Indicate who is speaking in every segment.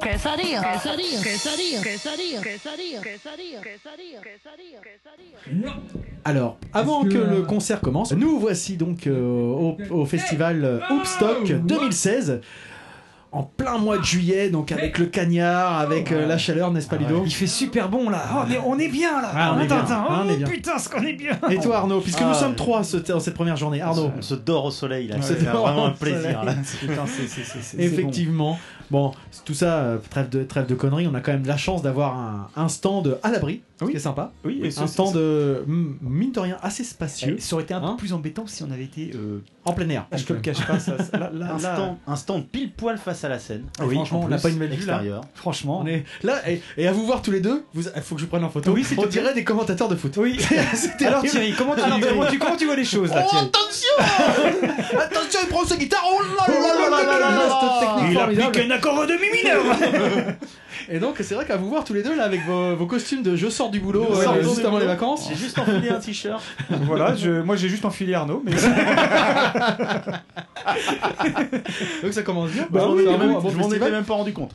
Speaker 1: quesadillas, quesadillas, quesadillas, quesadillas, quesadillas, quesadillas, quesadillas, quesadillas, quesadillas.
Speaker 2: Alors, avant
Speaker 3: Est-ce
Speaker 2: que
Speaker 3: que,
Speaker 2: le
Speaker 3: euh,
Speaker 2: concert commence, nous voici donc euh, au, au festival euh, Hoopstock 2016. En plein mois de juillet, donc avec le cagnard, avec euh, la chaleur, n'est-ce pas Ludo
Speaker 3: Ah Il fait super bon là. Oh, mais on est bien là.
Speaker 2: Ah, on est bien.
Speaker 3: Tintin.
Speaker 2: Ah, on est
Speaker 3: Oh,
Speaker 2: bien.
Speaker 3: putain, ce qu'on est bien.
Speaker 2: Et toi Arnaud, puisque
Speaker 4: Ah,
Speaker 2: nous
Speaker 4: ouais.
Speaker 2: sommes trois ce- en cette première journée. Arnaud,
Speaker 4: On se dort au soleil là,
Speaker 2: On se
Speaker 4: c'est
Speaker 2: dort
Speaker 4: vraiment
Speaker 2: au
Speaker 4: un plaisir.
Speaker 2: soleil.
Speaker 4: là.
Speaker 3: Putain, c'est- c'est- c'est- c'est-
Speaker 2: effectivement. Bon, c'est- tout ça, euh, trêve de, trêve de conneries, on a quand même la chance d'avoir un, un stand à l'abri, ce qui est sympa.
Speaker 3: c'est bon. Oui, et ce-
Speaker 2: Un stand, euh, m- mine de rien, assez spacieux,
Speaker 3: Eh, Ça aurait été un
Speaker 2: Hein
Speaker 3: peu plus embêtant si on avait été. euh,
Speaker 2: en plein air.
Speaker 3: je te le cache pas, ça. ça- Là, là,
Speaker 4: Un
Speaker 3: là-
Speaker 4: stand, un stand pile poil face à la scène,
Speaker 3: Ah oui,
Speaker 2: Franchement,
Speaker 3: en
Speaker 2: on n'a
Speaker 3: plus,
Speaker 2: pas une belle vue là.
Speaker 4: extérieur.
Speaker 3: Franchement.
Speaker 2: On est là et, et à vous voir tous les deux, vous, il faut que je vous prenne en photo.
Speaker 3: Oui, s'il te
Speaker 2: on
Speaker 3: plaît.
Speaker 2: dirait des commentateurs de foot.
Speaker 3: Oui.
Speaker 2: C'était
Speaker 3: Alors
Speaker 2: horrible.
Speaker 3: Thierry, comment tu,
Speaker 2: Alors, Thierry.
Speaker 3: comment tu- comment tu vois les choses là,
Speaker 2: Oh,
Speaker 3: Thierry
Speaker 2: attention Attention, il prend sa guitare. Oh là là là là là là là
Speaker 4: Geste technique
Speaker 3: Il
Speaker 2: Formidable.
Speaker 3: applique un accord de mi mineur.
Speaker 2: Et donc, c'est vrai qu'à vous voir tous les deux là avec vos, vos costumes de je sors du boulot
Speaker 4: Je
Speaker 2: euh,
Speaker 4: sors du
Speaker 2: juste
Speaker 4: boulot.
Speaker 2: avant les vacances.
Speaker 4: J'ai juste enfilé un t-shirt.
Speaker 3: voilà, je- moi j'ai juste enfilé Arnaud, mais
Speaker 2: Donc ça commence bien.
Speaker 3: Bah
Speaker 2: Bon,
Speaker 3: oui,
Speaker 2: c'est
Speaker 4: Je
Speaker 2: un bon-
Speaker 4: m'en-
Speaker 2: un bon
Speaker 4: je m'en étais
Speaker 2: festival. Ah,
Speaker 4: même pas rendu compte.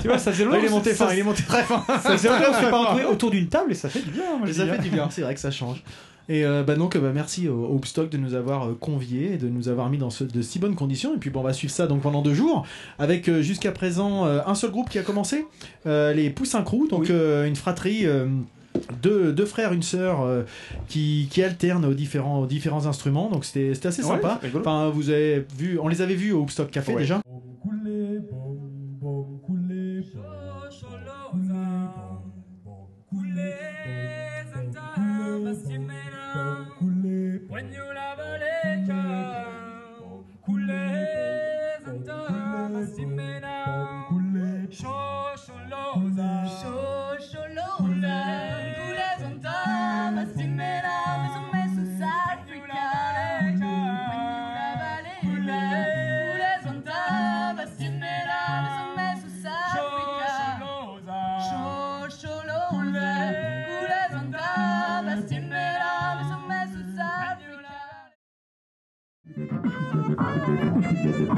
Speaker 3: tu vois, ça faisait longtemps.
Speaker 2: il est monté
Speaker 3: ça-
Speaker 2: fin, il est monté très fin.
Speaker 3: Ça faisait longtemps qu'on s'est pas retrouvé autour d'une table et ça fait du bien. Moi, je
Speaker 2: ça
Speaker 3: dis,
Speaker 2: fait
Speaker 3: hein.
Speaker 2: du bien, c'est vrai que ça change. Et euh, bah donc, euh, bah, merci au au Hoopstock de nous avoir euh, conviés et de nous avoir mis dans ce- de si bonnes conditions. Et puis, bon, on va suivre ça donc pendant deux jours avec euh, jusqu'à présent euh, un seul groupe qui a commencé, euh, les Poussins Crous, donc euh, une fratrie. euh, deux, deux frères, une sœur euh, qui, qui alternent aux différents, aux différents instruments, donc c'était c'était assez
Speaker 3: Ouais,
Speaker 2: sympa.
Speaker 3: c'est rigolo.
Speaker 2: Enfin, vous avez vu, on les avait vus au Hoopstock Café
Speaker 3: Ouais.
Speaker 2: déjà.
Speaker 5: When you love a lake, coulez un temps, Massimena. Chocholosa. Chocholosa. Coulez un temps, Massimena. Maison Messus Africa. When you love a lake, coulez un temps, Massimena. Maison Messus Africa. Chocholosa. Coulez un temps, Massimena. Maison Messus Africa.
Speaker 6: Ah,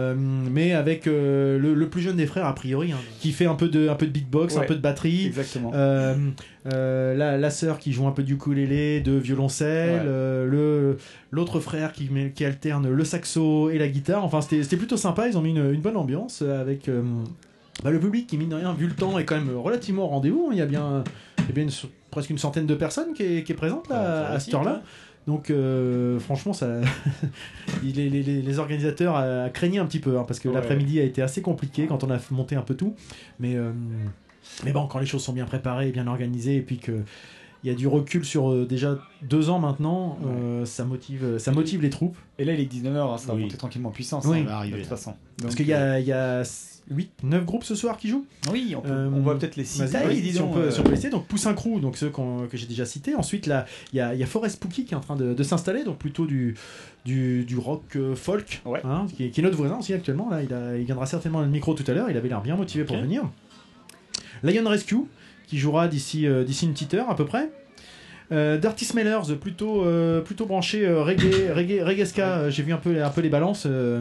Speaker 2: Euh, mais avec euh, le, le plus jeune des frères a priori, hein, qui fait un peu de, un peu de beatbox, un
Speaker 3: Ouais.
Speaker 2: peu de batterie,
Speaker 3: Exactement.
Speaker 2: Euh, euh, la, la sœur qui joue un peu du ukulélé, de violoncelle,
Speaker 3: Ouais.
Speaker 2: euh, le l'autre frère qui, met- qui alterne le saxo et la guitare. Enfin, c'était c'était plutôt sympa. Ils ont mis une, une bonne ambiance euh, avec euh, bah, le public qui mine de rien vu le temps est quand même relativement au rendez-vous. hein. Il y a bien, il y a bien une so- presque une centaine de personnes qui est, qui est présente là,
Speaker 4: Ouais, ça
Speaker 2: à
Speaker 4: va
Speaker 2: cette
Speaker 4: vite,
Speaker 2: heure-là.
Speaker 4: hein.
Speaker 2: Donc euh, franchement, ça, les, les- les- les organisateurs euh, craignaient un petit peu hein, parce que
Speaker 3: Ouais.
Speaker 2: l'après-midi a été assez compliqué quand on a monté un peu tout. Mais euh, mais bon, quand les choses sont bien préparées et bien organisées, et puis que il y a du recul sur euh, déjà deux ans maintenant, euh, ça motive, ça motive les troupes.
Speaker 3: Et là, il est 19h, ça va
Speaker 4: Oui.
Speaker 3: monter tranquillement en puissance.
Speaker 2: Oui.
Speaker 3: hein,
Speaker 4: Ça va arriver.
Speaker 3: De toute façon.
Speaker 2: Parce
Speaker 3: Donc,
Speaker 2: qu'il y
Speaker 3: euh,
Speaker 2: a, il y a 8, 9 groupes ce soir qui jouent.
Speaker 3: Oui, on, peut-
Speaker 2: Euh,
Speaker 3: on voit peut-être les six
Speaker 2: Vas-y,
Speaker 3: tailles,
Speaker 2: vas-y,
Speaker 3: dis
Speaker 2: si on
Speaker 3: donc,
Speaker 2: peut,
Speaker 3: euh,
Speaker 2: si on peut essayer. Donc Poussin Crew, donc ceux qu'on- que j'ai déjà cités. Ensuite, là, il y a, il y a Forest Pookie qui est en train de, de s'installer, donc plutôt du, du, du rock euh, folk,
Speaker 3: Ouais.
Speaker 2: hein, qui, est- qui est notre voisin aussi actuellement. Là, il, a- il viendra certainement à le micro tout à l'heure. Il avait l'air bien motivé pour
Speaker 4: Ok.
Speaker 2: venir. Lion Rescue, qui jouera d'ici euh, d'ici une petite heure à peu près. Euh, Dirty Smellers, plutôt, euh, plutôt branché euh, reggae, reggae, reggae ska. Euh, J'ai vu un peu, un peu les balances. euh,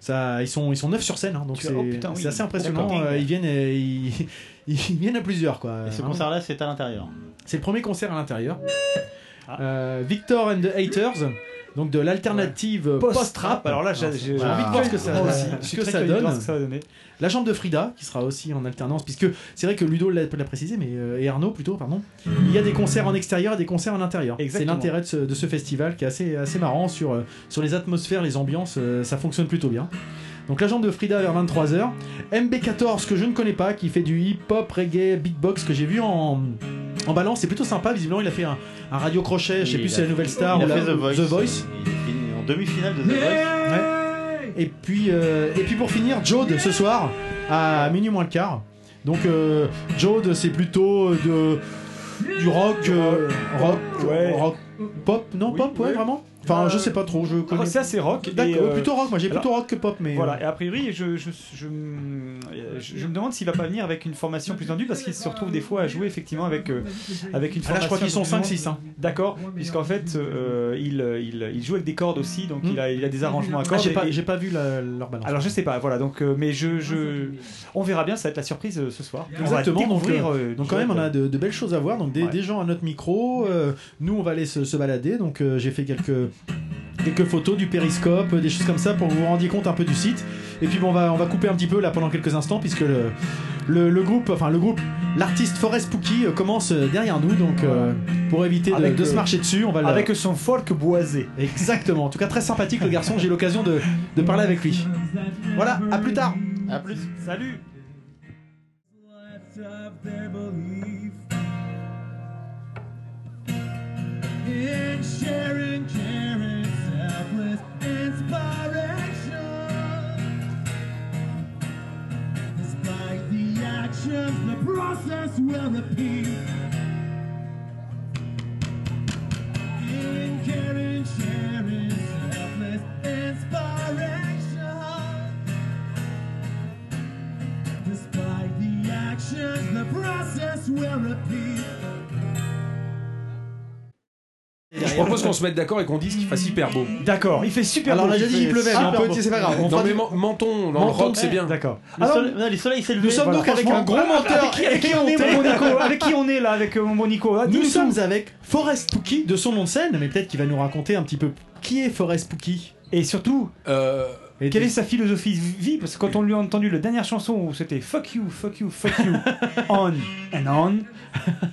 Speaker 2: Ça, ils sont ils sont neuf sur scène, hein, donc
Speaker 3: Tu
Speaker 2: c'est
Speaker 3: vois, oh, putain, oui.
Speaker 2: c'est assez impressionnant.
Speaker 3: D'accord.
Speaker 2: Euh, ils viennent et ils, ils viennent à plusieurs quoi.
Speaker 7: Et ce
Speaker 2: Vraiment.
Speaker 7: concert-là, c'est à l'intérieur.
Speaker 2: C'est le premier concert à l'intérieur.
Speaker 7: Ah.
Speaker 2: Euh, Victor and the Haters, donc de l'alternative post-rap.
Speaker 3: Alors là, j'ai j'ai- j'ai
Speaker 2: Ah.
Speaker 3: envie de voir ce que ça
Speaker 2: Moi
Speaker 3: donne.
Speaker 2: aussi.
Speaker 3: Je
Speaker 2: Ce
Speaker 3: suis
Speaker 2: que
Speaker 3: très
Speaker 2: ça
Speaker 3: curieux de voir
Speaker 2: donne.
Speaker 3: ce que ça va donner.
Speaker 2: La chambre de Frida, qui sera aussi en alternance, puisque c'est vrai que Ludo l'a l'a précisé, mais euh, et Arnaud plutôt, pardon. Il y a des concerts en extérieur et des concerts à l'intérieur. C'est
Speaker 3: Exactement.
Speaker 2: l'intérêt de, ce- de ce festival qui est assez, assez marrant sur, euh, sur les atmosphères, les ambiances, euh, ça fonctionne plutôt bien. Donc la chambre de Frida vers 23h. MB14 que je ne connais pas, qui fait du hip-hop, reggae, beatbox que j'ai vu en. En balance, c'est plutôt sympa. Visiblement, il a fait un, un radio crochet. Je sais
Speaker 7: Il
Speaker 2: plus si
Speaker 7: a
Speaker 2: c'est la
Speaker 7: fait-
Speaker 2: nouvelle star
Speaker 7: il
Speaker 2: ou
Speaker 7: a
Speaker 2: la-
Speaker 7: fait The Voice. Il est fini en demi-finale de The Voice.
Speaker 2: et puis, euh, et puis pour finir, Jode ce soir à minuit moins le quart. Donc euh, Jode c'est plutôt euh, de, du rock, euh, rock,
Speaker 3: Ouais.
Speaker 2: rock, pop, non
Speaker 3: Oui,
Speaker 2: pop, ouais,
Speaker 3: ouais.
Speaker 2: vraiment. Enfin,
Speaker 3: Euh,
Speaker 2: je sais pas trop, je connais.
Speaker 3: Alors, C'est assez rock. et,
Speaker 2: D'accord,
Speaker 3: euh,
Speaker 2: plutôt rock, moi j'ai
Speaker 3: alors-
Speaker 2: plutôt rock que pop, mais euh,
Speaker 3: Voilà, et a priori, je, je, je, me- euh, je- je me demande s'il va pas venir avec une formation plus tendue parce qu'il se retrouve des fois à jouer effectivement avec, euh, avec une
Speaker 2: euh, ah, là
Speaker 3: formation.
Speaker 2: je crois qu'ils sont
Speaker 3: un peu plus
Speaker 2: 5-6. Hein.
Speaker 3: longue. D'accord, puisqu'en fait, euh, il, il, il joue avec des cordes aussi, donc
Speaker 2: Hmm.
Speaker 3: il, a, il a des arrangements à
Speaker 2: Ah,
Speaker 3: cordes.
Speaker 2: j'ai
Speaker 3: et-
Speaker 2: pas,
Speaker 3: et-
Speaker 2: j'ai pas vu la- leur balance.
Speaker 3: alors je sais pas, voilà, donc euh, mais je, je on verra bien, ça va être la surprise euh, ce
Speaker 2: Ah,
Speaker 3: soir.
Speaker 2: Exactement,
Speaker 3: on va
Speaker 2: donc,
Speaker 3: découvrir. euh,
Speaker 2: Donc quand même, on a de, de belles choses à voir. Donc des,
Speaker 3: Ouais.
Speaker 2: des gens à notre micro. euh, nous, on va aller se, se balader. Donc euh, j'ai fait quelques quelques photos du périscope, euh, des choses comme ça pour que vous vous rendiez compte un peu du site. Et puis bon, on va on va couper un petit peu là pendant quelques instants puisque le le, le groupe, enfin le groupe, l'artiste Forest Pookie euh, commence euh, derrière nous. Donc euh, pour éviter de,
Speaker 3: Avec,
Speaker 2: de
Speaker 3: euh,
Speaker 2: se marcher dessus, on va le-
Speaker 3: avec son folk boisé.
Speaker 2: Exactement. En tout cas, très sympathique le garçon. J'ai eu l'occasion de, de parler avec lui. Voilà. À plus tard.
Speaker 7: A plus.
Speaker 3: Salut.
Speaker 8: Oh,
Speaker 5: left of their belief in sharing, caring, selfless inspiration. Despite the actions, the process will repeat. Giving, caring, sharing, selfless inspiration. Despite the actions, the process will repeat.
Speaker 8: Je propose qu'on se mette d'accord et qu'on dise qu'il fasse hyper beau.
Speaker 3: D'accord, il fait super
Speaker 2: Alors on
Speaker 3: beau.
Speaker 2: a déjà dit il pleuvait, mais
Speaker 3: Super
Speaker 2: un peu,
Speaker 3: beau.
Speaker 2: c'est pas grave. On
Speaker 8: non
Speaker 2: fera
Speaker 8: mais
Speaker 2: du-
Speaker 8: men- menton, dans le
Speaker 2: Menton, Eh,
Speaker 8: rock c'est bien.
Speaker 3: D'accord.
Speaker 7: Le
Speaker 3: Alors,
Speaker 7: soleil- non, les soleils s'est levé.
Speaker 2: Nous sommes
Speaker 7: Voilà.
Speaker 2: donc avec un gros menteur.
Speaker 3: avec qui, avec qui on est, mon Nico Avec qui on est là, avec euh, mon Nico Ah,
Speaker 2: Nous
Speaker 3: dis-nous
Speaker 2: sommes
Speaker 3: tout.
Speaker 2: avec Forest Pookie de son nom de scène, mais peut-être qu'il va nous raconter un petit peu qui est Forest Pookie.
Speaker 3: Et surtout,
Speaker 8: Euh,
Speaker 2: Et
Speaker 3: quelle est sa philosophie de vie Parce que quand on lui a entendu la dernière chanson où c'était Fuck you, fuck you, fuck you, on and on,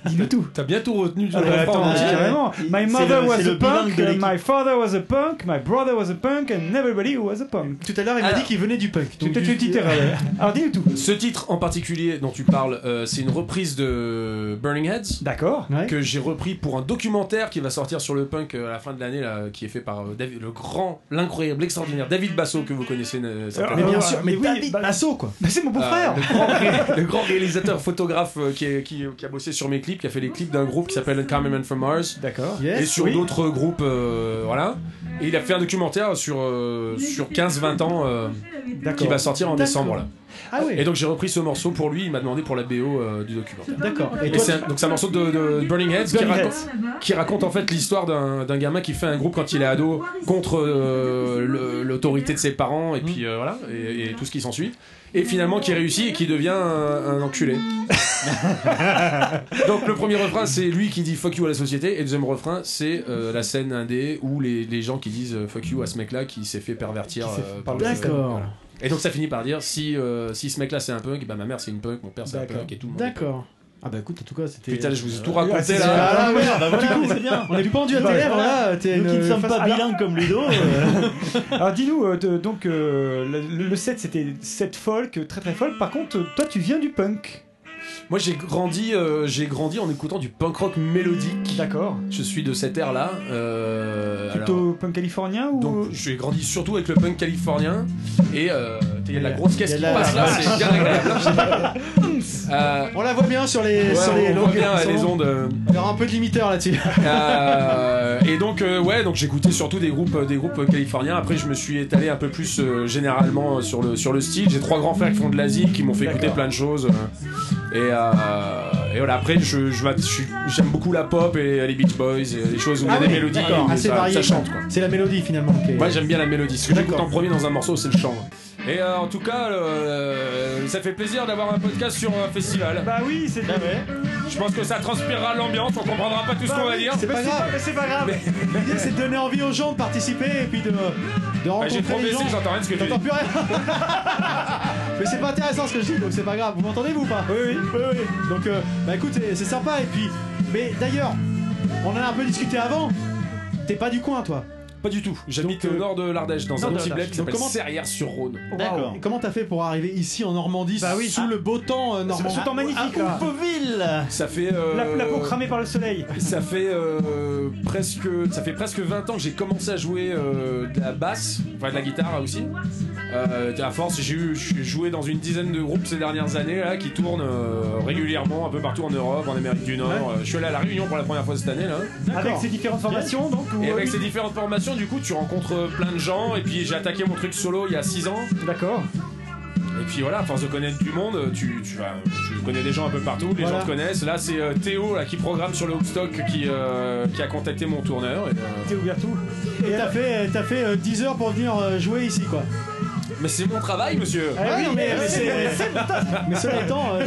Speaker 3: dis-nous tout.
Speaker 8: T'as bien tout retenu. tu
Speaker 3: Ah,
Speaker 8: vas
Speaker 3: bah, attends,
Speaker 8: comprendre.
Speaker 7: ouais.
Speaker 3: dis carrément. My
Speaker 7: hein. C'est
Speaker 3: mother
Speaker 7: le-
Speaker 3: was
Speaker 7: c'est le
Speaker 3: a punk,
Speaker 7: bilingue de l'équipe.
Speaker 3: my father was a punk, my brother was a punk, and everybody was a punk.
Speaker 2: Tout à l'heure, il m'a dit qu'il venait du punk.
Speaker 3: C'est
Speaker 2: donc
Speaker 3: peut-être
Speaker 2: du-
Speaker 3: une petite erreur. ouais. Alors dis-nous tout.
Speaker 8: Ce titre en particulier dont tu parles, euh, c'est une reprise de Burning Heads
Speaker 3: D'accord.
Speaker 2: Ouais.
Speaker 8: que j'ai repris pour un documentaire qui va sortir sur le punk euh, à la fin de l'année là, qui est fait par euh, David- le grand, l'incroyable, l'extraordinaire David Basso que vous connaissez euh, certainement.
Speaker 2: Mais bien
Speaker 3: Ouais,
Speaker 2: sûr, mais
Speaker 3: mais oui,
Speaker 2: David
Speaker 3: bah-
Speaker 2: Basso, quoi.
Speaker 3: Mais c'est mon
Speaker 8: Euh,
Speaker 3: beau-frère.
Speaker 8: le, grand, ré- le grand réalisateur photographe euh, qui, est- qui- qui a bossé sur mes clips, qui a fait les clips d'un groupe qui s'appelle Carmen from Mars
Speaker 3: D'accord.
Speaker 8: et sur
Speaker 3: oui.
Speaker 8: d'autres groupes, euh, voilà. Et il a fait un documentaire sur, euh, sur 15-20 ans euh, qui
Speaker 3: D'accord.
Speaker 8: va sortir en
Speaker 2: D'accord.
Speaker 8: décembre là.
Speaker 2: Ah
Speaker 8: Et
Speaker 2: oui.
Speaker 8: donc j'ai repris ce morceau pour lui, il m'a demandé pour la BO euh, du documentaire.
Speaker 2: D'accord. Et
Speaker 8: Et
Speaker 2: toi,
Speaker 8: c'est un- donc c'est un morceau de, de Burning Heads qui
Speaker 2: Burning
Speaker 8: raconte, qui raconte en fait l'histoire d'un d'un gamin qui fait un groupe quand il est ado contre euh, le- l'autorité de ses parents et puis euh, voilà et, et tout ce qui s'ensuit. Et finalement qui réussit et qui devient un, un enculé. donc le premier refrain c'est lui qui dit fuck you à la société et le deuxième refrain c'est euh, la scène indé où les, les gens qui disent euh, fuck you à ce mec là qui s'est fait pervertir.
Speaker 3: Qui s'est
Speaker 8: euh,
Speaker 3: fait-
Speaker 8: par le système.
Speaker 2: D'accord.
Speaker 8: Voilà. Et donc ça finit par dire si, euh, si ce mec là c'est un punk, bah ma mère c'est une punk, mon père c'est un
Speaker 3: D'accord.
Speaker 8: punk et tout le monde. est punk.
Speaker 2: D'accord. Ah bah écoute, en tout cas, c'était.
Speaker 8: Putain, je vous ai tout
Speaker 3: Ah,
Speaker 8: raconté
Speaker 3: c'est-
Speaker 8: là.
Speaker 2: Ah, ouais,
Speaker 7: Ah, bah voilà,
Speaker 2: du coup,
Speaker 7: c'est bien.
Speaker 2: on est pendu à tes
Speaker 3: Bah,
Speaker 2: lèvres
Speaker 7: voilà.
Speaker 2: là. t'es
Speaker 7: Nous qui
Speaker 2: une- euh,
Speaker 7: ne sommes
Speaker 2: face-
Speaker 7: pas
Speaker 2: Alors,
Speaker 7: bilingues comme Ludo. euh,
Speaker 3: Alors dis-nous, euh, de- donc euh, le, le set c'était set folk, euh, très très folk. Par contre, euh, toi tu viens du punk.
Speaker 8: Moi j'ai grandi, euh, j'ai grandi en écoutant du punk rock mélodique.
Speaker 3: D'accord.
Speaker 8: Je suis de cette ère là. Euh,
Speaker 3: Plutôt punk californien ou
Speaker 8: alors, donc j'ai grandi surtout avec le punk californien et euh, il y a de la grosse caisse
Speaker 2: Il
Speaker 8: qui
Speaker 2: y a de la-
Speaker 8: passe là, c'est bien agréable. Euh,
Speaker 2: On la voit bien sur les,
Speaker 8: ouais,
Speaker 2: sur les
Speaker 8: on voit
Speaker 2: longues-
Speaker 8: bien,
Speaker 2: sur
Speaker 8: les
Speaker 2: longues-
Speaker 8: ondes. euh,
Speaker 2: Il y aura un peu de limiteur là-dessus.
Speaker 8: Euh, et donc euh, ouais donc j'écoutais surtout des groupes euh, des groupes californiens après je me suis étalé un peu plus euh, généralement euh, sur le sur le style j'ai trois grands frères qui font de l'Asie qui m'ont fait écouter
Speaker 3: D'accord.
Speaker 8: plein de choses euh, Et, euh, et voilà, après, je, je, je suis- j'aime beaucoup la pop et euh, les Beach Boys, et les choses où il y a des mélodies,
Speaker 2: Ah d'accord,
Speaker 8: et
Speaker 2: assez
Speaker 8: ça,
Speaker 2: varié.
Speaker 8: ça chante quoi.
Speaker 2: C'est la mélodie finalement. qui est-
Speaker 8: Moi j'aime bien la mélodie. Ce que
Speaker 2: D'accord.
Speaker 8: j'écoute en premier dans un morceau, c'est le chant. Et euh, en tout cas, euh, ça fait plaisir d'avoir un podcast sur un festival.
Speaker 3: Bah oui, c'est
Speaker 7: Ah ouais.
Speaker 8: Je pense que ça transpirera l'ambiance, on comprendra pas tout ce qu'on va dire.
Speaker 2: Bah pas grave.
Speaker 3: mais Bah c'est pas grave.
Speaker 2: L'idée c'est de donner envie aux gens de participer et puis de, de
Speaker 8: Bah,
Speaker 2: rencontrer
Speaker 8: J'ai trop
Speaker 2: les gens.
Speaker 8: baissé, j'entends rien de ce que tu dis.
Speaker 2: J'entends plus rien. Mais c'est pas intéressant ce que je dis, donc c'est pas grave. Vous m'entendez vous ou pas oui, oui, oui, oui. Donc euh, bah écoute, c'est c'est sympa et puis. Mais d'ailleurs, on en a un peu discuté avant. T'es pas du coin toi.
Speaker 8: Pas du tout. J'habite
Speaker 2: Donc, euh,
Speaker 8: au nord de l'Ardèche, dans
Speaker 2: nord
Speaker 8: un
Speaker 2: de
Speaker 8: petit bled
Speaker 2: l'Ardèche.
Speaker 8: qui
Speaker 2: Donc
Speaker 8: s'appelle
Speaker 2: comment-
Speaker 8: Serrières-sur-Rhône.
Speaker 7: D'accord.
Speaker 2: Et comment t'as fait pour arriver ici en Normandie
Speaker 3: Bah oui.
Speaker 2: sous
Speaker 3: Ah.
Speaker 2: le beau temps euh, normand
Speaker 3: Ce temps magnifique
Speaker 7: Ah,
Speaker 3: là.
Speaker 7: Fauville
Speaker 8: Ça fait. euh,
Speaker 3: La, la peau cramée par le soleil.
Speaker 8: Ça fait euh, presque ça fait presque 20 ans que j'ai commencé à jouer euh, de la basse, enfin de la guitare aussi. Euh, à force, j'ai eu- j'ai joué dans une dizaine de groupes ces dernières années là, qui tournent euh, régulièrement un peu partout en Europe, en Amérique du Nord. Euh, je suis allé à la Réunion pour la première fois cette année là.
Speaker 3: Avec ces différentes formations, donc. euh,
Speaker 8: Et
Speaker 3: ou-
Speaker 8: avec ces différentes formations, du coup, tu rencontres euh, plein de gens. Et puis j'ai attaqué mon truc solo il y a 6 ans.
Speaker 3: D'accord.
Speaker 8: Et puis voilà, à force de connaître du monde, euh, tu, tu, vas- tu connais des gens un peu partout, les
Speaker 2: Voilà.
Speaker 8: gens te connaissent. Là, c'est euh, Théo là, qui programme sur le Hoopstock qui, euh, qui a contacté mon tourneur. et, euh,
Speaker 3: T'es ouvert tout.
Speaker 2: Et t'as fait, t'as fait euh, 10 heures pour venir euh, jouer ici quoi.
Speaker 8: Mais c'est mon travail, monsieur
Speaker 3: Ah oui,
Speaker 2: non, mais, mais c'est- mais cela étant, euh,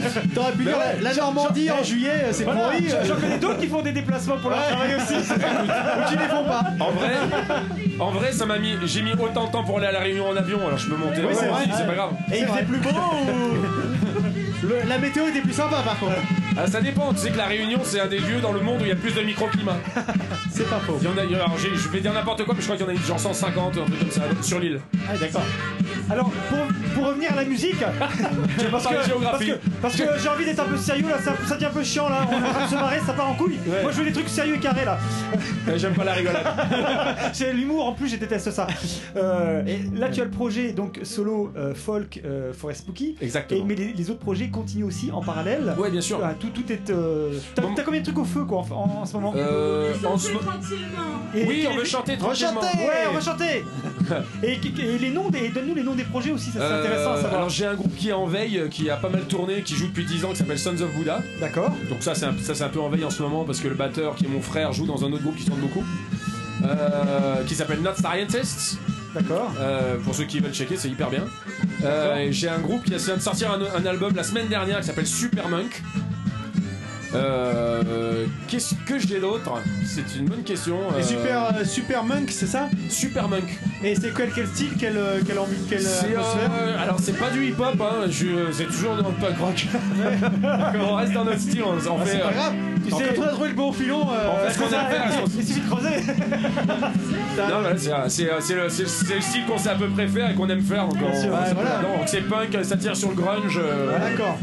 Speaker 3: Bah
Speaker 2: t'aurais
Speaker 8: Bah
Speaker 2: pu dire la- la Normandie en juillet, euh, c'est
Speaker 3: Voilà,
Speaker 2: pourri. euh,
Speaker 3: j'en connais d'autres qui font des déplacements pour leur
Speaker 2: Ouais.
Speaker 3: travail aussi.
Speaker 2: Ou qui les font pas.
Speaker 8: En vrai, en vrai, ça m'a mis, j'ai mis autant de temps pour aller à la Réunion en avion, alors je peux monter.
Speaker 2: Oui, c'est vrai.
Speaker 8: c'est pas grave.
Speaker 2: Et il faisait plus beau ou Le- La météo était plus sympa par contre.
Speaker 8: Ah, ça dépend. Tu sais que la Réunion, c'est un des lieux dans le monde où il y a plus de microclimat.
Speaker 2: C'est pas faux.
Speaker 8: Il y en a, il y a- alors, j'ai- je vais dire n'importe quoi, mais je crois qu'il y en a genre 150 un truc comme ça sur l'île.
Speaker 2: Ah d'accord.
Speaker 3: Alors, pour, pour revenir à la musique, parce
Speaker 8: parler
Speaker 3: que,
Speaker 8: de
Speaker 3: parce
Speaker 8: géographie.
Speaker 3: que, parce que j'ai envie d'être un peu sérieux là, ça, ça devient un peu chiant là, on est en train de se marrer, ça part en couille.
Speaker 8: Ouais.
Speaker 3: Moi je veux des trucs sérieux et carrés là.
Speaker 8: Euh, J'aime pas la rigolade.
Speaker 3: J'ai l'humour en plus, je déteste ça. Euh, et là tu as le projet donc solo euh, folk euh, Forest Spooky, et,
Speaker 8: Exactement.
Speaker 3: mais les, les autres projets continuent aussi en parallèle.
Speaker 8: Ouais, bien sûr.
Speaker 3: Ah, tout, tout est. euh, T'as
Speaker 8: Bon.
Speaker 3: t'as combien de trucs au feu quoi en, en- en ce moment
Speaker 8: Euh, en ce mo-
Speaker 9: tranquillement.
Speaker 3: Et
Speaker 8: oui,
Speaker 3: quel
Speaker 8: on
Speaker 3: est-
Speaker 8: veut chanter tranquillement.
Speaker 2: chanter
Speaker 3: Ouais, on va chanter et, et les noms des. Donne-nous les noms des projets aussi, ça c'est
Speaker 8: Euh,
Speaker 3: intéressant à savoir.
Speaker 8: alors j'ai un groupe qui est en veille, euh, qui a pas mal tourné, qui joue depuis 10 ans, qui s'appelle Sons of Buddha.
Speaker 3: D'accord.
Speaker 8: Donc ça c'est un, ça, c'est un peu en veille en ce moment parce que le batteur qui est mon frère joue dans un autre groupe qui tourne beaucoup. euh, qui s'appelle Not Scientists.
Speaker 3: D'accord.
Speaker 8: Euh, pour ceux qui veulent checker, c'est hyper bien. Euh, et J'ai un groupe qui vient de sortir un, un album la semaine dernière qui s'appelle Super Monk. Euh, Qu'est-ce que j'ai d'autre C'est une bonne question.
Speaker 2: Et
Speaker 8: Euh,
Speaker 2: super, euh, super Monk, c'est ça
Speaker 8: Super Monk.
Speaker 2: Et c'est quel, quel style, quelle euh, quelle ambi- quelle
Speaker 8: C'est,
Speaker 2: atmosphère
Speaker 8: euh, alors c'est pas du hip hop, hein, je- c'est toujours dans le punk rock. on reste dans notre style, on, on
Speaker 2: Ah, C'est
Speaker 8: fait. euh.
Speaker 2: pas grave. Tu
Speaker 8: en
Speaker 2: sais,
Speaker 8: fait-
Speaker 2: on a trouvé le bon filon. euh,
Speaker 8: on fait ce qu'on a à faire, on-
Speaker 3: Il suffit de creuser.
Speaker 8: Non, voilà, c'est- c'est c'est le, c'est- c'est le style qu'on sait à peu près faire et qu'on aime faire. Donc, on-
Speaker 2: sûr, ouais,
Speaker 8: on s'appelle
Speaker 2: voilà.
Speaker 8: là-dedans. Donc c'est punk, ça tire sur le grunge. euh,
Speaker 2: Ah, D'accord,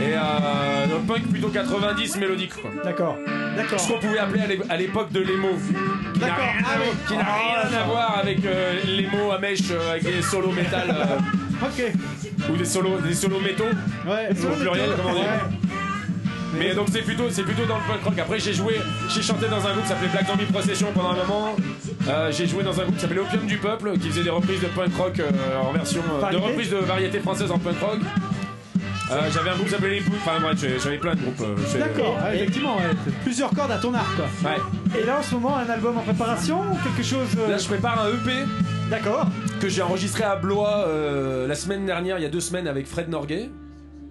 Speaker 8: Et euh, le punk plutôt 90 mélodique quoi.
Speaker 3: D'accord. D'accord.
Speaker 8: Ce qu'on pouvait appeler à l'é- à l'époque de l'émo. Qui n'a
Speaker 2: D'accord,
Speaker 8: rien,
Speaker 2: ah
Speaker 8: à-
Speaker 2: oui.
Speaker 8: qui n'a rien à voir avec euh, l'émo à mèche euh, avec des solos métal euh,
Speaker 2: ok.
Speaker 8: ou des solos des solos métaux
Speaker 2: Ouais,
Speaker 8: au pluriel comment on dit. Mais donc c'est plutôt c'est plutôt dans le punk rock. Après j'ai joué, j'ai chanté dans un groupe qui s'appelait Black Zombie Procession pendant un moment. Euh, j'ai joué dans un groupe qui s'appelait Opium du Peuple qui faisait des reprises de punk rock euh, en version euh, de
Speaker 3: Variété.
Speaker 8: reprises de variété française en punk rock. Euh, j'avais un groupe qui s'appelait Les Poules. Enfin bref, j'ai- j'avais plein de groupes. euh, j'ai-
Speaker 2: D'accord, ouais, effectivement, ouais. plusieurs cordes à ton arc. quoi.
Speaker 8: Ouais.
Speaker 3: Et là en ce moment, un album en préparation ou quelque chose. euh,
Speaker 8: Là je prépare un EP
Speaker 3: D'accord.
Speaker 8: que j'ai enregistré à Blois euh, la semaine dernière, il y a deux semaines avec Fred Norgay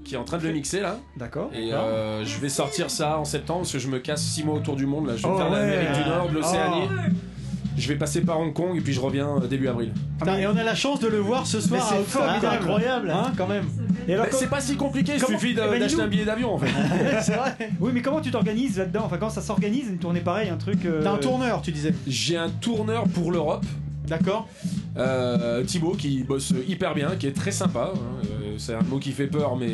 Speaker 8: qui est en train de le mixer là
Speaker 3: D'accord.
Speaker 8: et euh, je vais sortir ça en septembre parce que je me casse six mois autour du monde là je vais
Speaker 3: Oh
Speaker 8: faire
Speaker 3: ouais.
Speaker 8: l'Amérique du Nord, de l'Océanie
Speaker 9: Oh.
Speaker 8: je vais passer par Hong Kong et puis je reviens euh, début avril
Speaker 2: Putain, Et on a la chance de le voir ce soir
Speaker 3: c'est
Speaker 2: à Oxford,
Speaker 3: formidable.
Speaker 2: quoi.
Speaker 3: Incroyable.
Speaker 2: Hein, quand même.
Speaker 3: Et alors,
Speaker 8: Bah,
Speaker 3: com-
Speaker 8: c'est pas si compliqué il
Speaker 3: comment-
Speaker 8: suffit
Speaker 3: Eh
Speaker 8: d'a-
Speaker 3: ben,
Speaker 8: d'acheter
Speaker 3: dis-nous.
Speaker 8: un billet d'avion en fait
Speaker 2: C'est vrai.
Speaker 3: oui, mais comment tu t'organises là-dedans Enfin, comment ça s'organise une tournée pareille, un truc. euh,
Speaker 2: T'as un tourneur, tu disais.
Speaker 8: j'ai un tourneur pour l'Europe
Speaker 2: D'accord.
Speaker 8: euh, Thibaut qui bosse hyper bien, qui est très sympa. hein, euh, c'est un mot qui fait peur, mais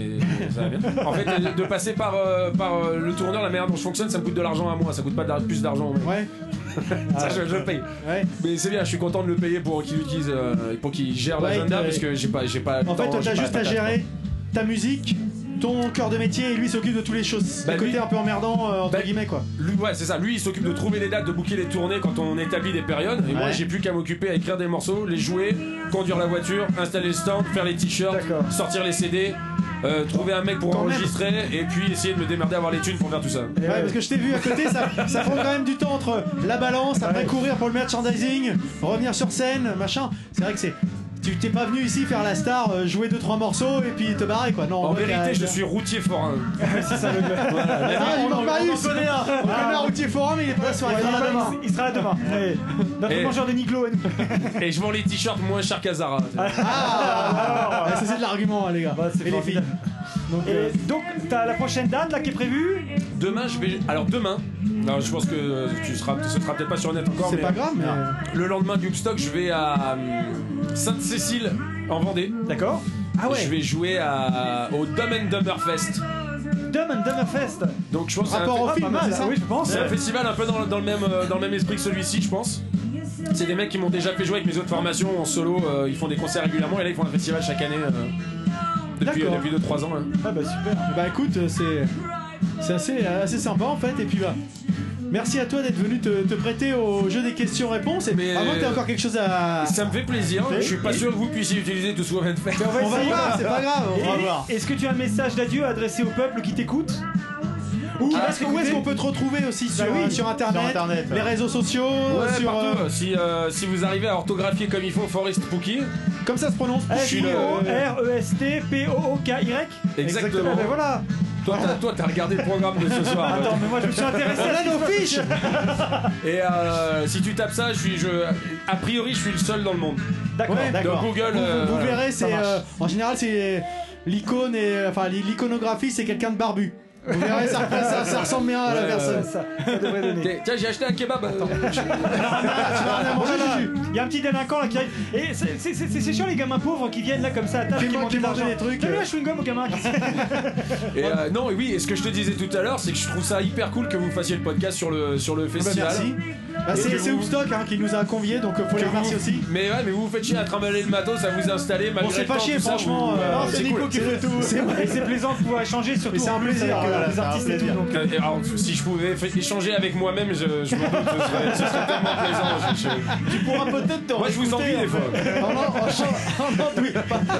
Speaker 8: ça va bien. En fait, de passer par, euh, par euh, le tourneur, la manière dont je fonctionne, ça me coûte de l'argent à moi. Ça coûte pas d'ar- plus d'argent. au mec.
Speaker 2: Ouais,
Speaker 8: Ça, je, je le paye.
Speaker 2: ouais.
Speaker 8: Mais c'est bien, je suis content de le payer pour qu'il utilise, euh, pour qu'il gère
Speaker 2: Ouais,
Speaker 8: l'agenda,
Speaker 2: t'as-
Speaker 8: parce que j'ai pas, j'ai pas. le
Speaker 2: En fait,
Speaker 8: temps,
Speaker 2: toi,
Speaker 8: j'ai
Speaker 2: t'as
Speaker 8: pas
Speaker 2: juste
Speaker 8: la
Speaker 2: à
Speaker 8: patate,
Speaker 2: gérer ta musique, ton cœur de métier, et lui s'occupe de toutes les choses.
Speaker 8: Bah,
Speaker 2: le côté
Speaker 8: lui-
Speaker 2: un peu emmerdant, euh, entre
Speaker 8: Bah,
Speaker 2: guillemets, quoi.
Speaker 8: Lui, ouais, c'est ça. Lui, il s'occupe de trouver les dates, de booker les tournées quand on établit des périodes. Et moi,
Speaker 2: Ouais.
Speaker 8: j'ai plus qu'à m'occuper à écrire des morceaux, les jouer, conduire la voiture, installer le stand, faire les t-shirts,
Speaker 3: D'accord.
Speaker 8: sortir les CD, euh, trouver un mec pour enregistrer et puis essayer de me démerder à avoir les thunes pour faire tout ça.
Speaker 2: Ouais, parce que je t'ai vu à côté, ça, ça prend quand même du temps entre la balance, après courir pour le merchandising, revenir sur scène, machin. C'est vrai que c'est. Tu t'es pas venu ici faire la star, euh, jouer 2-3 morceaux et puis te barrer quoi. Non,
Speaker 8: En
Speaker 2: ouais, t'as-
Speaker 8: vérité, je suis routier forain.
Speaker 3: C'est ça le
Speaker 8: Voilà.
Speaker 2: Ah, il
Speaker 3: on en-
Speaker 2: manque Marius Ah,
Speaker 3: on en connaît un.
Speaker 2: On connaît un routier forum, il est pas là ce soir, il sera là demain.
Speaker 3: Ah. Il sera là demain. Allez. Notre
Speaker 8: Et-
Speaker 3: mangeur de Niklo à nous.
Speaker 8: Et je vends les t-shirts moins chers qu'Azara.
Speaker 2: Ah, ça c'est de l'argument hein, les gars.
Speaker 3: Bah, c'est
Speaker 2: et les filles.
Speaker 3: formidable.
Speaker 2: Donc, euh,
Speaker 3: Et donc, t'as la prochaine date là qui est prévue
Speaker 8: Demain, je vais. Alors demain, alors, je pense que euh, tu seras, ce sera peut-être pas sur net encore.
Speaker 2: c'est
Speaker 8: mais-
Speaker 2: pas grave, mais. euh,
Speaker 8: Le lendemain du Hoopstock, je vais à hum, Sainte-Cécile en Vendée.
Speaker 3: D'accord. Ah
Speaker 8: Je vais jouer à, au Dumb and Dumber Fest.
Speaker 3: Dumb and Dumber Fest.
Speaker 8: Donc je pense que c'est un
Speaker 2: Rapport au
Speaker 3: Ah,
Speaker 2: film,
Speaker 3: pas mal,
Speaker 2: c'est ça
Speaker 3: Oui, je pense.
Speaker 8: hein. C'est un festival un peu dans, dans le même, euh, dans le même esprit que celui-ci, je pense. C'est des mecs qui m'ont déjà fait jouer avec mes autres formations en solo. euh, ils font des concerts régulièrement et là ils font un festival chaque année euh, depuis,
Speaker 2: D'accord.
Speaker 8: depuis 2-3 ans. hein.
Speaker 3: Ah bah super.
Speaker 2: Bah écoute, euh, c'est c'est assez, euh, assez sympa en fait. Et puis bah, merci à toi d'être venu te, te prêter au jeu des questions-réponses. Et
Speaker 8: Mais- euh,
Speaker 2: à moins que t'aies encore quelque chose à.
Speaker 8: Ça me fait plaisir.
Speaker 2: Et-
Speaker 8: Je suis pas sûr que vous puissiez utiliser tout ce qu'on vient de faire.
Speaker 2: On va
Speaker 3: essayer.
Speaker 2: voir, c'est pas grave, on va
Speaker 3: Et-
Speaker 2: voir.
Speaker 3: Est-ce que tu as un message d'adieu adressé au peuple qui t'écoute
Speaker 2: Où
Speaker 8: Ah,
Speaker 2: est-ce que- où est-ce qu'on peut te retrouver aussi sur,
Speaker 3: Bah oui,
Speaker 2: Ah, sur internet,
Speaker 7: sur Internet,
Speaker 2: les
Speaker 7: ouais.
Speaker 2: réseaux sociaux,
Speaker 8: Ouais,
Speaker 2: sur,
Speaker 8: partout.
Speaker 2: euh,
Speaker 8: Si, euh, si vous arrivez à orthographier comme il faut Forest Pookie,
Speaker 2: comme ça se prononce.
Speaker 8: Je suis le-
Speaker 2: E
Speaker 3: F-I-O-R-E-S-T-P-O-O-K-Y
Speaker 8: exactement.
Speaker 3: Ah bah voilà
Speaker 8: Toi, t'as- toi, t'as regardé le programme de ce soir.
Speaker 3: Attends, mais moi je me suis intéressé
Speaker 2: On
Speaker 3: à
Speaker 2: a nos fiches.
Speaker 8: Et euh, si tu tapes ça, je suis, je, a priori, je suis le seul dans le monde.
Speaker 3: D'accord.
Speaker 2: Ouais,
Speaker 8: Dans Google,
Speaker 2: Vous,
Speaker 8: euh,
Speaker 2: vous
Speaker 8: voilà.
Speaker 2: verrez,
Speaker 3: ça
Speaker 2: c'est
Speaker 3: marche.
Speaker 2: euh, en général c'est l'icône et euh, enfin l'iconographie, c'est quelqu'un de barbu. Vous verrez, ça, ça- ça ressemble bien à la
Speaker 8: Ouais,
Speaker 2: personne.
Speaker 3: Ça, ça, ça devrait donner.
Speaker 8: Tiens, tiens, j'ai acheté un kebab.
Speaker 2: Ah, tu vas rien manger, Juju.
Speaker 3: Il y a un petit délinquant là qui arrive. Et c'est- c'est c'est- c'est chiant les gamins pauvres qui viennent là comme ça à table
Speaker 2: Qui
Speaker 3: qui
Speaker 2: man-
Speaker 3: mangent
Speaker 2: qui
Speaker 3: de
Speaker 2: mangent
Speaker 3: l'argent.
Speaker 2: des trucs,
Speaker 3: T'as vu
Speaker 2: euh.
Speaker 3: un chewing-gum au gamin
Speaker 8: Et euh, non, et oui, et ce que je te disais tout à l'heure, c'est que je trouve ça hyper cool que vous fassiez le podcast sur le, sur le
Speaker 2: Ah bah,
Speaker 8: festival.
Speaker 2: merci. Bah,
Speaker 8: Et
Speaker 2: c'est
Speaker 8: que
Speaker 2: c'est
Speaker 8: vous-
Speaker 2: Hoopstock hein, qui nous a conviés, donc euh, faut les
Speaker 8: Que vous-
Speaker 2: remercier aussi.
Speaker 8: Mais ouais, mais vous vous faites chier à trimballer le matos, à vous installer.
Speaker 2: On
Speaker 8: malgré
Speaker 2: s'est
Speaker 8: le
Speaker 2: pas
Speaker 8: temps,
Speaker 2: chié,
Speaker 8: tout ça,
Speaker 2: franchement.
Speaker 8: vous-
Speaker 2: euh,
Speaker 8: euh,
Speaker 2: c'est
Speaker 8: cool.
Speaker 2: Nico qui fait tout.
Speaker 3: C'est vrai. Et c'est plaisant de pouvoir échanger surtout
Speaker 2: Mais c'est
Speaker 3: en
Speaker 2: un
Speaker 3: plus
Speaker 2: plaisir,
Speaker 3: avec euh,
Speaker 2: voilà,
Speaker 3: les
Speaker 2: c'est un
Speaker 3: artistes et tout.
Speaker 2: plaisir.
Speaker 3: donc, euh,
Speaker 8: Et alors, si je pouvais fa- échanger avec moi-même, je, je me doute, ce serait, ce serait tellement plaisant. Je- je-
Speaker 2: Tu pourras peut-être te
Speaker 8: Moi, je vous
Speaker 2: réécouter,
Speaker 8: envie des
Speaker 2: en
Speaker 8: fois.
Speaker 3: euh,
Speaker 2: fait. Non, non, en chan- non, non, oui.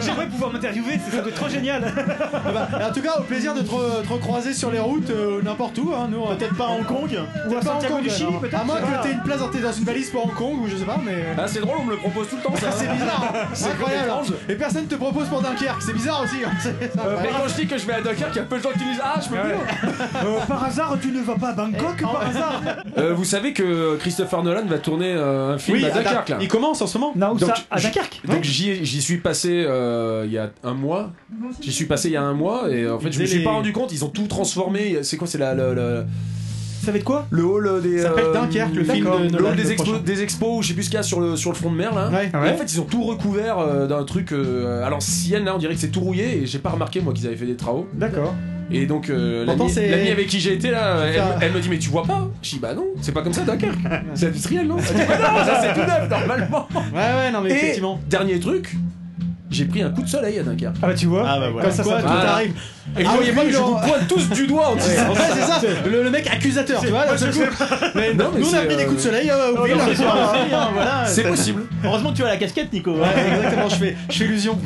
Speaker 3: J'aimerais pouvoir m'interviewer, c'est- ça doit être trop génial.
Speaker 2: Ah bah, En tout cas, au plaisir de te, re- te recroiser sur les routes, euh, n'importe où. hein, nous, hein.
Speaker 7: Peut-être pas à Hong Kong.
Speaker 2: Peut-être
Speaker 3: à
Speaker 2: pas
Speaker 3: Santiago
Speaker 2: Hong Kong,
Speaker 3: du Chili,
Speaker 2: alors.
Speaker 3: peut-être,
Speaker 2: À moins
Speaker 3: je sais
Speaker 2: que
Speaker 3: pas.
Speaker 2: t'aies une place dans, tes- dans une valise pour Hong Kong ou je sais pas, mais. euh.
Speaker 8: Ah, c'est drôle, on me le propose tout le temps, ça.
Speaker 2: C'est bizarre, hein. incroyable.
Speaker 8: étrange.
Speaker 2: Et personne te propose pour Dunkerque, c'est bizarre aussi. hein. C'est- c'est
Speaker 8: Euh, Mais
Speaker 2: incroyable.
Speaker 8: quand je dis que je vais à Dunkerque, il y a peu de gens qui disent Ah, je peux plus.
Speaker 3: Euh, par hasard, tu ne vas pas à Bangkok par hasard
Speaker 8: Euh, vous savez que Christopher Nolan va tourner euh, un film
Speaker 2: Oui,
Speaker 8: à
Speaker 2: à Dun-
Speaker 8: Dunkerque là.
Speaker 2: il commence en ce moment.
Speaker 3: Non, où
Speaker 8: Donc,
Speaker 3: ça
Speaker 8: tu-
Speaker 3: À Dunkerque
Speaker 8: Donc j'y j'y suis passé euh, il y a un mois. J'y suis passé il y a un mois et en fait je me
Speaker 2: faisait
Speaker 8: suis pas
Speaker 2: les-
Speaker 8: rendu compte. Ils ont tout transformé. C'est quoi C'est la, la- la-
Speaker 3: Ça va être quoi
Speaker 8: le hall des.
Speaker 2: Ça
Speaker 10: euh,
Speaker 2: s'appelle Dunkerque, le film
Speaker 8: d'accord.
Speaker 2: de
Speaker 8: Le
Speaker 2: Nolan,
Speaker 8: hall des,
Speaker 2: le
Speaker 8: expos-
Speaker 2: prochain.
Speaker 8: des expos, je sais plus ce qu'il y a sur le sur le front de mer là.
Speaker 2: Ouais.
Speaker 8: Et en fait, ils ont tout recouvert euh, d'un truc euh, à l'ancienne. Là, on dirait que c'est tout rouillé et j'ai pas remarqué moi qu'ils avaient fait des travaux.
Speaker 3: D'accord.
Speaker 8: Et donc euh, l'ami
Speaker 2: Pourtant, c'est-
Speaker 8: l'ami avec qui j'ai été là, elle,
Speaker 2: Putain.
Speaker 8: elle me dit mais tu vois pas Je dis bah non, c'est pas comme ça Dunkerque. c'est industriel non Elle dit, Bah non, ça c'est tout neuf normalement.
Speaker 2: Ouais, ouais, non, mais
Speaker 8: Et
Speaker 2: effectivement.
Speaker 8: dernier truc, j'ai pris un coup de soleil à Dunkerque.
Speaker 3: Ah bah tu vois
Speaker 7: Ah bah voilà.
Speaker 2: Comme ça,
Speaker 3: Quoi,
Speaker 2: ça
Speaker 8: tout
Speaker 2: t'arrive.
Speaker 8: Et vous
Speaker 2: Ah,
Speaker 8: voyez
Speaker 2: oui,
Speaker 8: bien que je
Speaker 2: non.
Speaker 8: vous pointe tous du doigt en disant
Speaker 2: Ouais, c'est ça, le, le mec accusateur, tu vois, d'un seul coup. Mais
Speaker 8: Non, mais
Speaker 2: nous on a
Speaker 8: c'est,
Speaker 2: mis des
Speaker 8: euh,
Speaker 2: coups de soleil euh, au pile,
Speaker 7: non,
Speaker 2: hein,
Speaker 7: c'est sûr,
Speaker 2: voilà.
Speaker 8: C'est possible.
Speaker 7: Heureusement que tu as la casquette, Nico.
Speaker 2: Ouais, exactement, je fais, je fais illusion.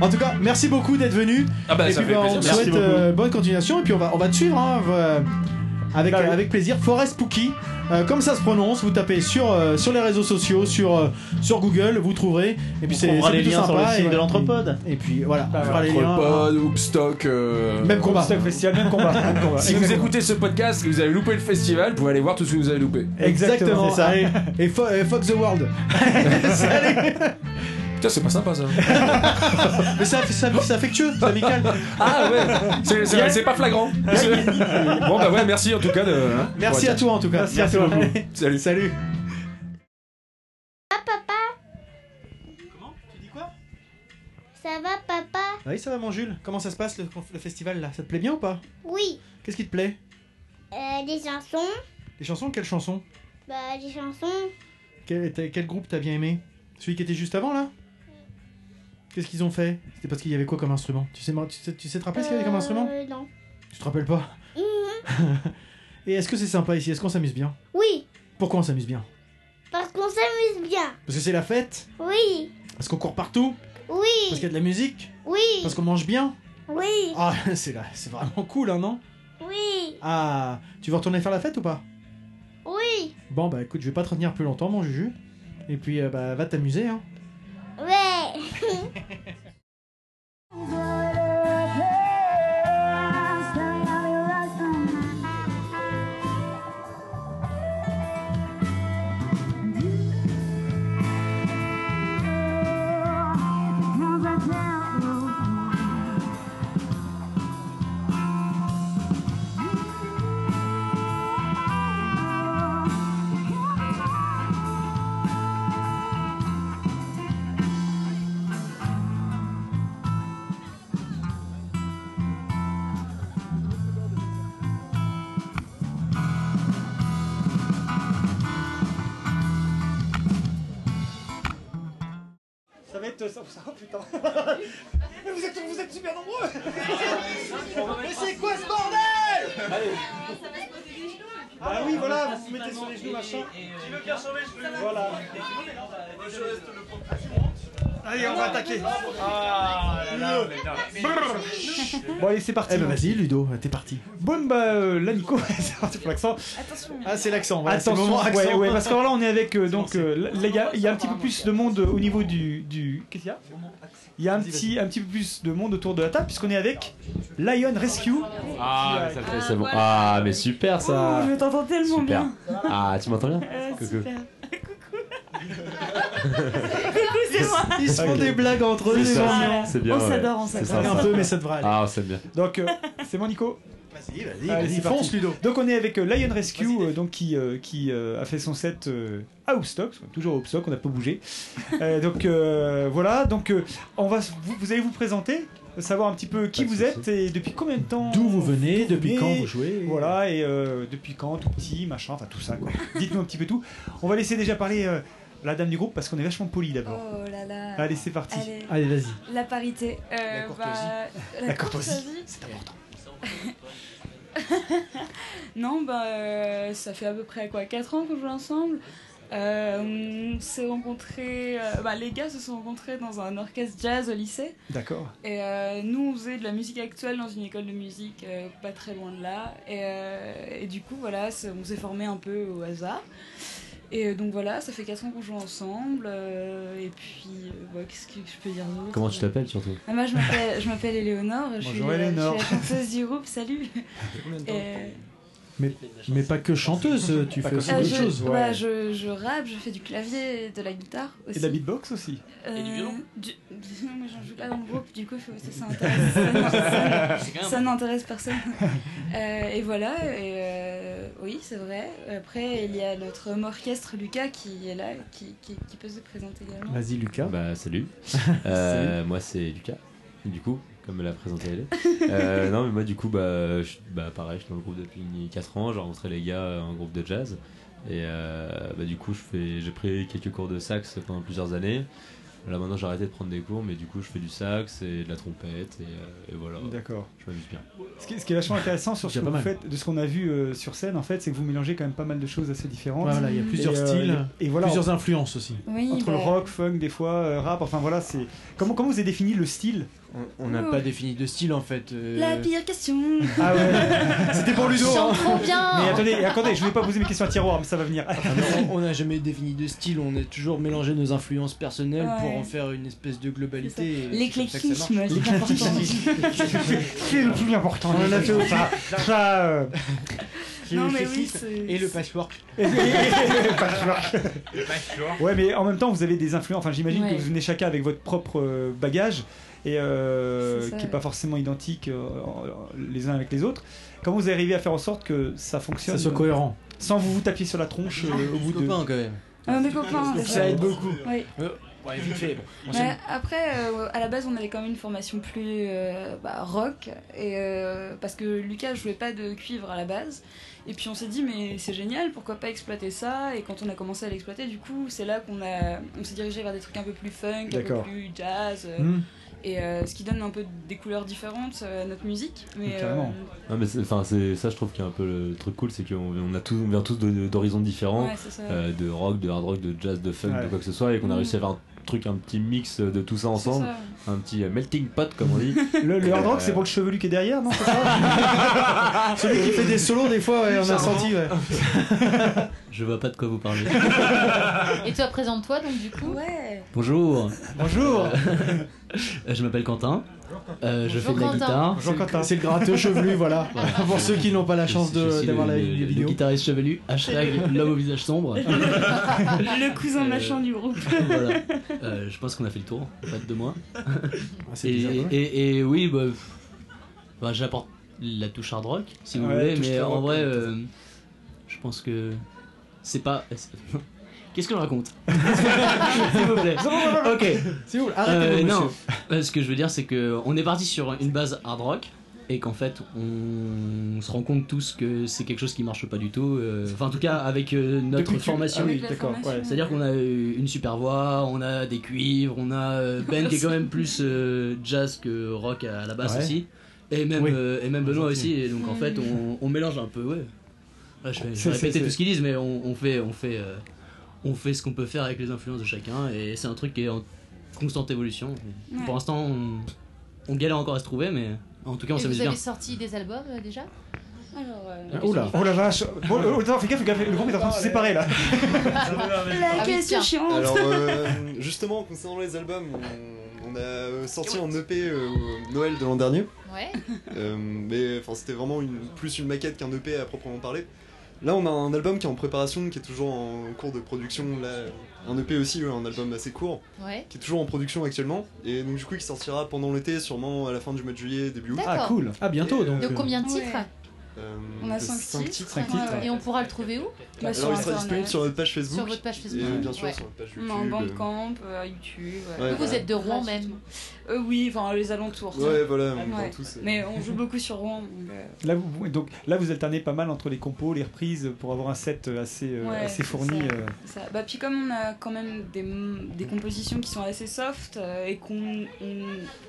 Speaker 2: En tout cas, merci beaucoup d'être venu.
Speaker 8: Ah bah
Speaker 2: et
Speaker 8: ça
Speaker 2: puis
Speaker 8: fait
Speaker 2: bah, on
Speaker 8: plaisir.
Speaker 2: te
Speaker 7: Merci
Speaker 2: souhaite
Speaker 7: beaucoup.
Speaker 2: euh, bonne continuation et puis on va, on va te suivre hein, euh, avec,
Speaker 3: Bah oui.
Speaker 2: avec plaisir. Forest Pookie, euh, comme ça se prononce, vous tapez sur, euh, sur les réseaux sociaux, sur, euh, sur Google, vous trouverez. Et puis
Speaker 7: Puis
Speaker 2: c'est
Speaker 7: on
Speaker 2: c'est
Speaker 7: les
Speaker 2: plutôt
Speaker 7: liens sur le
Speaker 2: sympa,
Speaker 7: site
Speaker 2: et-
Speaker 7: de l'Anthropode.
Speaker 2: Et puis voilà, on
Speaker 3: Bah,
Speaker 2: fera les liens.
Speaker 8: Ah,
Speaker 2: hein.
Speaker 8: Pod, Hoopstock. euh,
Speaker 2: Même combat.
Speaker 3: Stock Festival, même combat. Même combat.
Speaker 8: Si vous écoutez ce podcast et que vous avez loupé le festival, vous pouvez aller voir tout ce que vous avez loupé. Ah.
Speaker 3: Exactement, c'est ça.
Speaker 2: Allez, et, fo- et Fuck the World.
Speaker 8: Putain, c'est pas sympa ça.
Speaker 2: Mais ça, ça, c'est affectueux, c'est amical.
Speaker 8: Ah ouais, c'est- c'est c'est pas flagrant. bon bah ouais, merci en tout cas de. hein, pour
Speaker 2: Merci
Speaker 8: la-
Speaker 2: à toi en tout cas.
Speaker 3: Merci à toi.
Speaker 2: beaucoup.
Speaker 8: Salut.
Speaker 2: Salut.
Speaker 11: Ça va, papa
Speaker 2: Ah oui, ça va mon Jules. Comment ça se passe le, le festival là Ça te plaît bien ou pas
Speaker 11: Oui.
Speaker 2: Qu'est-ce qui te plaît
Speaker 11: Euh, des chansons
Speaker 2: Les chansons Quelles chansons
Speaker 11: Bah, des chansons.
Speaker 2: quel, était- quel groupe t'as bien aimé Celui qui était juste avant là Qu'est-ce qu'ils ont fait C'était parce qu'il y avait quoi comme instrument tu sais, Mar- tu, sais, tu sais te rappeler ce qu'il y avait comme instrument
Speaker 11: Euh, Non.
Speaker 2: Tu te rappelles pas Et est-ce que c'est sympa ici Est-ce qu'on s'amuse bien
Speaker 11: Oui,
Speaker 2: Pourquoi on s'amuse bien
Speaker 11: parce qu'on s'amuse bien.
Speaker 2: Parce que c'est la fête
Speaker 11: Oui,
Speaker 2: Parce qu'on court partout Parce qu'il y
Speaker 11: oui,
Speaker 2: a de la musique
Speaker 11: oui,
Speaker 2: Parce qu'on mange bien
Speaker 11: Oui,
Speaker 2: Ah, c'est là, c'est vraiment cool, hein, non
Speaker 11: oui,
Speaker 2: Ah, tu veux retourner faire la fête ou pas
Speaker 11: oui,
Speaker 2: Bon, bah écoute, je vais pas te retenir plus longtemps, mon Juju. Et puis, euh, bah, va t'amuser, hein.
Speaker 11: ouais.
Speaker 3: Ça va être ça, oh putain. Mais vous êtes, vous êtes super nombreux Mais c'est quoi ce bordel Ah oui, voilà, vous vous mettez sur les genoux, machin.
Speaker 7: Qui veut bien sauver ce truc
Speaker 3: Voilà.
Speaker 7: Je reste le point.
Speaker 3: Allez, on va attaquer.
Speaker 7: Ah là là, mais non.
Speaker 3: Bon, allez, c'est parti.
Speaker 2: Eh bah, vas-y, Ludo, t'es parti.
Speaker 3: Bon, bah, euh, là, Nico, c'est parti pour l'accent.
Speaker 9: Attention.
Speaker 2: Ah, c'est l'accent, voilà, c'est le
Speaker 3: Attention,
Speaker 2: moment accent.
Speaker 3: ouais, ouais, parce que alors là, on est avec. euh, donc, euh, là, il y, a- il y a un petit peu plus de monde euh, au niveau du. du... Qu'est-ce qu'il y a Il y a un petit, un petit peu plus de monde autour de la table, puisqu'on est avec Lion Rescue.
Speaker 6: Ah, mais ça fait, c'est bon. Ah, mais super ça.
Speaker 9: Oh, je t'entends tellement
Speaker 6: Super.
Speaker 9: bien.
Speaker 6: Ah, tu m'entends bien Coucou.
Speaker 9: super. Coucou, c'est moi.
Speaker 2: Ils se font
Speaker 6: Ok.
Speaker 2: des blagues entre eux,
Speaker 6: C'est
Speaker 2: c'est
Speaker 6: ça.
Speaker 2: mignon.
Speaker 6: C'est bien.
Speaker 9: Ah, On s'adore,
Speaker 6: ouais.
Speaker 9: on
Speaker 6: C'est
Speaker 9: s'adore.
Speaker 2: Un
Speaker 6: sympa.
Speaker 2: peu, mais ça devrait aller.
Speaker 6: Ah, on s'aime bien.
Speaker 3: Donc, euh, c'est bon, Nico
Speaker 2: Vas-y, vas-y,
Speaker 3: Allez,
Speaker 2: vas-y,
Speaker 3: c'est
Speaker 2: fonce,
Speaker 3: parti.
Speaker 2: Ludo.
Speaker 3: Donc on est avec euh, Lion Rescue euh, donc qui, euh, qui euh, a fait son set euh, à Hoopstock, parce qu'on est toujours à Hoopstock, on n'a pas bougé. Euh, donc euh, voilà, donc euh, on va s- vous, vous allez vous présenter, savoir un petit peu qui
Speaker 6: Pas de
Speaker 3: vous
Speaker 6: souci.
Speaker 3: êtes et depuis combien de temps
Speaker 2: D'où vous venez,
Speaker 3: d'où vous
Speaker 2: depuis
Speaker 3: venez,
Speaker 2: quand vous jouez
Speaker 3: Voilà et euh, depuis quand tout petit, machin, enfin tout ça quoi. Dites-nous un petit peu tout. On va laisser déjà parler euh, la dame du groupe parce qu'on est vachement poli d'abord.
Speaker 9: Oh là là.
Speaker 3: Allez, c'est parti.
Speaker 9: Allez,
Speaker 2: Allez, vas-y.
Speaker 9: la parité. Euh,
Speaker 3: La courtoisie.
Speaker 9: bah,
Speaker 3: La courtoisie,
Speaker 9: c'est important. non, bah, euh, ça fait à peu près quoi 4 ans qu'on joue ensemble. Euh, on s'est rencontrés, euh, bah, les gars se sont rencontrés dans un orchestre jazz au lycée.
Speaker 3: D'accord.
Speaker 9: Et euh, nous, on faisait de la musique actuelle dans une école de musique euh, pas très loin de là. Et, euh, et du coup, voilà, c'est- on s'est formé un peu au hasard. Et euh, donc voilà, ça fait 4 ans qu'on joue ensemble. euh, et puis, euh, bah, qu'est-ce que je peux dire d'autre
Speaker 6: Comment tu t'appelles surtout
Speaker 9: Ah, Moi, je m'appelle- je m'appelle Éléonore. je suis,
Speaker 3: Bonjour,
Speaker 9: euh,
Speaker 3: Éléonore.
Speaker 9: Je suis la chanteuse du groupe, salut. Et, euh,
Speaker 2: Mais pas que chanteuse, euh, tu
Speaker 3: Pas
Speaker 2: fais
Speaker 3: que
Speaker 2: aussi
Speaker 9: ah,
Speaker 2: d'autres
Speaker 9: je,
Speaker 2: choses.
Speaker 9: bah,
Speaker 2: ouais.
Speaker 9: je, je rappe, je fais du clavier et de la guitare aussi.
Speaker 3: Et de la beatbox aussi.
Speaker 9: Euh,
Speaker 7: du violon
Speaker 9: du- Moi, j'en joue pas dans le groupe, du coup, faut- ça, ça intéresse- ça n'intéresse-
Speaker 7: C'est quand
Speaker 9: Ça
Speaker 7: même.
Speaker 9: n'intéresse personne. Euh, et voilà, et euh, oui, c'est vrai. Après, il y a notre homme orchestre Lucas qui est là, qui, qui, qui peut se présenter également.
Speaker 2: Vas-y, Lucas.
Speaker 6: Bah, salut. Euh, moi, c'est Lucas. Du coup, comme me l'a présenté elle. Euh, non, mais moi, du coup, bah, je- bah, pareil, je suis dans le groupe depuis 4 ans. J'ai rencontré les gars en groupe de jazz. Et euh, bah, du coup, je fais- j'ai pris quelques cours de sax pendant plusieurs années. Là, maintenant, j'ai arrêté de prendre des cours, mais du coup, je fais du sax et de la trompette. Et, euh, et voilà,
Speaker 3: D'accord.
Speaker 6: je m'amuse bien.
Speaker 3: Ce qui, ce qui est vachement intéressant sur ce
Speaker 2: Il y a
Speaker 3: que
Speaker 2: pas
Speaker 3: vous
Speaker 2: mal.
Speaker 3: faites, de ce qu'on a vu euh, sur scène, en fait, c'est que vous mélangez quand même pas mal de choses assez différentes.
Speaker 2: Voilà, il y a plusieurs
Speaker 3: Et, euh,
Speaker 2: styles,
Speaker 3: Et voilà,
Speaker 2: plusieurs influences aussi.
Speaker 9: Oui,
Speaker 3: entre le
Speaker 9: bah,
Speaker 3: rock, funk, des fois, euh, rap, enfin voilà, c'est. Comment, comment vous avez défini le style
Speaker 12: On n'a
Speaker 9: Ouh.
Speaker 12: pas défini de style en fait. euh,
Speaker 9: La pire question
Speaker 3: Ah ouais C'était pour Ludo hein.
Speaker 11: trop bien.
Speaker 3: Mais attendez, attendez, je vais pas poser mes questions à tiroir, mais ça va venir.
Speaker 12: ah, mais on on n'a jamais défini de style, on a toujours mélangé nos influences personnelles pour
Speaker 9: Ouais.
Speaker 12: en faire une espèce de globalité. et c'est comme ça que ça marche.
Speaker 9: L'éclectisme, c'est important.
Speaker 3: c'est le plus important. On en a fait ça. ça euh,
Speaker 9: Non, mais oui,
Speaker 12: L'éclectisme
Speaker 9: c'est.
Speaker 12: Et le patchwork.
Speaker 3: et- et- et- patchwork. Ouais, mais en même temps, vous avez des influences. Enfin, j'imagine
Speaker 9: Ouais.
Speaker 3: que vous venez chacun avec votre propre euh, bagage et euh,
Speaker 9: C'est ça,
Speaker 3: qui est
Speaker 9: ouais.
Speaker 3: pas forcément identique euh, en- les uns avec les autres. Comment vous arrivez à faire en sorte que ça fonctionne
Speaker 2: Ça soit cohérent.
Speaker 3: sans vous vous tapiez sur la tronche euh, au bout de.
Speaker 12: copain quand même.
Speaker 9: Ah, des copains, c'est
Speaker 12: Ça
Speaker 9: vrai.
Speaker 12: aide beaucoup.
Speaker 9: Oui.
Speaker 12: Ouais, vite fait. bon, on
Speaker 9: Mais
Speaker 12: s'aime.
Speaker 9: après, euh, à la base, on avait quand même une formation plus euh, bah, rock, et, euh, parce que Lucas jouait pas de cuivre à la base. Et puis on s'est dit, mais c'est génial, pourquoi pas exploiter ça Et quand on a commencé à l'exploiter, du coup, c'est là qu'on a, on s'est dirigé vers des trucs un peu plus funk, un peu
Speaker 3: D'accord.
Speaker 9: plus jazz, euh,
Speaker 2: Hmm.
Speaker 9: et euh, ce qui donne un peu des couleurs différentes euh, à notre musique. Mais,
Speaker 3: Mais carrément.
Speaker 9: euh,
Speaker 6: Non, mais c'est- enfin, c'est ça, je trouve qu'il y a un peu le truc cool, c'est qu'on on a tous, on vient tous de- de- d'horizons différents.
Speaker 9: ouais, c'est ça.
Speaker 6: euh, de rock, de hard rock, de jazz, de funk,
Speaker 3: Ouais.
Speaker 6: de quoi que ce soit, et qu'on a
Speaker 9: Mm.
Speaker 6: réussi à faire un truc, un petit mix de tout ça ensemble,
Speaker 9: ça.
Speaker 6: un petit euh, melting pot comme on dit.
Speaker 3: Le, le hard
Speaker 6: Euh,
Speaker 3: rock, c'est pour le chevelu qui est derrière, non c'est ça
Speaker 2: Ah, Celui qui fait des solos, des fois, ouais, on a
Speaker 6: Charbon.
Speaker 2: senti. ouais.
Speaker 13: Je vois pas de quoi vous parlez.
Speaker 14: Et toi, présente-toi donc du coup. Ouais.
Speaker 13: Bonjour.
Speaker 3: Bonjour.
Speaker 13: je m'appelle Quentin. Euh, je
Speaker 14: Bonjour,
Speaker 13: fais de la
Speaker 14: Quentin.
Speaker 13: guitare.
Speaker 2: C'est le- C'est le gratteux chevelu, voilà. Pour ceux qui n'ont pas la chance
Speaker 13: Je
Speaker 2: de-
Speaker 13: suis
Speaker 2: d'avoir
Speaker 13: le-
Speaker 2: la
Speaker 13: le-
Speaker 2: la
Speaker 13: le
Speaker 2: vidéo.
Speaker 13: guitariste chevelu, hashtag l'homme au visage sombre.
Speaker 9: euh, Le cousin
Speaker 13: Euh,
Speaker 9: machin du groupe.
Speaker 13: voilà. Euh, je pense qu'on a fait le tour, pas de deux mois.
Speaker 2: Ah, c'est
Speaker 13: et,
Speaker 2: déjà pas mal.
Speaker 13: et- et oui, bah, pff, bah, j'apporte la touche hard rock, si vous
Speaker 2: Ouais,
Speaker 13: voulez,
Speaker 2: touche
Speaker 13: mais
Speaker 2: hard
Speaker 13: en
Speaker 2: rock.
Speaker 13: vrai, euh, je pense que c'est pas. Qu'est-ce que je raconte S'il vous plaît. Ok.
Speaker 2: S'il vous plaît, arrêtez-vous,
Speaker 13: Euh,
Speaker 2: monsieur.
Speaker 13: non, Euh, ce que je veux dire, c'est que on est parti sur une base hard rock et qu'en fait, on se rend compte tous que c'est quelque chose qui marche pas du tout. euh, Enfin, en tout cas, avec euh, notre
Speaker 2: culture.
Speaker 13: formation.
Speaker 2: Ah oui, Avec la d'accord, formation, ouais.
Speaker 13: C'est-à-dire qu'on a euh, une super voix, on a des cuivres, on a euh, Ben qui est quand même plus euh, jazz que rock à la basse
Speaker 12: Ouais.
Speaker 13: aussi. Et même, euh, et même Benoît aussi. Et donc, en fait, on, on mélange un peu, ouais.
Speaker 15: Ah,
Speaker 13: Ouais, je vais, je vais
Speaker 12: C'est- c'est-
Speaker 13: répéter
Speaker 12: c'est-
Speaker 13: tout ce qu'ils disent, mais on, on fait, on fait, euh, on fait ce qu'on peut faire avec les influences de chacun, et c'est un truc qui est en constante évolution.
Speaker 14: Ouais.
Speaker 13: Pour l'instant, on, on galère encore à se trouver, mais en tout cas, on
Speaker 14: Et
Speaker 13: s'amuse
Speaker 14: vous
Speaker 13: bien.
Speaker 14: avez sorti des albums euh, déjà Alors. euh,
Speaker 13: Ah, Oula.
Speaker 3: Oh la vache Bon, euh, attends, fais gaffe, fais gaffe, le groupe est en train de se
Speaker 9: Oh,
Speaker 3: séparer là
Speaker 14: Ah.
Speaker 5: Ah
Speaker 9: La question chiante.
Speaker 16: Alors, euh, justement, concernant les albums, on, on a euh, sorti en EP euh, au Noël de l'an dernier.
Speaker 14: Ouais.
Speaker 16: Euh, mais enfin, c'était vraiment une, plus une maquette qu'un EP à proprement parler. Là, on a un album qui est en préparation, qui est toujours en cours de production. Là, un EP aussi, ouais, un album assez court,
Speaker 14: Ouais.
Speaker 16: qui est toujours en production actuellement. Et donc, du coup, qui sortira pendant l'été, sûrement à la fin du mois de juillet, début août.
Speaker 14: D'accord. Ah, cool.
Speaker 2: Ah, bientôt,
Speaker 16: Et, euh,
Speaker 14: Donc combien de titres
Speaker 16: euh,
Speaker 14: On a
Speaker 16: de
Speaker 14: 5
Speaker 16: cinq
Speaker 14: titres.
Speaker 16: titres. ouais.
Speaker 14: Et on pourra le trouver où
Speaker 16: Alors, il sera disponible sur notre page Facebook.
Speaker 14: Sur votre page Facebook.
Speaker 16: Et bien sûr,
Speaker 14: Ouais.
Speaker 16: sur notre page YouTube.
Speaker 9: Non,
Speaker 16: euh,
Speaker 9: Bandcamp, euh, YouTube.
Speaker 16: Ouais, Vous, vous voilà. êtes
Speaker 14: de Rouen
Speaker 9: même Euh, Oui, enfin les alentours.
Speaker 16: Ouais, voilà, on parle tous, euh.
Speaker 9: Mais on joue beaucoup sur Rouen. donc, euh,
Speaker 3: Là, vous, donc, là, vous alternez pas mal entre les compos, les reprises, pour avoir un set euh, assez, euh,
Speaker 9: Ouais,
Speaker 3: assez fourni.
Speaker 9: c'est ça,
Speaker 3: euh.
Speaker 9: c'est ça. Bah, puis comme on a quand même des, des compositions qui sont assez soft euh, et qu'on on,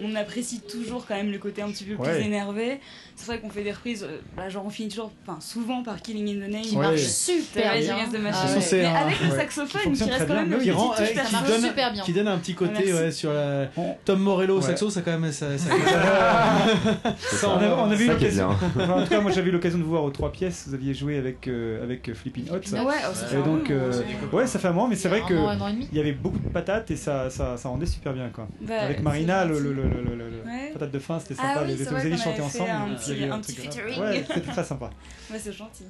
Speaker 9: on apprécie toujours quand même le côté un petit peu
Speaker 3: Ouais.
Speaker 9: plus énervé, c'est vrai qu'on fait des reprises, euh, bah, genre on finit toujours, enfin souvent par Killing in the Name.
Speaker 2: Qui marche Ouais. super
Speaker 9: Rage
Speaker 2: bien.
Speaker 9: Against the
Speaker 2: Ah
Speaker 9: Machine.
Speaker 2: ouais.
Speaker 9: Mais
Speaker 2: C'est un-
Speaker 9: avec le
Speaker 2: ouais.
Speaker 9: saxophone
Speaker 2: Qui
Speaker 9: qui,
Speaker 2: fonctionne
Speaker 9: reste
Speaker 2: hein. très
Speaker 9: quand
Speaker 2: bien,
Speaker 9: même
Speaker 2: oui,
Speaker 9: une
Speaker 2: qui rend-
Speaker 9: petite touche
Speaker 2: eh, qui
Speaker 9: perchée.
Speaker 2: donne- qui donne un petit côté
Speaker 9: Merci.
Speaker 2: ouais, sur la Tom Morello au saxo ça quand même ça, ça- Ça,
Speaker 3: on, a- on avait eu
Speaker 2: ça qui est
Speaker 3: l'occasion.
Speaker 2: bien.
Speaker 3: Enfin, en tout cas, moi j'avais eu l'occasion de vous voir aux trois pièces. Vous aviez joué avec euh, avec Flipping Hot.
Speaker 9: Ouais, oh, ça fait
Speaker 3: et
Speaker 9: un
Speaker 3: donc,
Speaker 9: moment,
Speaker 3: euh,
Speaker 9: c'est-
Speaker 3: ouais, ça fait un moment, mais c'est vrai
Speaker 9: Un
Speaker 3: que
Speaker 9: an, un an et demi.
Speaker 3: il y avait beaucoup de patates et ça ça, ça rendait super bien quoi.
Speaker 9: Bah,
Speaker 3: avec
Speaker 9: c'est
Speaker 3: Marina, le,
Speaker 9: gentil.
Speaker 3: le, le, le- le- le-
Speaker 9: Ouais.
Speaker 3: patate de fin, c'était
Speaker 9: Ah
Speaker 3: sympa.
Speaker 9: oui,
Speaker 3: les deux,
Speaker 9: c'est
Speaker 3: vous
Speaker 9: vrai
Speaker 3: avez
Speaker 9: qu'on
Speaker 3: chanté
Speaker 9: avait fait
Speaker 3: ensemble.
Speaker 9: un
Speaker 3: et puis il y
Speaker 9: petit-
Speaker 3: avait
Speaker 9: un petit
Speaker 3: truc-
Speaker 9: featuring.
Speaker 3: Ouais, c'était très sympa.
Speaker 9: Ouais, c'est gentil.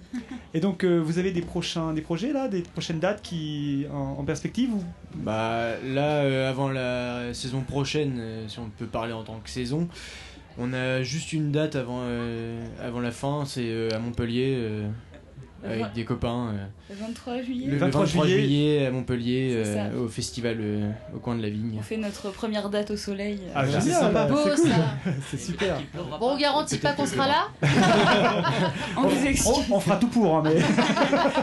Speaker 3: Et donc, euh, vous avez des prochains, des projets là, des prochaines dates qui en, en perspective ou
Speaker 12: Bah là, euh, avant la saison prochaine, euh, si on peut parler en tant que saison, on a juste une date avant, euh, avant la fin, c'est euh, à Montpellier, euh, avec des copains. euh,
Speaker 9: Le 23 juillet,
Speaker 12: le 23 juillet, à Montpellier,
Speaker 9: C'est
Speaker 12: euh,
Speaker 9: ça.
Speaker 12: au festival euh, au coin de la vigne.
Speaker 9: on fait notre première date au soleil.
Speaker 12: Ah,
Speaker 9: Euh,
Speaker 12: génial, C'est sympa,
Speaker 9: beau,
Speaker 12: c'est cool.
Speaker 9: ça.
Speaker 3: C'est super.
Speaker 14: Bon, on garantit pas qu'on sera là.
Speaker 9: On,
Speaker 3: on- on fera tout pour, hein, mais.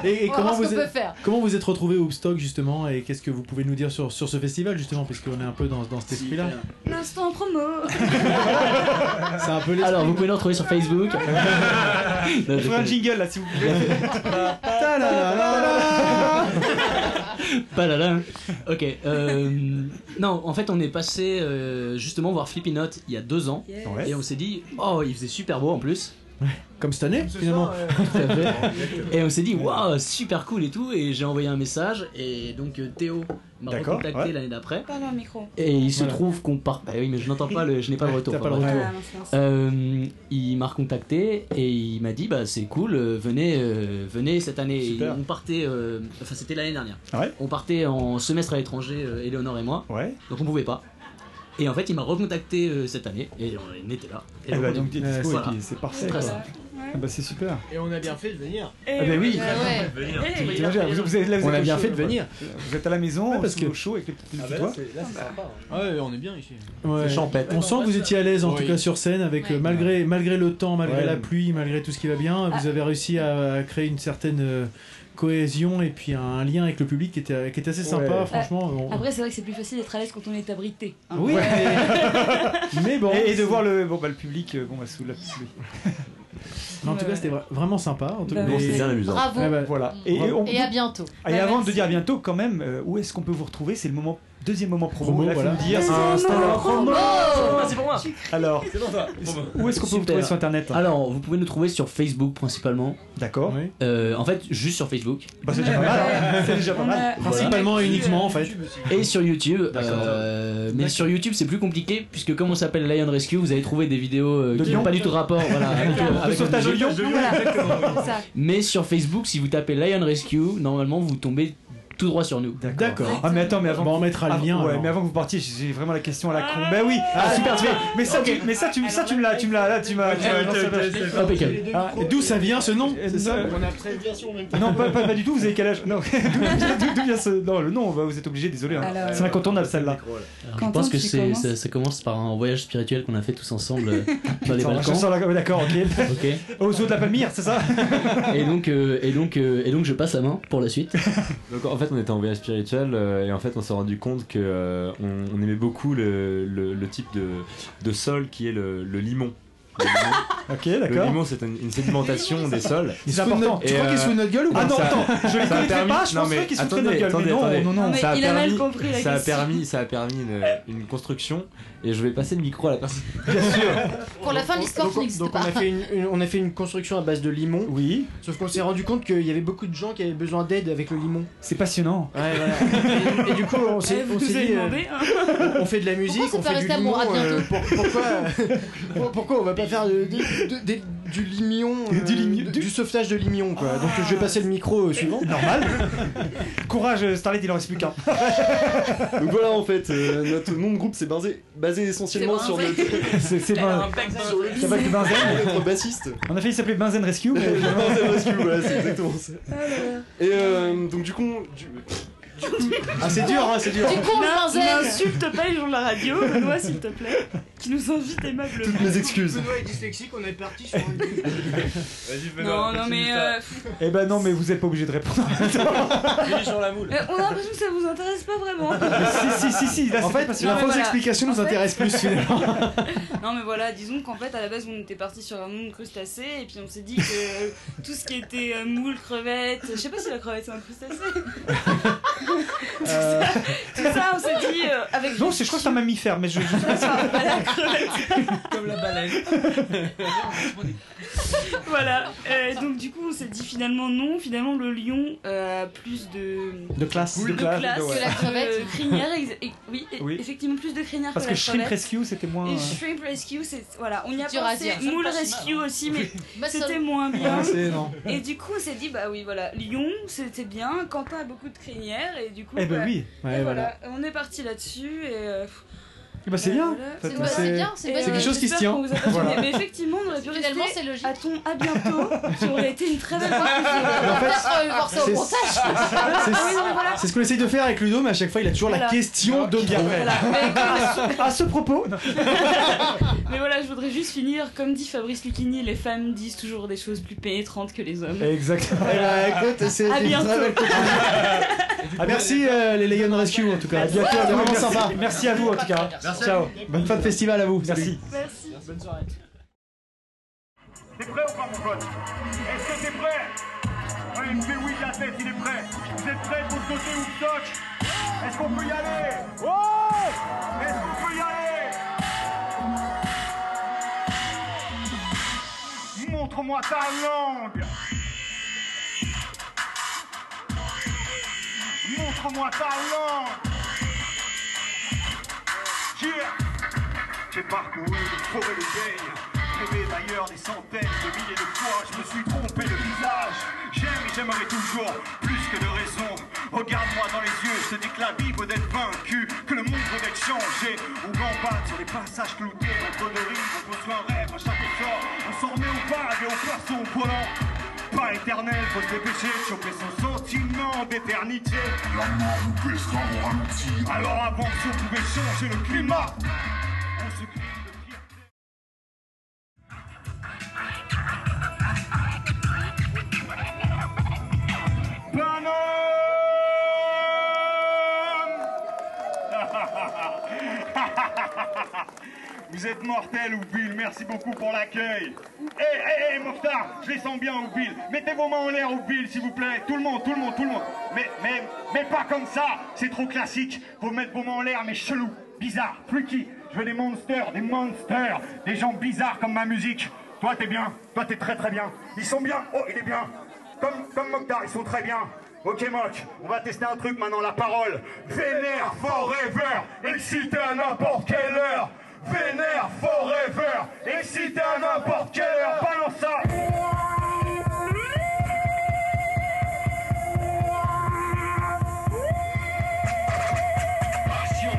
Speaker 2: Et, et
Speaker 14: On va
Speaker 2: comment,
Speaker 14: voir ce
Speaker 2: vous
Speaker 14: qu'on peut
Speaker 2: êtes,
Speaker 14: faire.
Speaker 2: comment vous êtes retrouvé au Woodstock justement et qu'est-ce que vous pouvez nous dire sur, sur ce festival justement puisqu'on est un peu dans, dans cet esprit là
Speaker 9: L'instant promo.
Speaker 2: c'est un peu l'esprit.
Speaker 13: Alors, vous pouvez nous retrouver sur Facebook.
Speaker 3: On ferait un jingle là, si vous voulez. Ah.
Speaker 13: Pas là là. Ok. euh, non, en fait, on est passé euh, justement voir Flippy Note il y a deux ans.
Speaker 2: Yes. Ouais.
Speaker 13: Et on s'est dit, oh, il faisait super beau en plus.
Speaker 2: Comme cette année, finalement.
Speaker 13: Tout à fait. Et on s'est dit, waouh, super cool et tout. Et j'ai envoyé un message. Et donc, euh, Théo m'a
Speaker 9: D'accord,
Speaker 13: recontacté
Speaker 9: ouais.
Speaker 13: l'année d'après.
Speaker 9: Parle dans le micro.
Speaker 13: Et il se
Speaker 9: Voilà.
Speaker 13: trouve qu'on part. Bah oui, mais je n'entends pas le, je n'ai pas le retour.
Speaker 9: T'as pas le
Speaker 13: Enfin,
Speaker 9: retour.
Speaker 13: bref.
Speaker 9: Ah, mince, mince.
Speaker 13: Euh, il m'a recontacté et il m'a dit bah c'est cool, euh, venez, euh, venez cette année.
Speaker 3: Super.
Speaker 13: On partait, euh, enfin c'était l'année dernière.
Speaker 3: Ouais.
Speaker 13: On partait en semestre à l'étranger, euh, Éléonore et moi. Donc on pouvait pas. Et en fait, il m'a recontacté euh, cette année et on était là.
Speaker 3: Eh
Speaker 13: donc,
Speaker 3: bah,
Speaker 13: on est-
Speaker 3: donc, dites dispo, et
Speaker 13: Voilà.
Speaker 3: puis c'est parfait.
Speaker 13: Très
Speaker 3: quoi.
Speaker 13: simple.
Speaker 3: Ah bah, c'est super.
Speaker 12: Et on a bien fait de venir.
Speaker 15: Eh
Speaker 3: Ah bah oui. T'imagines, vous- vous êtes là, vous
Speaker 12: on
Speaker 3: êtes
Speaker 12: a
Speaker 3: au
Speaker 12: bien
Speaker 3: chaud,
Speaker 12: fait de
Speaker 3: quoi.
Speaker 12: venir.
Speaker 3: Vous êtes à la maison, parce que au chaud avec les petites
Speaker 12: Ah bah là,
Speaker 3: toi.
Speaker 12: c'est- là, c'est sympa. hein. Ouais, on est bien ici.
Speaker 2: Ouais.
Speaker 3: C'est champêtre.
Speaker 2: On sent que vous étiez à l'aise en tout
Speaker 12: Oui.
Speaker 2: cas sur scène avec euh, malgré malgré le temps, malgré
Speaker 12: Ouais.
Speaker 2: la pluie, malgré tout ce qui va
Speaker 12: Ah.
Speaker 2: bien, vous avez réussi à, à créer une certaine euh, cohésion et puis un lien avec le public qui était qui était assez sympa
Speaker 9: Ouais.
Speaker 2: franchement.
Speaker 12: Ah.
Speaker 2: on-
Speaker 9: Ah, Après, c'est vrai que c'est plus facile d'être à l'aise quand on est abrité. hein.
Speaker 2: Oui. Mais bon.
Speaker 3: Et, et de voir le, bon, bah, le public euh, bon, bah, sous la pluie.
Speaker 2: En tout cas, c'était vra- vraiment sympa. En tout cas,
Speaker 3: Bah, c'est bien amusant. Bravo.
Speaker 2: Ah bah,
Speaker 3: Voilà.
Speaker 2: Et,
Speaker 3: Et on-
Speaker 14: Et à bientôt.
Speaker 3: Ah, et avant de dire à bientôt, quand même, euh, où est-ce qu'on peut vous retrouver C'est le moment Deuxième moment promo,
Speaker 2: Promo,
Speaker 3: là, faut
Speaker 2: voilà.
Speaker 3: me dire.
Speaker 2: Deuxième
Speaker 3: Ah,
Speaker 2: moment
Speaker 3: alors,
Speaker 2: promo.
Speaker 3: promo.
Speaker 2: C'est pour moi, c'est pour moi.
Speaker 3: Alors,
Speaker 2: C'est pour toi. Promo.
Speaker 3: où est-ce qu'on peut vous
Speaker 13: Super.
Speaker 3: trouver sur internet
Speaker 13: Alors, vous pouvez nous trouver sur Facebook principalement.
Speaker 3: D'accord.
Speaker 13: Euh, en fait, juste sur Facebook.
Speaker 3: Bah, c'est déjà pas mal, hein. C'est déjà pas mal. Principalement et uniquement,
Speaker 13: en fait. Et sur YouTube. euh, mais sur YouTube, c'est plus compliqué puisque comme on s'appelle Lion Rescue, vous allez trouver des vidéos euh,
Speaker 3: De
Speaker 13: qui n'ont
Speaker 3: lions.
Speaker 13: pas du tout rapport. Voilà, avec, euh,
Speaker 3: Exactement.
Speaker 13: avec
Speaker 3: De sauvetage
Speaker 13: le
Speaker 3: de
Speaker 13: sujet.
Speaker 3: lions.
Speaker 13: Mais sur Facebook, si vous tapez Lion Rescue, normalement, vous tombez tout droit sur nous.
Speaker 3: D'accord. Ah mais attends, mais avant.
Speaker 13: Bon, on mettra le
Speaker 3: avant-
Speaker 13: lien,
Speaker 3: Ouais,
Speaker 13: alors.
Speaker 3: mais avant que vous partiez, j'ai vraiment la question à la con. Bah oui. Ah super. tu- Mais ça, tu, mais ça, tu, ça, tu me l'as, tu me l'as, là, tu m'as. tu m'as-
Speaker 2: Ah, Ok, ok,
Speaker 3: tu
Speaker 2: ok.
Speaker 3: m'as-
Speaker 2: Impeccable.
Speaker 3: Ah,
Speaker 2: Et D'où ça vient ce nom
Speaker 3: C'est ça
Speaker 2: On
Speaker 12: a
Speaker 3: Non, pas, pas, pas du tout, vous avez quel âge Non, d'où vient- d'où- d'où vient ce. Non, le nom, on va- vous êtes obligé, désolé. hein.
Speaker 9: Alors-
Speaker 3: C'est incontournable celle-là.
Speaker 13: Je pense que c'est, ça, ça commence par un voyage spirituel qu'on a fait tous ensemble euh, dans les
Speaker 3: Attends,
Speaker 13: Balkans.
Speaker 3: je sors la- ouais, D'accord, ok.
Speaker 13: Ok.
Speaker 3: Au zoo de la Palmyre, c'est ça
Speaker 13: Et donc, euh, et donc, euh, et donc, je passe la main pour la suite.
Speaker 6: Donc en fait on était en voyage spirituel euh, et en fait on s'est rendu compte que euh, on, on aimait beaucoup le, le- le type de, de sol qui est le, le limon. Le limon.
Speaker 3: Ok,
Speaker 6: Le
Speaker 3: d'accord.
Speaker 6: limon c'est une, une sédimentation des sols.
Speaker 3: Il se fout de notre- tu crois qu'il se fout de notre gueule ou
Speaker 6: Ah
Speaker 3: pas
Speaker 6: non
Speaker 3: Ça-
Speaker 6: attends,
Speaker 3: je les
Speaker 6: ça a
Speaker 3: connaîtrais
Speaker 6: permis-
Speaker 3: pas, je
Speaker 6: non,
Speaker 3: pense
Speaker 6: mais
Speaker 3: pas qu'ils se foutent de
Speaker 6: attendez,
Speaker 3: notre gueule, mais
Speaker 6: attendez,
Speaker 3: non,
Speaker 6: attendez.
Speaker 3: non, non. Non, mais
Speaker 6: Ça a
Speaker 3: il a mal
Speaker 6: permis-
Speaker 3: compris la
Speaker 6: ça a
Speaker 3: question.
Speaker 6: permis ça a permis une, une construction et je vais passer le micro à la personne.
Speaker 14: Pour la fin de l'histoire,
Speaker 12: Donc,
Speaker 14: qui n'existe
Speaker 12: donc
Speaker 14: pas.
Speaker 12: on, a fait une, une- on a fait une construction à base de limon.
Speaker 3: Oui.
Speaker 12: Sauf qu'on s'est rendu compte qu'il y avait beaucoup de gens qui avaient besoin d'aide avec le limon.
Speaker 3: C'est passionnant.
Speaker 12: Ouais, voilà. Et, et du coup, on s'est
Speaker 14: Eh, vous
Speaker 12: on s'est
Speaker 14: nous avez
Speaker 12: dit, euh,
Speaker 14: demandé, hein.
Speaker 12: on fait de la musique,
Speaker 14: Pourquoi c'est
Speaker 12: on
Speaker 14: pas
Speaker 12: fait du
Speaker 14: resté à
Speaker 12: limon.
Speaker 14: moi À
Speaker 2: euh,
Speaker 14: bientôt.
Speaker 12: pour- pourquoi, pour- pourquoi on va pas faire de- de- de- des- du limion, euh, de- du sauvetage de limion, quoi. Donc je vais passer le micro au suivant.
Speaker 3: Ah. Normal. Courage, euh, Starlet, il en reste plus qu'un.
Speaker 16: Donc voilà, en fait, euh, notre nom de groupe c'est basé, basé essentiellement
Speaker 3: C'est
Speaker 16: sur
Speaker 3: basé.
Speaker 16: le.
Speaker 3: C'est- c'est Elle a
Speaker 5: Bah,
Speaker 3: bas- un bec
Speaker 16: sur le
Speaker 3: Ça va être Benzen.
Speaker 16: notre bassiste.
Speaker 3: On a failli s'appeler Benzen Rescue. mais-
Speaker 16: Benzen Rescue, voilà, c'est exactement ça.
Speaker 2: Ah
Speaker 16: Et euh, donc du coup, du-
Speaker 12: Ah, c'est dur, hein, c'est dur.
Speaker 9: Du coup, on
Speaker 12: N'in-
Speaker 9: le benzène.
Speaker 12: n'insulte
Speaker 9: pas les gens de la radio, Benoît, s'il te plaît, qui nous invite aimablement.
Speaker 16: Toutes mes excuses.
Speaker 12: Benoît est dyslexique, on est parti sur
Speaker 7: Vas-y,
Speaker 9: Non, non, mais. euh,
Speaker 3: Eh ben non, mais vous êtes pas obligé de répondre.
Speaker 9: euh, on a l'impression que ça vous intéresse pas vraiment.
Speaker 3: si, si, si, si, là,
Speaker 2: En
Speaker 3: c'était
Speaker 2: fait,
Speaker 3: passionnant.
Speaker 2: la fausse
Speaker 9: Non, mais voilà.
Speaker 2: explication
Speaker 9: En
Speaker 2: nous
Speaker 9: fait-
Speaker 2: intéresse plus finalement.
Speaker 9: Non mais voilà, disons qu'en fait à la base on était parti sur un monde crustacé et puis on s'est dit que euh, tout ce qui était euh, moule, crevette, je sais pas si la crevette c'est un crustacé.
Speaker 3: Euh,
Speaker 9: Tout ça on s'est dit euh, avec
Speaker 3: Non, c'est- je crois que c'est un mammifère, mais je. je-
Speaker 9: Pas la crevette.
Speaker 3: Comme la baleine.
Speaker 9: voilà. Euh, donc du coup on s'est dit finalement non, finalement le lion euh, a plus de
Speaker 3: De classe, de
Speaker 9: de,
Speaker 3: classe,
Speaker 9: classe
Speaker 3: de- ouais.
Speaker 9: que la crevette,
Speaker 14: Euh,
Speaker 9: crinière, ex- et- oui, et-
Speaker 3: Oui.
Speaker 9: effectivement plus de crinière
Speaker 3: Parce
Speaker 9: que la
Speaker 3: que Shrimp
Speaker 9: crevette.
Speaker 3: Rescue, c'était moins.
Speaker 9: Et
Speaker 3: euh,
Speaker 9: Shrimp Rescue, c'est voilà, on y a
Speaker 14: Dur à
Speaker 9: pensé.
Speaker 14: dire.
Speaker 9: Moule
Speaker 14: Ça me passe hein. Bah,
Speaker 9: Rescue aussi, mais
Speaker 14: Muscle.
Speaker 9: c'était moins bien.
Speaker 3: Ouais, c'est- non.
Speaker 9: Et du coup, on s'est dit bah oui, voilà, Lyon, c'était bien. Quentin a beaucoup de crinières et du coup,
Speaker 3: Eh ben
Speaker 9: bah,
Speaker 3: oui.
Speaker 9: et
Speaker 3: Ouais,
Speaker 9: voilà. on est parti là-dessus et. euh, pff,
Speaker 3: Eh ben, c'est
Speaker 9: ouais,
Speaker 3: bien.
Speaker 9: voilà.
Speaker 3: En fait, C'est- c'est bien, c'est
Speaker 9: Et,
Speaker 3: bien.
Speaker 9: euh,
Speaker 3: C'est quelque chose qui se
Speaker 9: j'espère
Speaker 3: tient.
Speaker 9: qu'on vous a pas gêné.
Speaker 3: Voilà.
Speaker 9: Mais effectivement, on aurait pu
Speaker 14: Finalement,
Speaker 9: rester à ton à bientôt, qui aurait été une très belle
Speaker 2: Mais en fait, c'est- c'est-
Speaker 9: Ah Oui, non, mais voilà.
Speaker 2: C'est ce qu'on essaye de faire avec Ludo, mais à chaque fois il a toujours la
Speaker 9: Voilà.
Speaker 2: question de trop.
Speaker 3: À ce propos. non.
Speaker 9: Mais voilà, je voudrais juste finir. Comme dit Fabrice Lucchini, les femmes disent toujours des choses plus pénétrantes que les hommes.
Speaker 3: Exactement.
Speaker 9: Eh ben, écoute, c'est
Speaker 3: À
Speaker 9: une
Speaker 3: bientôt.
Speaker 9: très belle
Speaker 3: Ah, merci euh, les Lion Rescue en tout cas.
Speaker 2: À bientôt,
Speaker 3: Merci.
Speaker 2: c'est vraiment
Speaker 3: Merci.
Speaker 2: sympa.
Speaker 3: Merci à vous en tout cas.
Speaker 2: Merci à
Speaker 3: Ciao.
Speaker 2: vous. Bonne fin de festival à vous.
Speaker 3: Merci.
Speaker 9: Merci.
Speaker 7: Bonne soirée. T'es prêt ou pas, mon pote Est-ce que t'es prêt Ouais, il me fait oui de la tête, il est prêt. Vous êtes prêts pour le côté ou toc Est-ce qu'on peut y aller Ouais Est-ce qu'on peut y aller Montre-moi ta langue Montre-moi ta langue Yeah j'ai parcouru les forêts de veille, rêvé d'ailleurs des centaines de milliers de fois, je me suis trompé de visage. J'aime et j'aimerais toujours, plus que de raison. Regarde-moi dans les yeux, je te dis que la vie peut être vaincue, que le monde peut être changé. On gambade sur les passages cloutés, on colorise, on construit un rêve à chaque effort. On s'en remet au vague et au poisson volant. Pas éternel, faut se dépêcher de choper son sentiment d'éternité. La mort nous pèse dans le ralenti. Alors avant si on pouvait changer le climat, on se Bonhomme Vous êtes mortel, Oubil, merci beaucoup pour l'accueil. Eh, Hé, hé, hé, Mokhtar, je les sens bien, Oubil. Mettez vos mains en l'air, Oubil, s'il vous plaît. Tout le monde, tout le monde, tout le monde. mais, mais, mais pas comme ça C'est trop classique Faut mettre Beaumont en l'air, mais chelou, bizarre, freaky Je veux des monsters, des monsters Des gens bizarres comme ma musique Toi t'es bien, toi t'es très très bien Ils sont bien, oh il est bien Comme, comme Mokhtar, ils sont très bien Ok Mok, on va tester un truc maintenant, la parole Vénère forever, excité à n'importe quelle heure Vénère forever, excité à n'importe quelle heure Balance ça Passion,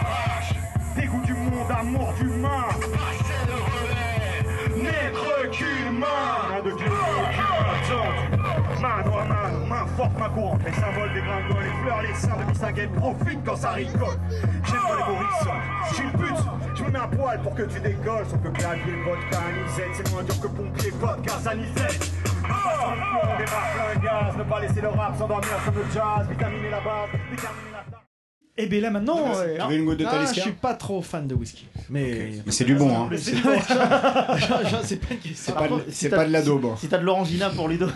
Speaker 7: rage, dégoût du monde, amour d'humain. Passer le relais, n'être qu'une main. Main de Dieu, attends. Main droite, main, main forte, main courante. Les symboles des gringos, les fleurs, les seins, les distingués profitent quand ça rigole. J'aime pas les bourrissons. Je suis une pute, je me mets un poil pour que tu décolles. Sauf que clavier, vodka, anisette, c'est moins dur que pompier, vodka, anisette. Passons le fond, des marques, un gaz. Ne pas laisser le rap s'endormir comme le jazz. Vitaminer la base, vitaminer la
Speaker 2: Et bien là maintenant,
Speaker 7: Ah,
Speaker 2: euh,
Speaker 7: tu veux une goutte de
Speaker 2: ah,
Speaker 7: Talisker
Speaker 2: je suis pas trop fan de whisky. Mais,
Speaker 17: Mais c'est du bon, hein.
Speaker 2: Mais c'est-
Speaker 17: C'est bon.
Speaker 2: Genre, genre, c'est pas une question.
Speaker 17: pas de-
Speaker 2: Par contre,
Speaker 17: c'est
Speaker 2: si
Speaker 17: pas
Speaker 2: t'as-
Speaker 17: de la daube. hein.
Speaker 4: Si t'as de l'orangina pour Ludo.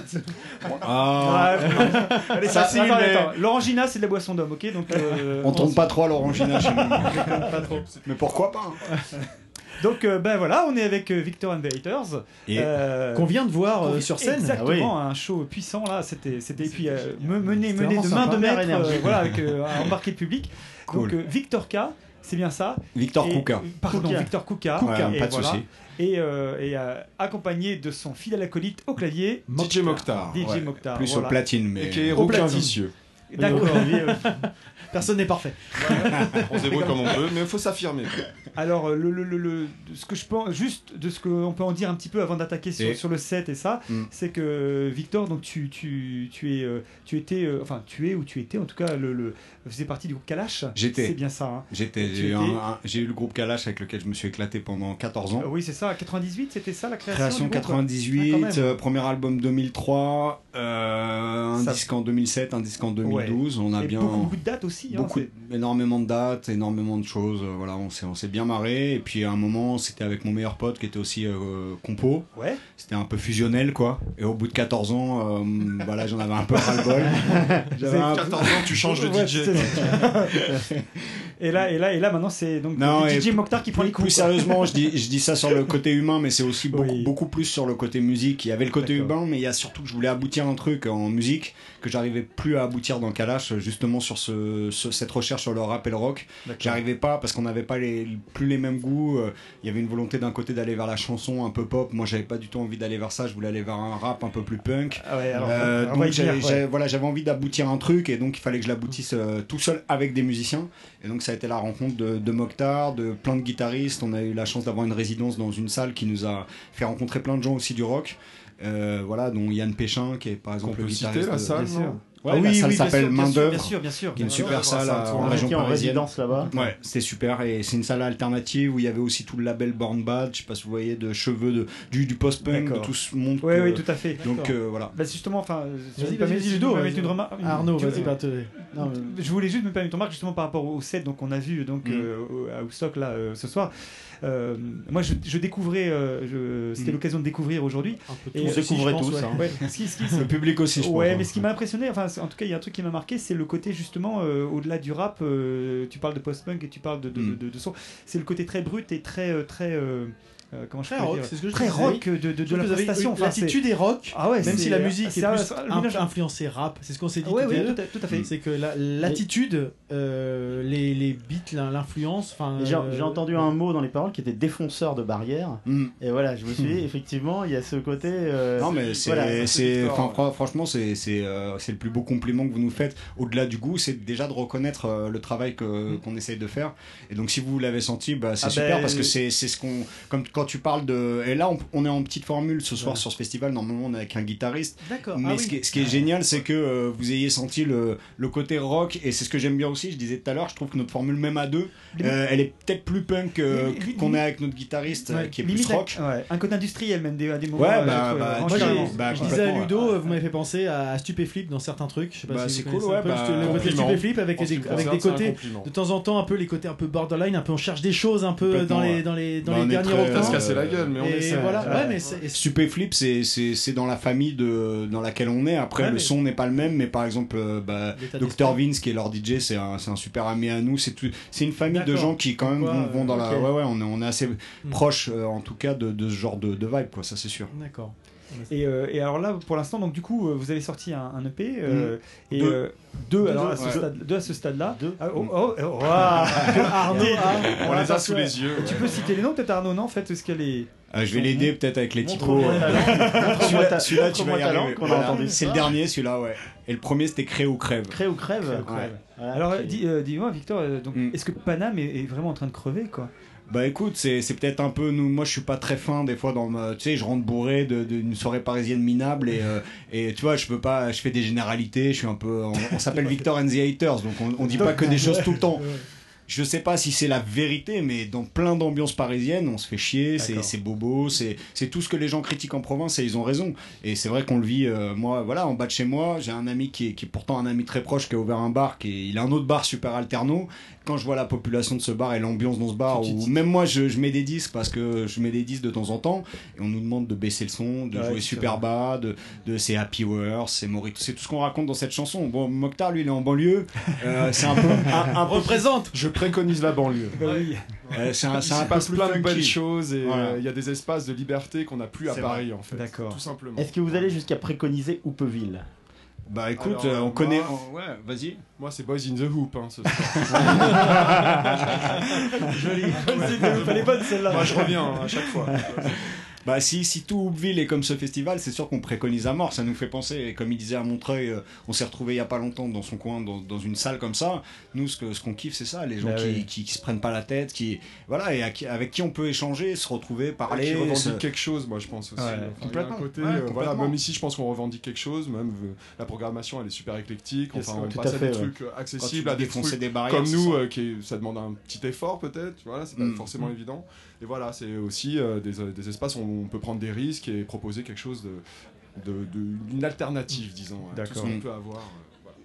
Speaker 17: Ah.
Speaker 3: Elle est
Speaker 17: Ça-
Speaker 3: facile,
Speaker 17: attends,
Speaker 3: mais-
Speaker 17: attends.
Speaker 3: L'orangina, c'est de la boisson d'homme, ok Donc, euh,
Speaker 17: On tourne pas trop à l'orangina chez nous.
Speaker 3: Pas trop.
Speaker 17: Mais pourquoi pas hein
Speaker 3: Donc euh, ben voilà, on est avec euh, Victor and the Haters.
Speaker 17: Et- qu'on vient de voir, euh, sur scène.
Speaker 3: Exactement,
Speaker 17: Ah
Speaker 3: un show puissant là. C'était, c'était et puis euh, me- mené,
Speaker 17: C'était
Speaker 3: mené de
Speaker 17: vraiment
Speaker 3: main
Speaker 17: sympa.
Speaker 3: de maître,
Speaker 17: Super
Speaker 3: euh,
Speaker 17: énergie.
Speaker 3: voilà, avec euh, un embarqué public. Donc euh, Victor K, c'est bien ça.
Speaker 17: Victor
Speaker 3: Et- euh,
Speaker 17: Kouka.
Speaker 3: Pardon,
Speaker 17: Kouka.
Speaker 3: Victor Kouka.
Speaker 17: Kouka.
Speaker 3: Et
Speaker 17: Ouais, pas de
Speaker 3: voilà.
Speaker 17: souci.
Speaker 3: Et, euh, et, euh, accompagné de son fidèle acolyte au clavier,
Speaker 17: DJ Mokhtar.
Speaker 3: DJ
Speaker 17: Ouais.
Speaker 3: Mokhtar,
Speaker 17: Plus
Speaker 3: voilà.
Speaker 17: au platine, mais.
Speaker 3: Au platine. D'accord.
Speaker 2: Personne n'est parfait.
Speaker 17: On se débrouille comme on peut,
Speaker 3: mais il faut s'affirmer. Alors, euh, le, le- le- le- de ce que je pense, juste de ce qu'on peut en dire un petit peu avant d'attaquer sur,
Speaker 17: Et-
Speaker 3: sur le set et ça,
Speaker 17: Mm.
Speaker 3: c'est que Victor, donc tu, tu, tu es, euh, tu étais, euh, enfin tu es ou tu étais, en tout cas, le, le- faisais partie du groupe Kalash.
Speaker 17: J'étais.
Speaker 3: C'est bien ça. hein.
Speaker 17: J'étais,
Speaker 3: Tu
Speaker 17: j'ai, eu
Speaker 3: étais-
Speaker 17: un- un- j'ai eu le groupe Kalash avec lequel je me suis éclaté pendant 14 ans.
Speaker 3: Euh, oui, c'est ça. 98, c'était ça la création.
Speaker 17: Création
Speaker 3: du groupe
Speaker 17: 98,
Speaker 3: Ah, quand même.
Speaker 17: euh, premier album 2003, euh, un
Speaker 3: Ça-
Speaker 17: disque en 2007, un disque en 2012. On a
Speaker 3: Et
Speaker 17: bien
Speaker 3: beaucoup, beaucoup de dates aussi. hein,
Speaker 17: beaucoup,
Speaker 3: c'est-
Speaker 17: énormément de dates, énormément de choses. euh, voilà, on s'est, on s'est bien marré. Et puis à un moment, c'était avec mon meilleur pote qui était aussi euh, compo.
Speaker 3: Ouais.
Speaker 17: C'était un peu fusionnel, quoi. Et au bout de 14 ans, euh, voilà, j'en avais un peu ras le bol. J'avais un peu- Ouais,
Speaker 3: Ouais, c'est ça. et là, et là, et là, maintenant c'est donc
Speaker 17: Non,
Speaker 3: DJ
Speaker 17: et
Speaker 3: Mokhtar qui prend les coups.
Speaker 17: Plus sérieusement, je dis, je dis ça sur le côté humain, mais c'est aussi beaucoup, beaucoup plus sur le côté musique. Il y avait le côté humain, mais il y a surtout que je voulais aboutir un truc en musique que j'arrivais plus à aboutir dans Kalash, justement sur ce, ce- cette recherche sur le rap et le rock. J'arrivais pas parce qu'on n'avait pas les, plus les mêmes goûts. Euh, Il y avait une volonté d'un côté d'aller vers la chanson un peu pop. Moi, j'avais pas du tout envie d'aller vers ça. Je voulais aller vers un rap un peu plus punk.
Speaker 3: Ah ouais, alors,
Speaker 17: Euh,
Speaker 3: on va
Speaker 17: donc
Speaker 3: y venir,
Speaker 17: j'ai-
Speaker 3: ouais.
Speaker 17: j'ai- voilà, j'avais envie d'aboutir un truc et donc il fallait que je l'aboutisse euh, tout seul avec des musiciens. Et donc ça a été la rencontre de, de Mokhtar, de plein de guitaristes. On a eu la chance d'avoir une résidence dans une salle qui nous a fait rencontrer plein de gens aussi du rock. Euh, voilà, dont Yann Péchin qui est par exemple
Speaker 3: peut
Speaker 17: le
Speaker 3: citer,
Speaker 17: guitariste.
Speaker 3: la
Speaker 17: de-
Speaker 3: salle, Bien non Ah, sûr.
Speaker 17: Ouais,
Speaker 3: Ah
Speaker 17: la
Speaker 3: oui,
Speaker 17: salle
Speaker 3: oui, bien
Speaker 17: s'appelle
Speaker 3: sûr,
Speaker 17: Main
Speaker 3: bien sûr,
Speaker 17: d'œuvre.
Speaker 3: bien sûr, bien sûr.
Speaker 17: qui est Une
Speaker 3: Bien
Speaker 17: super
Speaker 3: sûr,
Speaker 17: salle
Speaker 3: on
Speaker 17: à- en
Speaker 3: était en
Speaker 17: région parisienne.
Speaker 4: résidence là-bas.
Speaker 17: Ouais, c'était super et c'est une salle alternative où il y avait aussi tout le label Born Bad. Je sais pas si vous voyez de cheveux de, du, du post-punk, de
Speaker 3: D'accord.
Speaker 17: tout ce monde.
Speaker 3: Oui,
Speaker 17: que-
Speaker 3: oui, tout à fait.
Speaker 17: Donc euh, voilà.
Speaker 3: Bah, justement, enfin, euh, si vous me
Speaker 2: Vas-y, vas-y,
Speaker 3: permettez,
Speaker 2: vas-y,
Speaker 3: si
Speaker 2: Ludo,
Speaker 3: vous me permettez
Speaker 2: vas-y.
Speaker 3: une remarque- une-
Speaker 2: Arnaud,
Speaker 3: tu-
Speaker 2: vas-y,
Speaker 3: euh,
Speaker 2: bah, te- non, mais-
Speaker 3: Je voulais juste me permettre une remarque justement par rapport au set donc on a vu donc
Speaker 17: Mm.
Speaker 3: euh, au- à Outstock là euh, ce soir. Euh, moi, je, je découvrais. euh, je- C'était
Speaker 17: Mm.
Speaker 3: l'occasion de découvrir aujourd'hui.
Speaker 17: peu
Speaker 3: Et,
Speaker 17: tous
Speaker 3: euh,
Speaker 17: aussi, je pense,
Speaker 2: hein.
Speaker 17: ouais.
Speaker 3: Ouais. Ce qui- ce qui-
Speaker 17: Le public aussi, je
Speaker 3: Ouais,
Speaker 17: pense,
Speaker 3: mais
Speaker 17: hein.
Speaker 3: ce qui m'a impressionné, enfin, c'est- en tout cas, il y a un truc qui m'a marqué, c'est le côté justement euh, au-delà du rap. euh, tu parles de post-punk et tu parles de,
Speaker 17: Mm.
Speaker 3: de, de- de- de son. C'est le côté très brut et très euh, très. euh, euh, comment je
Speaker 2: Très
Speaker 3: pourrais
Speaker 2: rock,
Speaker 3: dire
Speaker 2: c'est ce que je
Speaker 3: Très
Speaker 2: disais.
Speaker 3: rock euh, de, de,
Speaker 2: Je
Speaker 3: de
Speaker 2: trouve
Speaker 3: la
Speaker 2: que vous avez
Speaker 3: prestation.
Speaker 2: eu-
Speaker 3: enfin, c'est-
Speaker 2: L'attitude est rock,
Speaker 3: Ah ouais,
Speaker 2: même
Speaker 3: c'est-
Speaker 2: si la musique est,
Speaker 3: c'est un-
Speaker 2: plus
Speaker 3: c'est un
Speaker 2: un-
Speaker 3: mélange-
Speaker 2: influencée rap, c'est ce qu'on s'est
Speaker 4: Ah
Speaker 2: dit
Speaker 3: Ouais,
Speaker 2: tout,
Speaker 3: ouais,
Speaker 2: à l'heure.
Speaker 3: tout à- tout à fait.
Speaker 2: C'est que la- l'attitude, euh, les, les beats, l'in- l'influence, enfin.
Speaker 4: J'ai
Speaker 2: euh,
Speaker 4: j'ai entendu un mot dans les paroles qui était défonceur de barrières. Et voilà, je me suis dit, effectivement, il y a ce côté. euh,
Speaker 17: Non mais c'est,
Speaker 4: voilà.
Speaker 17: c'est- enfin, fran- franchement c'est c'est, euh, c'est le plus beau compliment que vous nous faites. Au-delà du goût, c'est déjà de reconnaître euh, le travail que, qu'on essaye de faire. Et donc si vous l'avez senti, bah, c'est
Speaker 4: Ah
Speaker 17: super
Speaker 4: ben,
Speaker 17: parce que c'est, c'est ce qu'on comme quand tu parles de et là on, on est en petite formule ce soir sur ce festival. Normalement on est avec un guitariste.
Speaker 2: D'accord.
Speaker 17: Mais
Speaker 2: Ah
Speaker 17: ce,
Speaker 2: oui.
Speaker 17: qui est, ce qui est génial, c'est que euh, vous ayez senti le, le côté rock, et c'est ce que j'aime bien aussi. Je disais tout à l'heure, je trouve que notre formule, même à deux, euh, elle est peut-être plus punk euh, qu'on est avec notre guitariste euh,
Speaker 3: Ouais,
Speaker 17: qui est plus
Speaker 3: limite à-
Speaker 17: rock.
Speaker 3: ouais, un côté industriel même des, à des moments.
Speaker 17: Ouais,
Speaker 3: euh,
Speaker 17: bah,
Speaker 3: j'ai trouvé,
Speaker 17: bah,
Speaker 3: vraiment,
Speaker 17: tu-
Speaker 3: carrément.
Speaker 17: bah,
Speaker 2: Je disais à Ludo, euh, vous m'avez fait penser à Stupéflip dans certains trucs. Je sais pas
Speaker 17: Bah,
Speaker 2: si
Speaker 17: c'est
Speaker 2: vous
Speaker 17: cool,
Speaker 2: connaissez un
Speaker 17: ouais,
Speaker 2: peu
Speaker 17: bah,
Speaker 2: le côté
Speaker 17: compliment.
Speaker 2: Stupéflip avec,
Speaker 17: En ce qui
Speaker 2: des,
Speaker 17: me
Speaker 2: avec
Speaker 17: concerne,
Speaker 2: des
Speaker 17: c'est un
Speaker 2: côtés
Speaker 17: compliment.
Speaker 2: de temps en temps un peu les côtés un peu borderline, un peu on cherche des choses un peu dans
Speaker 17: Complètement,
Speaker 2: les
Speaker 17: ouais.
Speaker 2: dans les dans
Speaker 17: Bah,
Speaker 2: les
Speaker 17: on est
Speaker 2: derniers
Speaker 17: très-
Speaker 2: refrains.
Speaker 17: euh,
Speaker 8: casser la gueule, mais on
Speaker 2: et
Speaker 8: essaie.
Speaker 2: voilà, ouais, mais c'est-
Speaker 17: Superflip, c'est c'est- c'est dans la famille de, dans laquelle on est. Après,
Speaker 2: Ouais,
Speaker 17: le
Speaker 2: mais-
Speaker 17: son n'est pas le même, mais par exemple, euh, bah,
Speaker 2: L'état
Speaker 17: Dr. Vince, qui est leur DJ, c'est un, c'est un super ami à nous. C'est tout- c'est une famille de
Speaker 2: D'accord.
Speaker 17: gens qui, quand même,
Speaker 2: Pourquoi,
Speaker 17: vont, vont dans la.
Speaker 2: euh, ok. Hmm.
Speaker 17: Ouais, ouais, on est, on est assez proche, euh, en tout cas, de, de ce genre de, de vibe, quoi, ça c'est sûr.
Speaker 2: D'accord.
Speaker 3: Et, euh, et alors là, pour l'instant, donc du coup, euh, vous avez sorti un, un EP euh,
Speaker 17: Mm.
Speaker 3: et
Speaker 17: Deux.
Speaker 3: euh, deux,
Speaker 17: Deux,
Speaker 3: alors
Speaker 17: ouais.
Speaker 3: à ce stade, deux à ce stade-là. Ah, oh,
Speaker 17: Mm.
Speaker 3: oh, oh, ouah, que
Speaker 17: On
Speaker 3: Arnaud, hein,
Speaker 17: les a
Speaker 3: voilà,
Speaker 17: sous
Speaker 3: parce que-
Speaker 17: les yeux,
Speaker 3: Tu
Speaker 17: ouais.
Speaker 3: peux citer les noms peut-être Arnaud, non en fait, parce qu'elle est.
Speaker 17: Euh, je vais l'aider peut-être avec les typos.
Speaker 3: Montre-moi ta langue. Montre-moi
Speaker 17: Celui-là,
Speaker 3: ta-
Speaker 17: celui-là, tu
Speaker 3: montre-moi
Speaker 17: vas y
Speaker 3: ta langue
Speaker 17: arriver.
Speaker 3: qu'on a
Speaker 17: Voilà.
Speaker 3: entendu.
Speaker 17: C'est le dernier, celui-là, ouais. Et le premier, c'était Cré ou crève.
Speaker 4: Cré ou crève
Speaker 3: Ouais. Alors, euh, dis- euh, dis-moi, Victor, euh, donc,
Speaker 17: Mm.
Speaker 3: est-ce que Paname est, est vraiment en train de crever, quoi
Speaker 17: Bah écoute, c'est c'est peut-être un peu nous. Moi, je suis pas très fin des fois dans ma. Tu sais, je rentre bourré de- de- d'une soirée parisienne minable et euh, et tu vois, je peux pas. Je fais des généralités. Je suis un peu. On, on s'appelle Victor and the Haters, donc on, on dit pas que des choses tout le temps. Je sais pas si c'est la vérité, mais dans plein d'ambiances parisiennes, on se fait chier, c'est c'est bobo, c'est c'est tout ce que les gens critiquent en province et ils ont raison. Et c'est vrai qu'on le vit, euh, moi, voilà, en bas de chez moi, j'ai un ami qui est, qui est pourtant un ami très proche qui a ouvert un bar, qui il a un autre bar super alterno. Quand je vois la population de ce bar et l'ambiance dans ce bar, où même moi je, je mets des disques parce que je mets des disques de temps en temps, et on nous demande de baisser le son, de
Speaker 2: Ouais,
Speaker 17: jouer
Speaker 2: c'est
Speaker 17: super bas, de, de c'est Happy Hour, c'est Morito, c'est tout ce qu'on raconte dans cette chanson. Bon, Mokhtar, lui, il est en banlieue, euh, c'est un peu. Un, un peu-
Speaker 10: Je préconise la banlieue.
Speaker 17: Euh, c'est un- c'est
Speaker 10: Bah Il
Speaker 17: un
Speaker 10: se
Speaker 17: peu
Speaker 10: passe
Speaker 17: plus
Speaker 10: plein de
Speaker 17: funky.
Speaker 10: belles choses et euh, il
Speaker 17: Voilà.
Speaker 10: y a des espaces de liberté qu'on n'a plus à
Speaker 17: C'est
Speaker 10: Paris
Speaker 17: vrai.
Speaker 10: en fait. Tout simplement.
Speaker 4: Est-ce que vous allez jusqu'à préconiser Houppeville
Speaker 17: Bah
Speaker 10: Alors, euh, moi-
Speaker 17: vas-y.
Speaker 10: Moi, c'est Boys in the Hoop hein, ce soir.
Speaker 17: Joli.
Speaker 10: Elle est bonne, celle-là. Moi, je reviens, hein, à chaque fois.
Speaker 17: Bah si, si tout Hoopville est comme ce festival, c'est sûr qu'on préconise à mort, ça nous fait penser. Et comme il disait à Montreuil, euh, on s'est retrouvé il y a pas longtemps dans son coin, dans, dans une salle comme ça. Nous, ce que- ce qu'on kiffe, c'est ça, les gens
Speaker 2: Bah
Speaker 17: qui,
Speaker 2: oui.
Speaker 17: qui, qui se prennent pas la tête, qui voilà, et à qui- avec qui on peut échanger, se retrouver, parler.
Speaker 10: Ah, qui revendique
Speaker 17: se-
Speaker 10: quelque chose, moi je pense aussi.
Speaker 17: Ouais.
Speaker 10: Enfin, il y a un
Speaker 17: Complètement.
Speaker 10: côté,
Speaker 17: Ouais,
Speaker 10: euh,
Speaker 17: complètement.
Speaker 10: voilà, même ici, je pense qu'on revendique quelque chose. Même euh, la programmation, elle est super éclectique.
Speaker 17: Yes,
Speaker 10: Enfin,
Speaker 17: ouais.
Speaker 10: on
Speaker 17: Tout
Speaker 10: passe
Speaker 17: à
Speaker 10: à,
Speaker 17: fait,
Speaker 10: des
Speaker 17: ouais.
Speaker 10: trucs euh, accessibles,
Speaker 17: Quand tu
Speaker 10: à des
Speaker 17: défonces
Speaker 10: trucs
Speaker 17: des barrières,
Speaker 10: comme
Speaker 17: c'est
Speaker 10: nous,
Speaker 17: ça.
Speaker 10: euh, qui est- ça demande un petit effort peut-être. Voilà, c'est pas
Speaker 17: Mm.
Speaker 10: forcément
Speaker 17: Mm.
Speaker 10: évident. Et voilà, c'est aussi euh, des, euh, des espaces où on peut prendre des risques et proposer quelque chose de, de- de- d'une alternative, disons. à Tout ce
Speaker 4: D'accord.
Speaker 10: qu'on
Speaker 4: Mm.
Speaker 10: peut avoir. euh.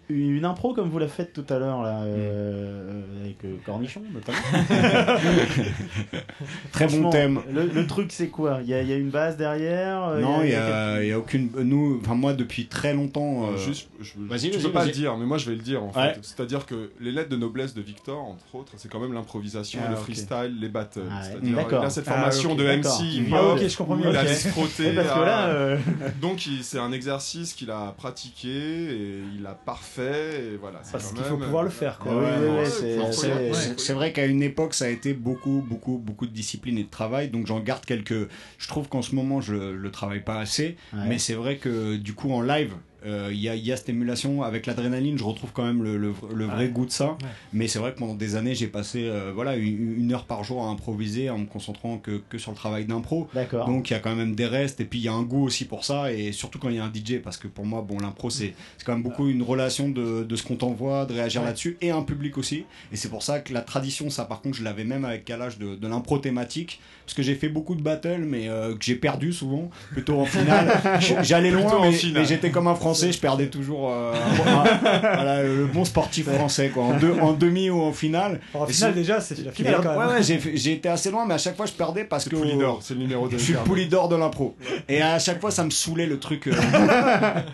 Speaker 4: Une impro comme vous la faites tout à l'heure là euh, avec euh, Cornichon notamment.
Speaker 17: Très bon
Speaker 4: Franchement,
Speaker 17: thème.
Speaker 4: Le, le truc c'est quoi Il y, a- il y a une base derrière euh,
Speaker 17: Non, il y
Speaker 4: quelque-
Speaker 17: a, il y a aucune. Nous, enfin moi, depuis très longtemps. euh,
Speaker 10: Juste, je,
Speaker 17: vas-y,
Speaker 10: tu
Speaker 17: vas-y,
Speaker 10: peux pas
Speaker 17: vas-y.
Speaker 10: le dire, mais moi je vais le dire en
Speaker 17: Ouais.
Speaker 10: fait. C'est-à-dire que les lettres de noblesse de Victor, entre autres, c'est quand même l'improvisation,
Speaker 17: Ah,
Speaker 10: le
Speaker 17: ok.
Speaker 10: freestyle, les battles.
Speaker 17: Ah, ouais.
Speaker 10: C'est-à-dire il
Speaker 17: D'accord.
Speaker 10: a cette
Speaker 17: Ah,
Speaker 10: formation
Speaker 17: ok,
Speaker 10: de
Speaker 17: d'accord.
Speaker 10: MC, hip
Speaker 17: Ah, ok, je comprends mieux,
Speaker 10: il a
Speaker 17: ok.
Speaker 10: l'escroté.
Speaker 17: Parce que
Speaker 10: à-
Speaker 17: là, euh,
Speaker 10: Donc il- c'est un exercice qu'il a pratiqué et il a parfait. Et voilà, c'est
Speaker 17: Parce
Speaker 10: quand
Speaker 17: qu'il
Speaker 10: même- euh,
Speaker 17: faut pouvoir le faire, quoi. Ouais, ouais, ouais, c'est- c'est- c'est- C'est vrai qu'à une époque, ça a été beaucoup, beaucoup, beaucoup de discipline et de travail. Donc j'en garde quelques. Je trouve qu'en ce moment, je le travaille pas assez.
Speaker 4: Ouais.
Speaker 17: Mais c'est vrai que du coup, en live. euh, Il y, a, il y a cette émulation avec l'adrénaline, je retrouve quand même le, le- le vrai
Speaker 4: Ouais.
Speaker 17: goût de ça. Mais c'est vrai que pendant des années, j'ai passé euh, voilà une, une heure par jour à improviser en me concentrant que, que sur le travail d'impro.
Speaker 4: D'accord.
Speaker 17: Donc il y a quand même des restes et puis il y a un goût aussi pour ça et surtout quand il y a un DJ parce que pour moi bon l'impro c'est c'est quand même beaucoup une relation de, de ce qu'on t'envoie, de réagir
Speaker 4: Mm. Ouais.
Speaker 17: là-dessus et un public aussi et c'est pour ça que la tradition ça par contre je l'avais même avec Kalash de, de l'impro thématique parce que j'ai fait beaucoup de battles mais euh, que j'ai perdu souvent plutôt en finale Je- j'allais
Speaker 10: Plutôt
Speaker 17: loin
Speaker 10: en
Speaker 17: mais,
Speaker 10: finale.
Speaker 17: mais j'étais comme un français je perdais toujours euh, un- voilà, le bon sportif français quoi en, deux, en demi ou en finale
Speaker 3: En
Speaker 17: Et
Speaker 3: finale,
Speaker 17: c'est-
Speaker 3: déjà, c'est la
Speaker 17: et
Speaker 3: finale,
Speaker 17: alors-
Speaker 3: quand même.
Speaker 17: ouais, ouais, j'ai fait- j'ai été assez loin mais à chaque fois je perdais parce que
Speaker 10: c'est le numéro deux.
Speaker 17: je suis le Poulidor de l'impro. Et à chaque fois, ça me saoulait le truc euh,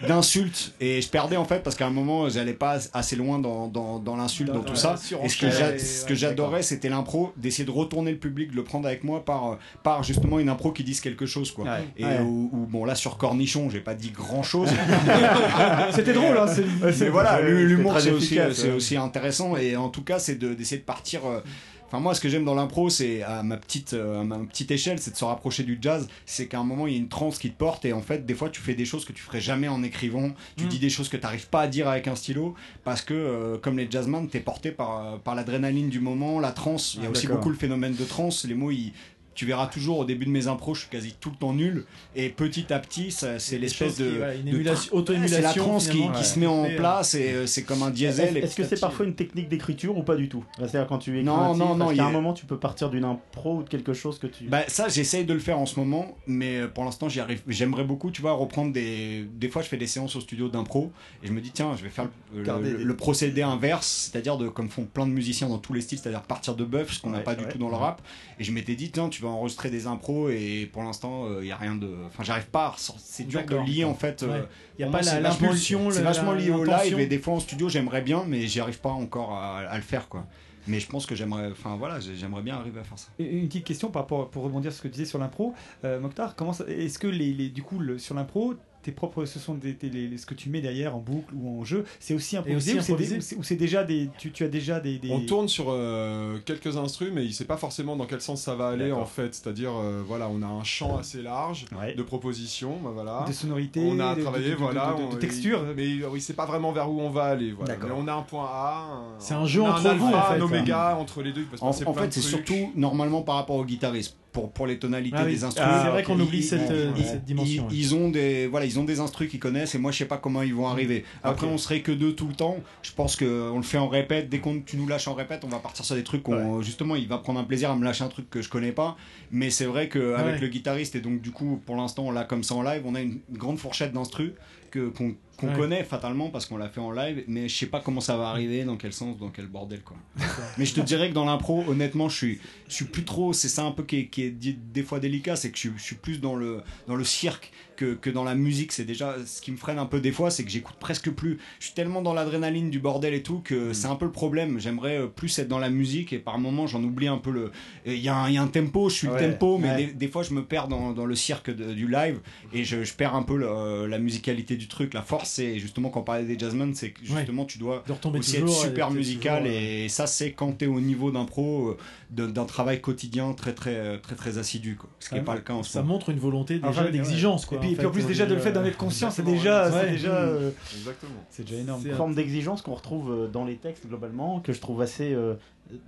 Speaker 17: d'insulte. Et je perdais en fait parce qu'à un moment, j'allais pas assez loin dans, dans, dans l'insulte, dans,
Speaker 2: Dans
Speaker 17: tout
Speaker 2: la
Speaker 17: ça. Et ce que
Speaker 2: surenchère
Speaker 17: j'a-
Speaker 2: et-
Speaker 17: ce
Speaker 2: ouais,
Speaker 17: que j'adorais, c'était l'impro, d'essayer de retourner le public, de le prendre avec moi par, euh, par justement une impro qui dise quelque chose. quoi. Et
Speaker 2: Ouais.
Speaker 17: Où, où, bon, là, sur Cornichon, j'ai pas dit grand chose.
Speaker 3: C'était drôle, hein, c'est-
Speaker 17: Mais
Speaker 3: c'est-
Speaker 17: voilà,
Speaker 3: c'est-
Speaker 17: l'humour,
Speaker 3: c'est très
Speaker 17: c'est aussi,
Speaker 3: efficace,
Speaker 17: c'est
Speaker 3: ouais.
Speaker 17: aussi intéressant. Et en tout cas, c'est de- d'essayer de partir. euh, Enfin, moi, ce que j'aime dans l'impro, c'est à ma petite, euh, à ma petite échelle, c'est de se rapprocher du jazz. C'est qu'à un moment, il y a une transe qui te porte, et en fait, des fois, tu fais des choses que tu ferais jamais en écrivant.
Speaker 2: Mm.
Speaker 17: Tu dis des choses que tu n'arrives pas à dire avec un stylo, parce que, euh, comme les jazzman, t'es porté par, euh, par l'adrénaline du moment, la transe. Il y a
Speaker 2: Ah,
Speaker 17: aussi
Speaker 2: d'accord.
Speaker 17: beaucoup le phénomène de transe. Les mots, ils- tu verras toujours au début de mes impros, je suis quasi tout le temps nul. Et petit à petit, ça- c'est l'espèce
Speaker 2: choses
Speaker 17: de.
Speaker 2: qui- ouais, une
Speaker 17: de
Speaker 2: émulation-
Speaker 17: tra-
Speaker 2: auto-émulation,
Speaker 17: C'est la transe qui,
Speaker 2: finalement,
Speaker 17: qui
Speaker 2: ouais.
Speaker 17: se met en
Speaker 2: Et, euh,
Speaker 17: place, et euh, c'est comme un diesel.
Speaker 4: Est-ce
Speaker 17: et
Speaker 4: est-ce que
Speaker 17: petit à
Speaker 4: c'est
Speaker 17: petit-
Speaker 4: parfois une technique d'écriture ou pas du tout Bah, C'est-à-dire quand tu écris
Speaker 17: Non,
Speaker 4: un titre,
Speaker 17: non, non,
Speaker 4: parce
Speaker 17: il y
Speaker 4: qu'à
Speaker 17: a-
Speaker 4: un moment tu peux partir d'une impro ou de quelque chose que tu.
Speaker 2: euh,
Speaker 17: Bah, ça, j'essaye de le faire en ce moment, mais euh, pour l'instant, j'y arrive. J'aimerais beaucoup, tu vois, reprendre des. Des fois, je fais des séances au studio d'impro et je me dis, tiens, je vais faire le, le-
Speaker 2: Garder
Speaker 17: le-
Speaker 2: des-
Speaker 17: le procédé inverse, c'est-à-dire de comme font plein de musiciens dans tous les styles, c'est-à-dire partir de bœuf, ce qu'on n'a
Speaker 2: Ouais,
Speaker 17: pas du
Speaker 2: ouais.
Speaker 17: tout dans le rap. Et je m'étais dit, tiens, tu vas enregistrer des impros et pour l'instant, il n'y a rien de. Enfin, j'arrive pas à ressortir- C'est dur de lier en fait.
Speaker 2: Ouais. Y a
Speaker 17: vraiment,
Speaker 2: pas la-
Speaker 17: c'est vachement-
Speaker 2: l'impulsion,
Speaker 17: C'est
Speaker 2: la-
Speaker 17: vachement lié au
Speaker 2: l'intention.
Speaker 17: live et des fois en studio, j'aimerais bien, mais j'y arrive pas encore à, à le faire quoi. Mais je pense que j'aimerais. Enfin voilà, j'ai- j'aimerais
Speaker 3: Ah,
Speaker 17: bien arriver à faire ça.
Speaker 3: Et Une petite question par rapport, pour rebondir sur ce que tu disais sur l'impro, euh, Mokhtar, comment ça- est-ce que les, les- du coup le- sur l'impro, tes propres, ce sont des, tes- les- ce que tu mets derrière en boucle ou en jeu, c'est aussi improvisé
Speaker 10: aussi
Speaker 3: ou c'est des-
Speaker 10: improvisé.
Speaker 3: ou c'est ou c'est déjà des, tu, tu as déjà des, des-
Speaker 10: On tourne sur euh, quelques instrus, mais il sait pas forcément dans quel sens ça va aller en fait. C'est-à-dire, euh, voilà, on a un champ assez large de propositions, bah, voilà.
Speaker 3: De sonorités,
Speaker 10: On a
Speaker 3: de- de-
Speaker 10: travaillé,
Speaker 3: de- de-
Speaker 10: voilà.
Speaker 3: de- de- de
Speaker 10: on-
Speaker 3: textures.
Speaker 10: il- Mais oui, c'est pas vraiment vers où on va aller. Voilà. Mais on a un point A.
Speaker 2: C'est un jeu
Speaker 10: on a
Speaker 2: entre
Speaker 10: un
Speaker 2: vous,
Speaker 10: alpha,
Speaker 2: en fait,
Speaker 10: un
Speaker 2: hein.
Speaker 10: oméga entre les deux. Il peut se
Speaker 17: En,
Speaker 10: passer
Speaker 17: en
Speaker 10: plein
Speaker 17: fait,
Speaker 10: de
Speaker 17: c'est
Speaker 10: trucs.
Speaker 17: surtout normalement par rapport au guitariste pour, pour les tonalités
Speaker 2: Ah oui.
Speaker 17: des instruments.
Speaker 2: Ah, c'est vrai qu'on oublie cette, euh, cette dimension,
Speaker 17: Ils, ils ont des voilà, ils ont des instruments qu'ils connaissent et moi je sais pas comment ils
Speaker 2: Mmh.
Speaker 17: vont arriver. Après, on serait que deux tout le temps. Je pense que on le fait en répète. Dès qu'on tu nous lâches en répète, on va partir sur des trucs. qu'on- Justement, il va prendre un plaisir à me lâcher un truc que je connais pas. Mais c'est vrai que avec
Speaker 2: Ouais.
Speaker 17: le guitariste et donc du coup pour l'instant là comme ça en live, on a une grande fourchette d'instru que qu'on qu'on
Speaker 2: Ouais.
Speaker 17: connaît fatalement parce qu'on l'a fait en live, mais je sais pas comment ça va arriver, dans quel sens, dans quel bordel quoi. Mais je te dirais que dans l'impro, honnêtement, je suis, je suis plus trop. C'est ça un peu qui est, qui est dit- des fois délicat, c'est que je, suis- je suis plus dans le, dans le cirque que, que dans la musique. C'est déjà ce qui me freine un peu des fois, c'est que j'écoute presque plus. Je suis tellement dans l'adrénaline du bordel et tout que
Speaker 2: Mm.
Speaker 17: c'est un peu le problème. J'aimerais euh, plus être dans la musique et par moments j'en oublie un peu le. et Il y, a un- il y a un tempo, je suis
Speaker 2: Ouais,
Speaker 17: le tempo, mais
Speaker 2: ouais.
Speaker 17: des, des fois je me perds dans, dans le cirque de- du live et je, je perds un peu le- euh, la musicalité du truc. La force, c'est justement quand on parlait des jazzmen, c'est que justement tu dois
Speaker 2: retomber
Speaker 17: aussi
Speaker 2: toujours,
Speaker 17: être super
Speaker 2: euh, t'es
Speaker 17: musical
Speaker 2: toujours,
Speaker 17: et ça c'est quand t'es au niveau d'impro euh, d'un d'un travail quotidien très très euh, très très assidu quoi. ce qui n'est
Speaker 2: Ah,
Speaker 17: pas le cas en ce
Speaker 2: Ça
Speaker 17: moment.
Speaker 2: montre une volonté déjà
Speaker 17: Ah, ouais, ouais.
Speaker 2: d'exigence. quoi,
Speaker 17: Et puis-
Speaker 2: en
Speaker 17: et puis en
Speaker 2: fait,
Speaker 17: plus, déjà, de le fait d'en
Speaker 3: être conscient, c'est
Speaker 2: Exactement.
Speaker 3: déjà- c'est
Speaker 2: Ouais.
Speaker 3: déjà, euh,
Speaker 10: Exactement.
Speaker 3: C'est déjà énorme.
Speaker 4: C'est une forme d'exigence qu'on retrouve euh, dans les textes globalement, que je trouve assez euh,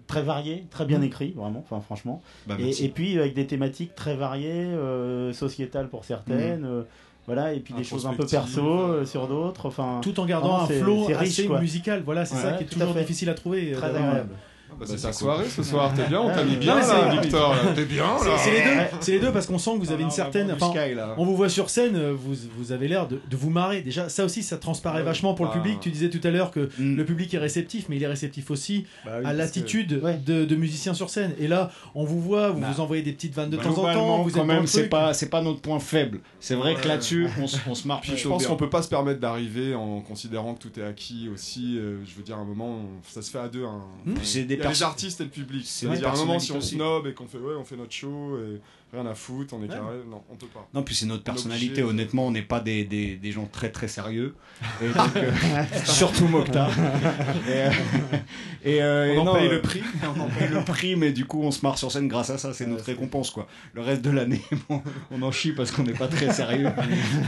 Speaker 4: très varié, très bien écrit, vraiment, enfin franchement.
Speaker 17: Bah, merci.
Speaker 4: et, et puis avec des thématiques très variées, euh, sociétales pour certaines.
Speaker 2: Mhm.
Speaker 4: euh, voilà, et puis des choses un peu
Speaker 2: Introspective,
Speaker 4: perso euh, sur d'autres. Enfin,
Speaker 2: Tout en gardant un flow assez musical. Voilà, c'est ça qui est toujours difficile à trouver. euh,
Speaker 4: Très
Speaker 2: d'avoir.
Speaker 4: agréable.
Speaker 10: Ah, bah, c'est ta soirée ce soir, t'es bien, on t'a mis bien
Speaker 2: Non, mais
Speaker 10: là,
Speaker 2: c'est-
Speaker 10: Victor, là. t'es bien là.
Speaker 2: C'est- C'est les deux, c'est les deux parce qu'on sent
Speaker 17: Ah
Speaker 2: que vous avez une certaine.
Speaker 10: prendre du
Speaker 2: enfin,
Speaker 10: Sky, là.
Speaker 2: on vous voit sur scène, euh, vous, vous avez l'air de, de vous marrer. Déjà, ça aussi, ça
Speaker 17: Ah
Speaker 2: transparaît vachement pour le
Speaker 10: bah-
Speaker 2: public. Tu disais tout à l'heure que
Speaker 17: Mm.
Speaker 2: le public est réceptif, mais il est réceptif aussi
Speaker 17: Bah
Speaker 10: oui,
Speaker 2: à
Speaker 10: parce
Speaker 2: l'attitude de, de musiciens sur scène. Et là, on vous voit, vous
Speaker 17: Bah,
Speaker 2: vous envoyez des petites vannes de temps en
Speaker 17: Globalement,
Speaker 2: temps. Vous êtes
Speaker 17: quand
Speaker 2: dans
Speaker 17: même,
Speaker 2: le
Speaker 17: c'est
Speaker 2: truc.
Speaker 17: pas c'est pas notre point faible. C'est vrai que
Speaker 10: Ouais.
Speaker 17: là-dessus, on, se- on se marche.
Speaker 10: Puis je pense qu'on peut pas se permettre d'arriver en considérant que tout est acquis aussi. euh, je veux dire, à un moment, on- ça se fait à deux. hein.
Speaker 17: Hmm.
Speaker 10: Enfin,
Speaker 17: C'est des
Speaker 10: il y a les
Speaker 17: perso-
Speaker 10: artistes et le public.
Speaker 17: C'est
Speaker 10: Je veux
Speaker 17: des
Speaker 10: dire, à un moment, si on
Speaker 17: personnalités
Speaker 10: snob et qu'on fait ouais, on fait notre show et rien à foutre, on est
Speaker 17: Ouais.
Speaker 10: carré. Non, on peut pas.
Speaker 17: Non, puis c'est notre
Speaker 10: On est obligé
Speaker 17: personnalité.
Speaker 10: de-
Speaker 17: Honnêtement, on n'est pas des, des, des gens très très sérieux. Et donc, euh, surtout Mokhtar. Et, euh, et, euh,
Speaker 10: On
Speaker 17: et
Speaker 10: en
Speaker 17: non,
Speaker 10: paye
Speaker 17: euh,
Speaker 10: le prix.
Speaker 17: On en paye le prix, mais du coup, on se marre sur scène grâce à ça. C'est notre récompense, quoi. Le reste de l'année, bon, on en chie parce qu'on n'est pas très sérieux.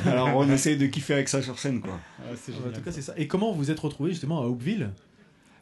Speaker 17: Alors, on essaye de kiffer avec ça sur scène, quoi.
Speaker 10: Ah,
Speaker 2: en tout cas, c'est ça. Et comment vous êtes retrouvé justement à Hopeville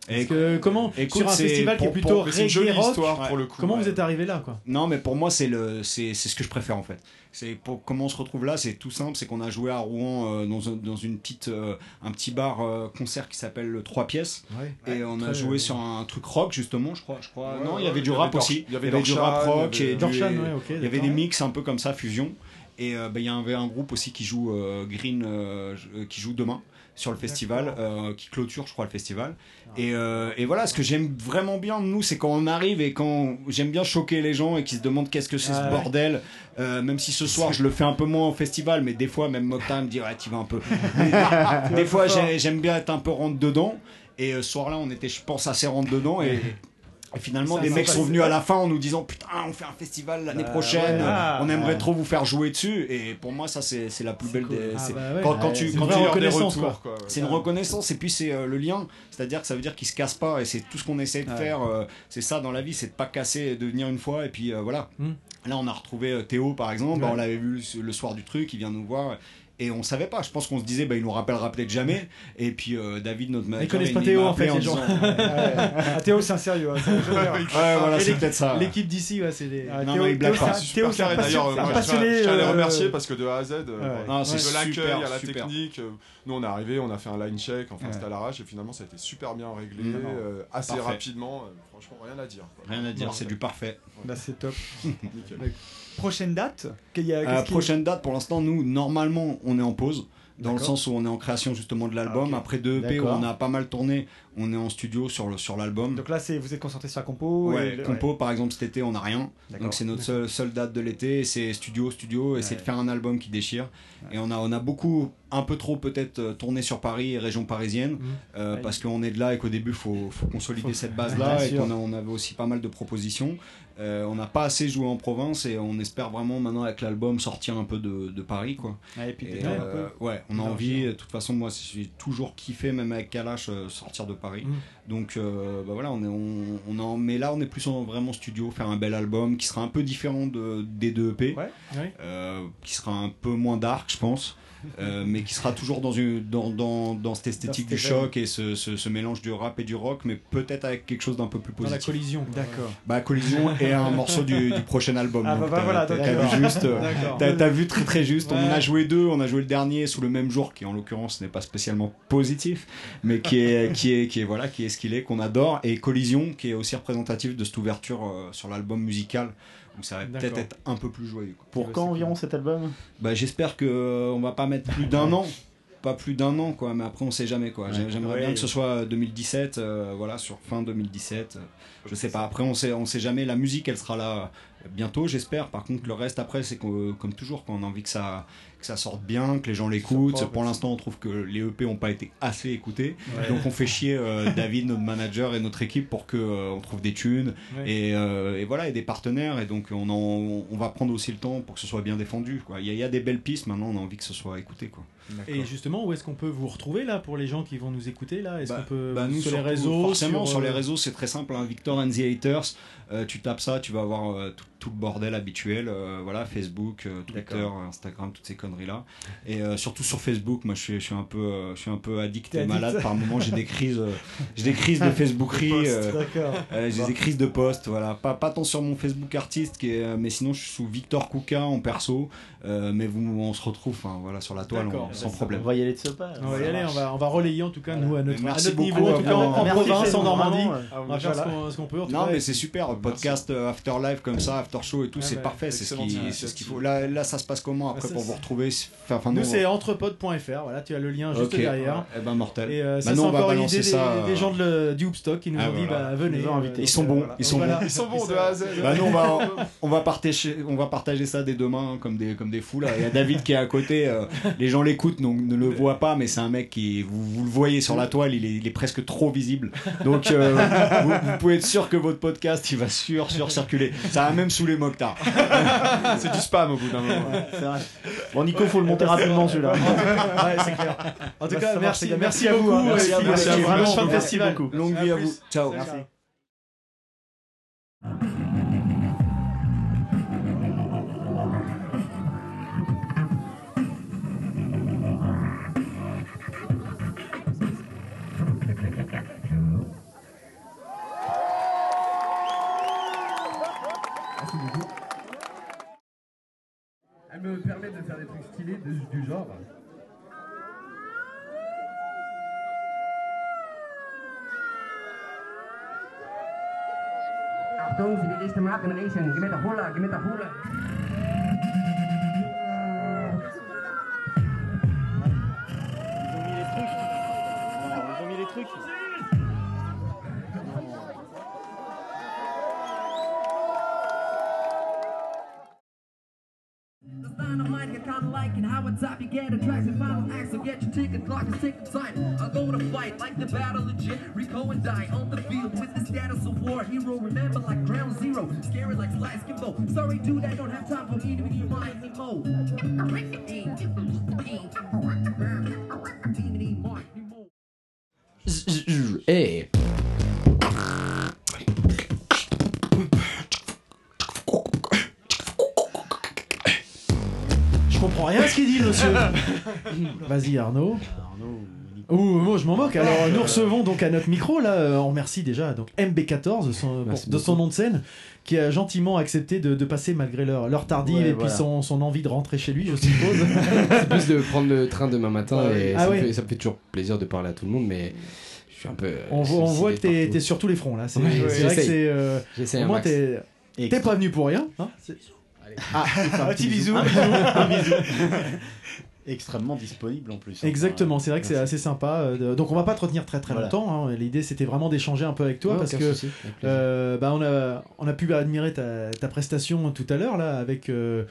Speaker 2: Parce
Speaker 17: Et-
Speaker 2: que comment
Speaker 17: écoute,
Speaker 2: sur un
Speaker 17: c'est
Speaker 2: festival qui est
Speaker 17: pour-
Speaker 2: plutôt
Speaker 17: pour- c'est une
Speaker 2: reggae
Speaker 17: jolie
Speaker 2: rock,
Speaker 17: histoire, pour le coup,
Speaker 2: comment
Speaker 17: ouais.
Speaker 2: vous êtes arrivé là quoi
Speaker 17: Non, mais pour moi, c'est le, c'est, c'est ce que je préfère en fait. C'est pour comment on se retrouve là, c'est tout simple, c'est qu'on a joué à Rouen euh, dans, un- dans une petite, euh, un petit bar euh, concert qui s'appelle le Trois Pièces,
Speaker 2: Ouais.
Speaker 17: et on a
Speaker 2: Très,
Speaker 17: joué
Speaker 2: euh,
Speaker 17: sur un truc rock justement, je crois, je crois.
Speaker 2: Ouais,
Speaker 17: non, il y
Speaker 2: ouais,
Speaker 17: avait
Speaker 2: il
Speaker 17: du
Speaker 2: y
Speaker 17: rap
Speaker 2: avait Dorch-
Speaker 17: aussi,
Speaker 2: il y avait
Speaker 17: il y avait du
Speaker 2: Dorchan,
Speaker 17: rap rock
Speaker 2: il y avait-
Speaker 17: et du-
Speaker 2: Dorchan, ouais, ok,
Speaker 17: il y avait
Speaker 2: d'accord.
Speaker 17: des mix un peu comme ça fusion, et euh, ben, il y avait un groupe aussi qui joue euh, Green, euh, j- euh, qui joue demain sur le festival, euh, qui clôture, je crois, le festival.
Speaker 2: Ah.
Speaker 17: Et, euh, et voilà, ce que j'aime vraiment bien de nous, c'est quand on arrive et quand j'aime bien choquer les gens et qu'ils se demandent qu'est-ce que c'est
Speaker 2: Ah
Speaker 17: ce
Speaker 2: ouais.
Speaker 17: bordel. Euh, même si ce soir, je le fais un peu moins au festival, mais des fois, même Mokhtar il me dit, ouais, tu vas un peu. Mais des fois, j'ai- j'aime bien être un peu rentre dedans. Et euh, ce soir-là, on était, je pense, assez rentre dedans. Et, et finalement,
Speaker 2: Ça,
Speaker 17: des
Speaker 2: ça
Speaker 17: mecs
Speaker 2: passe.
Speaker 17: sont venus à la fin en nous disant, putain, on fait un festival l'année
Speaker 2: Bah,
Speaker 17: prochaine,
Speaker 2: ouais. Ah,
Speaker 17: on aimerait
Speaker 2: ouais.
Speaker 17: trop vous faire jouer dessus. Et pour moi, ça, c'est c'est la plus belle des.
Speaker 2: Ah,
Speaker 17: c'est-
Speaker 2: bah ouais.
Speaker 17: Quand, quand
Speaker 2: Ouais,
Speaker 17: tu,
Speaker 2: c'est une
Speaker 17: quand
Speaker 2: vraie
Speaker 17: tu-
Speaker 2: reconnaissance, quoi.
Speaker 17: quoi. C'est une reconnaissance et puis c'est euh, le lien, c'est-à-dire que ça veut dire qu'il se casse pas et c'est tout ce qu'on essaie de
Speaker 2: Ouais.
Speaker 17: faire. euh, c'est ça dans la vie, c'est de pas casser, et de venir une fois et puis euh, voilà.
Speaker 2: Hmm.
Speaker 17: Là, on a retrouvé euh, Théo par exemple, Bah,
Speaker 2: Ouais.
Speaker 17: on l'avait vu le soir du truc, il vient nous voir. Et on savait pas, je pense qu'on se disait, bah, il nous rappellera peut-être jamais. Et puis euh, David, notre manager,
Speaker 2: connaissent
Speaker 17: il
Speaker 2: pas
Speaker 17: m'a
Speaker 2: Théo, en
Speaker 17: appelé
Speaker 2: fait, les gens.
Speaker 17: disant,
Speaker 3: Ah, Théo, c'est un sérieux. hein, c'est un joueur.
Speaker 17: Ouais, voilà,
Speaker 2: Et
Speaker 17: c'est
Speaker 2: l'équipe-
Speaker 17: peut-être ça.
Speaker 2: L'équipe d'ici, ouais, c'est des.
Speaker 17: Ah, Non, Théo- non, il blague Théo, pas. c'est un-
Speaker 10: Super
Speaker 17: Théo,
Speaker 10: carré.
Speaker 17: c'est un passionné-
Speaker 10: D'ailleurs,
Speaker 17: c'est un
Speaker 10: moi, je tiens-
Speaker 17: passionné,
Speaker 10: je tiens à les
Speaker 17: euh,
Speaker 10: remercier parce que de A à Z, euh,
Speaker 17: Ouais. Non,
Speaker 10: bon,
Speaker 17: Ah, c'est
Speaker 10: de l'accueil
Speaker 17: super,
Speaker 10: à la
Speaker 17: super.
Speaker 10: technique. euh, Nous, on est arrivé, on a fait un line check, enfin,
Speaker 17: Ouais.
Speaker 10: c'était à l'arrache, et finalement, ça a été super bien réglé,
Speaker 17: Non, non.
Speaker 10: euh, assez
Speaker 17: Parfait.
Speaker 10: rapidement. euh, franchement, rien à dire. quoi.
Speaker 17: Rien à dire,
Speaker 10: Non,
Speaker 17: c'est du parfait.
Speaker 3: Bah, c'est top.
Speaker 10: Nickel.
Speaker 3: Prochaine date qu'il y
Speaker 17: Euh,
Speaker 3: a- qu'est-ce qu'il y a-
Speaker 17: prochaine date, pour l'instant, nous, normalement, on est en pause. dans le
Speaker 4: D'accord.
Speaker 17: sens où on est en création justement de l'album. Après deux EP où
Speaker 4: D'accord.
Speaker 17: on a pas mal tourné, on est en studio sur le- sur l'album.
Speaker 3: Donc là, c'est- vous êtes concentré sur la compo.
Speaker 17: Ouais,
Speaker 3: et le-
Speaker 17: compo par exemple cet été on n'a rien
Speaker 3: D'accord.
Speaker 17: donc c'est notre seule, seule date de l'été et c'est studio studio essayer de faire un album qui déchire et on a on a beaucoup un peu trop peut-être euh, tourné sur Paris et région parisienne euh,
Speaker 4: Mmh. Ouais.
Speaker 17: parce qu'on est de là et qu'au début faut faut consolider cette base
Speaker 4: Bien
Speaker 17: là et
Speaker 4: sûr.
Speaker 17: qu'on a- on avait aussi pas mal de propositions Euh, on n'a pas assez joué en province et on espère vraiment maintenant avec l'album sortir un peu de, de Paris quoi
Speaker 4: Ouais, et puis
Speaker 17: Et,
Speaker 4: d'étendre un
Speaker 17: euh,
Speaker 4: peu. Mmh.
Speaker 17: ouais on a
Speaker 4: D'élargir.
Speaker 17: envie de toute façon moi j'ai toujours kiffé même avec Kalash euh, sortir de Paris
Speaker 4: Mm.
Speaker 17: donc euh, bah voilà, on est, on, on en, mais là on est plus en vraiment studio, faire un bel album qui sera un peu différent de, des deux E EP,
Speaker 2: Ouais.
Speaker 17: Euh, qui sera un peu moins dark je pense, euh, mais qui sera toujours dans, une, dans, dans, dans cette esthétique
Speaker 4: Dans
Speaker 17: du
Speaker 4: cet
Speaker 17: choc et ce, ce- ce mélange du rap et du rock, mais peut-être avec quelque chose d'un peu plus
Speaker 2: Dans la
Speaker 17: positif.
Speaker 2: collision.
Speaker 3: D'accord.
Speaker 17: Bah collision et un morceau du, du prochain album.
Speaker 3: Ah,
Speaker 17: Donc,
Speaker 3: bah, bah,
Speaker 17: t'as-
Speaker 3: voilà,
Speaker 17: t'as-
Speaker 3: donc,
Speaker 17: t'as vu
Speaker 3: alors.
Speaker 17: juste, euh,
Speaker 3: D'accord.
Speaker 17: t'as- t'as vu très très juste. On en
Speaker 3: Ouais.
Speaker 17: a joué deux, on a joué le dernier sous le même jour, qui en l'occurrence n'est pas spécialement positif, mais qui est qui est qui est voilà qui est ce qu'il est qu'on adore et collision qui est aussi représentatif de cette ouverture euh, sur l'album musical où ça va peut-être
Speaker 4: D'accord.
Speaker 17: être un peu plus joyeux. quoi.
Speaker 4: Pour quand environ cet album Euh,
Speaker 17: Bah j'espère que euh, on va pas mettre plus d'un an. Pas plus d'un an, quoi, mais après on sait jamais, quoi. J'ai-
Speaker 4: Ouais.
Speaker 17: J'aimerais
Speaker 4: Ouais.
Speaker 17: bien que ce soit 2017, euh, voilà, sur fin 2017. euh, je sais pas, après on sait, on sait jamais. La musique elle sera là euh, bientôt, j'espère. Par contre, le reste après, c'est qu'on- euh, comme toujours, qu'on a envie que ça, que ça sorte bien, que les gens l'écoutent.
Speaker 4: propre,
Speaker 17: Pour l'instant, on trouve que les EP ont pas été assez écoutés.
Speaker 4: Ouais.
Speaker 17: Donc on fait chier euh, David, notre manager et notre équipe pour que euh, on trouve des tunes
Speaker 4: Ouais.
Speaker 17: et, euh, et voilà et des partenaires et donc on en, on va prendre aussi le temps pour que ce soit bien défendu quoi. Il y, a- il y a des belles pistes maintenant, on a envie que ce soit écouté quoi.
Speaker 2: Et justement, où est-ce qu'on peut vous retrouver là pour les gens qui vont nous écouter là Est-ce
Speaker 17: Bah,
Speaker 2: qu'on peut
Speaker 4: euh,
Speaker 17: bah, nous,
Speaker 2: sur les
Speaker 17: surtout,
Speaker 2: réseaux
Speaker 17: forcément sur, les
Speaker 2: euh,
Speaker 17: réseaux c'est très simple hein, Victor and the Haters Euh, tu tapes ça tu vas avoir euh, tout, tout le bordel habituel euh, voilà Facebook euh, Twitter euh, Instagram toutes ces conneries là et euh, surtout sur Facebook moi je suis, je suis un peu euh, je suis un peu addict
Speaker 4: T'es
Speaker 17: et
Speaker 4: addict.
Speaker 17: malade par moment j'ai des crises euh, j'ai des crises de Facebookerie
Speaker 4: De post,
Speaker 17: euh,
Speaker 4: d'accord.
Speaker 17: euh, j'ai des crises de poste voilà pas pas tant sur mon Facebook artiste qui est, euh, mais sinon je suis sous Victor Kouka en perso Euh, mais vous on se retrouve hein, voilà sur la toile
Speaker 2: D'accord.
Speaker 17: on- sans problème
Speaker 4: Bah, On va y aller de ce pas. hein.
Speaker 2: On va y aller, on va, on va relayer en tout cas nous à notre,
Speaker 17: Merci
Speaker 2: à notre
Speaker 17: beaucoup,
Speaker 2: niveau, en tout
Speaker 17: vraiment.
Speaker 2: cas en, en
Speaker 17: Merci,
Speaker 2: province,
Speaker 17: c'est
Speaker 2: en Normandie.
Speaker 17: vraiment, euh,
Speaker 2: on va faire
Speaker 17: voilà.
Speaker 2: ce qu'on- ce qu'on peut. en tout
Speaker 17: Non,
Speaker 2: cas.
Speaker 17: mais c'est super, podcast euh, after live comme ça, after show et tout,
Speaker 2: Ouais, bah,
Speaker 17: c'est
Speaker 2: ouais,
Speaker 17: parfait, c'est ce
Speaker 2: excellente
Speaker 17: qui-
Speaker 2: initiative.
Speaker 17: c'est ce qu'il faut. Là, là, ça se passe comment après
Speaker 2: Ah,
Speaker 17: pour
Speaker 2: ça,
Speaker 17: vous
Speaker 2: c'est-
Speaker 17: retrouver Enfin, enfin,
Speaker 2: Nous
Speaker 17: non,
Speaker 2: c'est entrepod.fr, voilà, tu as le lien juste
Speaker 17: Ok.
Speaker 2: derrière.
Speaker 17: Eh ben, mortel.
Speaker 2: Et euh, ça
Speaker 17: Maintenant,
Speaker 2: c'est
Speaker 17: on va
Speaker 2: encore une
Speaker 17: balancer
Speaker 2: idée des,
Speaker 17: ça, euh,
Speaker 2: des gens de le- du Hoopstock qui nous
Speaker 17: Ah,
Speaker 2: ont dit
Speaker 17: voilà.
Speaker 2: bah venez. euh,
Speaker 17: Ils sont bons, ils sont
Speaker 2: Voilà.
Speaker 17: bons.
Speaker 2: Ils sont bons Ah de A à Z.
Speaker 17: Bah, nous, on va, on va partager, on va partager ça dès demain hein, comme des, comme des fous là. Il y a David qui est à côté. euh, les gens l'écoutent, donc ne le voient pas, mais c'est un mec qui, vous, vous le voyez sur la toile, il est, il est presque trop visible. Donc, euh, vous, vous pouvez être sûr que votre podcast, il va sur, sur circuler. Ça va même sous les moctards. c'est du spam au bout d'un moment.
Speaker 2: euh,
Speaker 4: Bon, Nico, faut le monter rapidement celui-là.
Speaker 2: Ouais, c'est clair. En tout
Speaker 4: Bah, ça
Speaker 2: cas,
Speaker 4: marche,
Speaker 2: merci,
Speaker 4: les gars.
Speaker 2: merci
Speaker 4: Merci à
Speaker 2: beaucoup.
Speaker 4: vous, hein.
Speaker 2: et
Speaker 4: Merci à
Speaker 2: puis,
Speaker 4: vous.
Speaker 2: merci
Speaker 4: Merci
Speaker 2: vraiment,
Speaker 4: beaucoup.
Speaker 2: bon
Speaker 4: Merci
Speaker 2: festival.
Speaker 4: beaucoup.
Speaker 17: Longue vie à vous. Ciao.
Speaker 18: Elle me permet de faire des trucs stylés de- du genre.
Speaker 19: Achtung, für die nächste Markenration. Gib mir der Hula, gib mir der Hula.
Speaker 4: Ils ont mis les trucs.
Speaker 19: Dynamite, you kinda like it. How it's up, you get attracted. Final axle, get your ticket, clock is ticking tight. I'm going to fight like the battle legit. Rico and die on the field with the status of war hero. Remember like ground zero, scary like Sly Skimbo. Sorry, dude, I don't have time for eating with your mind anymore.
Speaker 20: Hey.
Speaker 2: Je comprends rien à ce qu'il dit, monsieur. Vas-y, Arnaud. Ou moi je m'en moque. Alors nous recevons donc à notre micro là, euh, on remercie déjà donc MB14 de son, pour-
Speaker 4: Merci
Speaker 2: de son
Speaker 4: beaucoup.
Speaker 2: nom de scène qui a gentiment accepté de, de passer malgré l'heure, l'heure tardive
Speaker 15: Ouais,
Speaker 2: et
Speaker 15: voilà.
Speaker 2: puis son, son envie de rentrer chez lui je suppose.
Speaker 15: c'est plus de prendre le train demain matin
Speaker 2: Ah
Speaker 15: et
Speaker 2: oui.
Speaker 15: ça,
Speaker 2: Ah
Speaker 15: me
Speaker 2: oui.
Speaker 15: fait, ça me fait toujours plaisir de parler à tout le monde, mais je suis un peu.
Speaker 2: on, voit- on voit que t'es, t'es sur tous les fronts là. C'est,
Speaker 15: Ouais,
Speaker 2: c'est vrai
Speaker 15: ouais,
Speaker 2: que
Speaker 15: j'essaye.
Speaker 2: c'est. euh,
Speaker 15: J'essaye
Speaker 2: au
Speaker 15: un
Speaker 2: moins
Speaker 15: max.
Speaker 2: t'es,
Speaker 15: Et-
Speaker 2: t'es Ah, pas venu pour rien. hein. C'est- Ah,
Speaker 4: Un petit bisou.
Speaker 2: Un bisou.
Speaker 4: extrêmement disponible en plus. hein.
Speaker 2: Exactement, c'est vrai que c'est assez sympa. euh, de- Donc on va pas te retenir très très
Speaker 4: Voilà.
Speaker 2: longtemps. hein. L'idée c'était vraiment d'échanger un peu avec toi
Speaker 4: Ouais,
Speaker 2: parce
Speaker 4: aucun
Speaker 2: que
Speaker 4: souci, avec plaisir.
Speaker 2: euh, bah, on, a, on a pu admirer ta, ta prestation tout à l'heure là avec euh,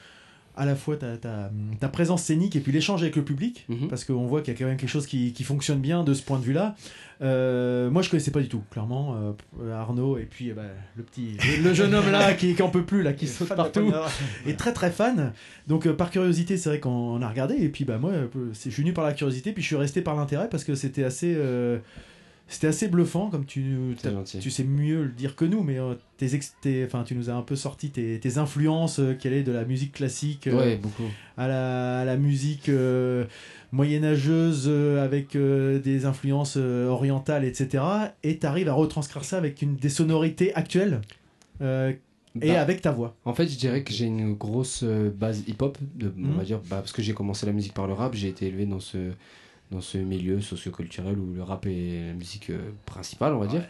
Speaker 2: à la fois ta, ta- ta présence scénique et puis l'échange avec le public
Speaker 4: Mhm.
Speaker 2: parce qu'on voit qu'il y a quand même quelque chose qui, qui fonctionne bien de ce point de vue là. moi je connaissais pas du tout clairement euh, Arnaud et puis eh ben, le petit le jeune homme là qui, qui en peut plus là qui saute
Speaker 4: fan de
Speaker 2: partout
Speaker 4: Pandora.
Speaker 2: est très très fan. Donc euh, par curiosité, c'est vrai qu'on on a regardé et puis bah moi, euh, c'est- je suis venu par la curiosité puis je suis resté par l'intérêt parce que c'était assez, euh, c'était assez bluffant comme tu, t'as- tu sais mieux le dire que nous, mais euh, tes ex- tes- enfin tu nous as un peu sorti tes, tes influences, euh, quelle est de la musique classique, euh,
Speaker 15: Ouais, beaucoup.
Speaker 2: à la, à la musique euh, moyenâgeuse euh, avec euh, des influences euh, orientales, etc. Et t'arrives à retranscrire ça avec une des sonorités actuelles euh, et
Speaker 15: Bah.
Speaker 2: avec ta voix.
Speaker 15: En fait, je dirais que j'ai une grosse euh, base hip-hop, de- on
Speaker 2: Mhm.
Speaker 15: va dire, bah, parce que j'ai commencé la musique par le rap, j'ai été élevé dans ce, dans ce milieu socioculturel où le rap est la musique euh, principale, on va dire.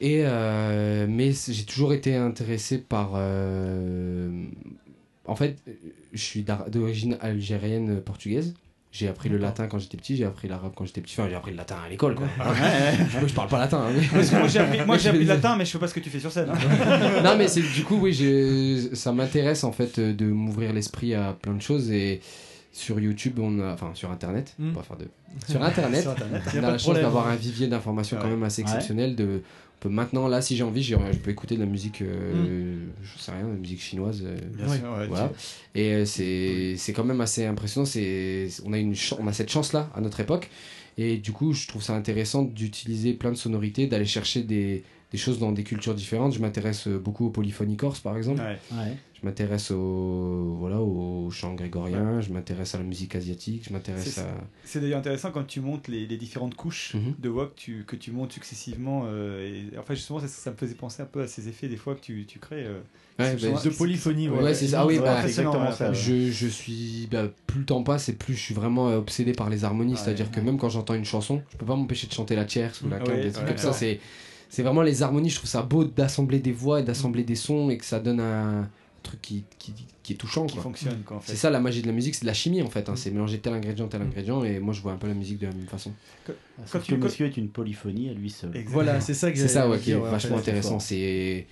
Speaker 15: Et, euh, mais c'est- j'ai toujours été intéressé par. euh, en fait, euh, je suis d'ar- d'origine algérienne euh, portugaise. J'ai appris le latin quand j'étais petit, j'ai appris l'arabe quand j'étais petit. Enfin, j'ai appris le latin à l'école, quoi. je parle pas latin. hein, mais-
Speaker 3: Ah Parce que moi j'ai appris, moi, j'ai appris le
Speaker 15: Mais-
Speaker 3: latin, mais je sais pas ce que tu fais sur scène. hein.
Speaker 15: non mais c'est du coup oui j'ai- ça m'intéresse en fait euh, de m'ouvrir l'esprit à plein de choses et sur YouTube on a enfin sur internet on va faire de sur internet,
Speaker 2: Sur Internet. Y a
Speaker 15: on
Speaker 2: pas de
Speaker 15: a la chance
Speaker 2: problème.
Speaker 15: d'avoir un vivier d'informations quand même assez
Speaker 2: Ouais.
Speaker 15: exceptionnel de on peut maintenant là si j'ai envie j'ai- je peux écouter de la musique euh, je sais rien de la musique chinoise euh,
Speaker 2: Hmm. Bien sûr, ouais,
Speaker 15: voilà. et euh, c'est c'est quand même assez impressionnant c'est on a une chan- on a cette chance là à notre époque et du coup je trouve ça intéressant d'utiliser plein de sonorités d'aller chercher des des choses dans des cultures différentes. Je m'intéresse euh, beaucoup aux polyphonies corse, par exemple.
Speaker 4: Ouais.
Speaker 15: Je m'intéresse au, voilà, au chant grégorien, je m'intéresse à la musique asiatique, je m'intéresse
Speaker 3: C'est-
Speaker 15: à...
Speaker 3: C'est d'ailleurs intéressant quand tu montes les, les différentes couches
Speaker 15: Mhm.
Speaker 3: de voix que tu, que tu montes successivement. euh, et, enfin, justement, ça, ça me faisait penser un peu à ces effets des fois que tu, tu crées. euh,
Speaker 15: Ouais,
Speaker 3: qui
Speaker 15: bah,
Speaker 3: sont-
Speaker 15: je-
Speaker 3: qui-
Speaker 15: ouais. c'est ça. Ah oui,
Speaker 3: Ouais,
Speaker 15: bah,
Speaker 3: impressionnant, ouais.
Speaker 15: Je, je suis. bah, plus le temps passe et plus je suis vraiment euh, obsédé par les harmonies. C'est-à-dire que même quand j'entends une chanson, je peux pas m'empêcher de chanter la tierce ou la
Speaker 3: Ouais,
Speaker 15: quinte, des
Speaker 3: ouais,
Speaker 15: trucs comme ça.
Speaker 3: d'accord.
Speaker 15: C'est, c'est vraiment les harmonies. Je trouve ça beau d'assembler des voix et d'assembler des sons et que ça donne un truc qui, qui, qui est touchant. Qui
Speaker 3: fonctionne, quoi, en fait.
Speaker 15: C'est ça la magie de la musique, c'est de la chimie en fait. hein. C'est mélanger tel ingrédient, tel ingrédient et moi je vois un peu la musique de la même façon.
Speaker 2: euh,
Speaker 4: Sauf que monsieur est une polyphonie à lui seul.
Speaker 15: Voilà, c'est ça, ouais, qui est vachement intéressant. C'est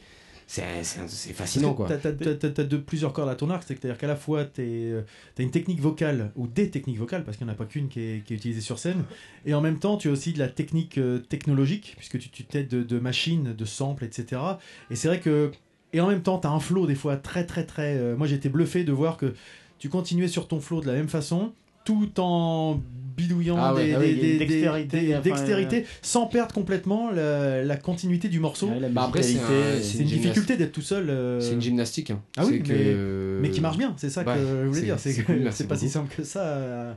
Speaker 15: c'est- c'est- c'est fascinant quoi.
Speaker 2: Parce que T'as, t'as- t'as- t'as de plusieurs cordes à ton arc, c'est-à-dire qu'à la fois t'es, euh, t'as une technique vocale ou des techniques vocales parce qu'il n'y en a pas qu'une qui est, qui est utilisée sur scène, et en même temps tu as aussi de la technique euh, technologique puisque tu, tu t'aides de, de machines, de samples, etc. Et c'est vrai que et en même temps t'as un flow des fois très très très. euh, moi j'étais bluffé de voir que tu continuais sur ton flow de la même façon tout en bidouillant
Speaker 4: Ah ouais,
Speaker 2: des,
Speaker 4: ah ouais,
Speaker 2: des-
Speaker 4: il y a une
Speaker 2: des- des-
Speaker 4: dextérité,
Speaker 2: des-
Speaker 4: enfin,
Speaker 2: dextérité,
Speaker 4: euh,
Speaker 2: sans perdre complètement la, la continuité du morceau.
Speaker 15: Bah après, c'est musicalité,
Speaker 4: euh,
Speaker 15: un-
Speaker 2: c'est
Speaker 15: c'est une
Speaker 2: une
Speaker 15: gymnastique.
Speaker 2: difficulté d'être tout seul. euh,
Speaker 15: C'est une gymnastique. hein.
Speaker 2: Ah oui,
Speaker 15: C'est
Speaker 2: mais,
Speaker 15: que-
Speaker 2: mais qui marche bien, c'est ça que
Speaker 15: Ouais,
Speaker 2: je voulais
Speaker 15: c'est-
Speaker 2: dire. C'est
Speaker 15: c'est
Speaker 2: que
Speaker 15: cool, merci
Speaker 2: c'est pas si
Speaker 15: beaucoup.
Speaker 2: simple que ça euh,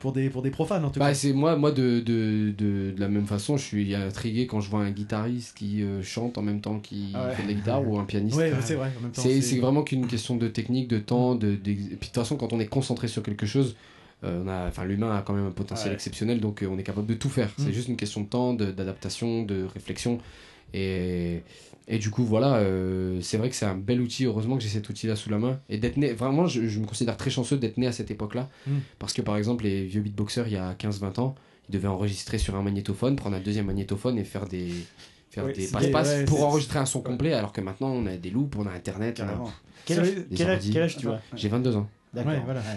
Speaker 2: pour des, pour des profanes en tout
Speaker 15: Bah,
Speaker 2: cas.
Speaker 15: c'est moi, moi de, de, de, de la même façon, je suis intrigué quand je vois un guitariste qui euh, chante en même temps qu'il
Speaker 2: Ah ouais.
Speaker 15: fait de la guitare ou un pianiste.
Speaker 2: Ouais, ouais, c'est vrai, en même temps, c'est-
Speaker 15: C'est- c'est vraiment qu'une question de technique, de temps. De, d'ex- et puis de toute façon, quand on est concentré sur quelque chose, euh, on a, enfin, l'humain a quand même un potentiel
Speaker 2: Ouais.
Speaker 15: exceptionnel, donc euh, on est capable de tout faire.
Speaker 2: Mm.
Speaker 15: C'est juste une question de temps, de- d'adaptation, de, réflexion. Et, et du coup, voilà, euh, c'est vrai que c'est un bel outil. Heureusement que j'ai cet outil-là sous la main. Et d'être né, vraiment, je, je me considère très chanceux d'être né à cette époque-là.
Speaker 3: Hmm.
Speaker 2: Mm.
Speaker 15: Parce que par exemple, les vieux beatboxers, il y a 15-20 ans, ils devaient enregistrer sur un magnétophone, prendre un deuxième magnétophone et faire des faire
Speaker 2: Ouais,
Speaker 15: des
Speaker 2: c'est
Speaker 15: passe-passe
Speaker 2: des- ouais,
Speaker 15: pour
Speaker 2: c'est-
Speaker 15: enregistrer un son complet, alors que maintenant on a des loupes, on a internet. on a-
Speaker 3: Carrément.
Speaker 15: Quel âge- des
Speaker 3: quel âge-
Speaker 15: ordi.
Speaker 3: quel âge tu as
Speaker 15: J'ai 22 ans.
Speaker 3: Ouais,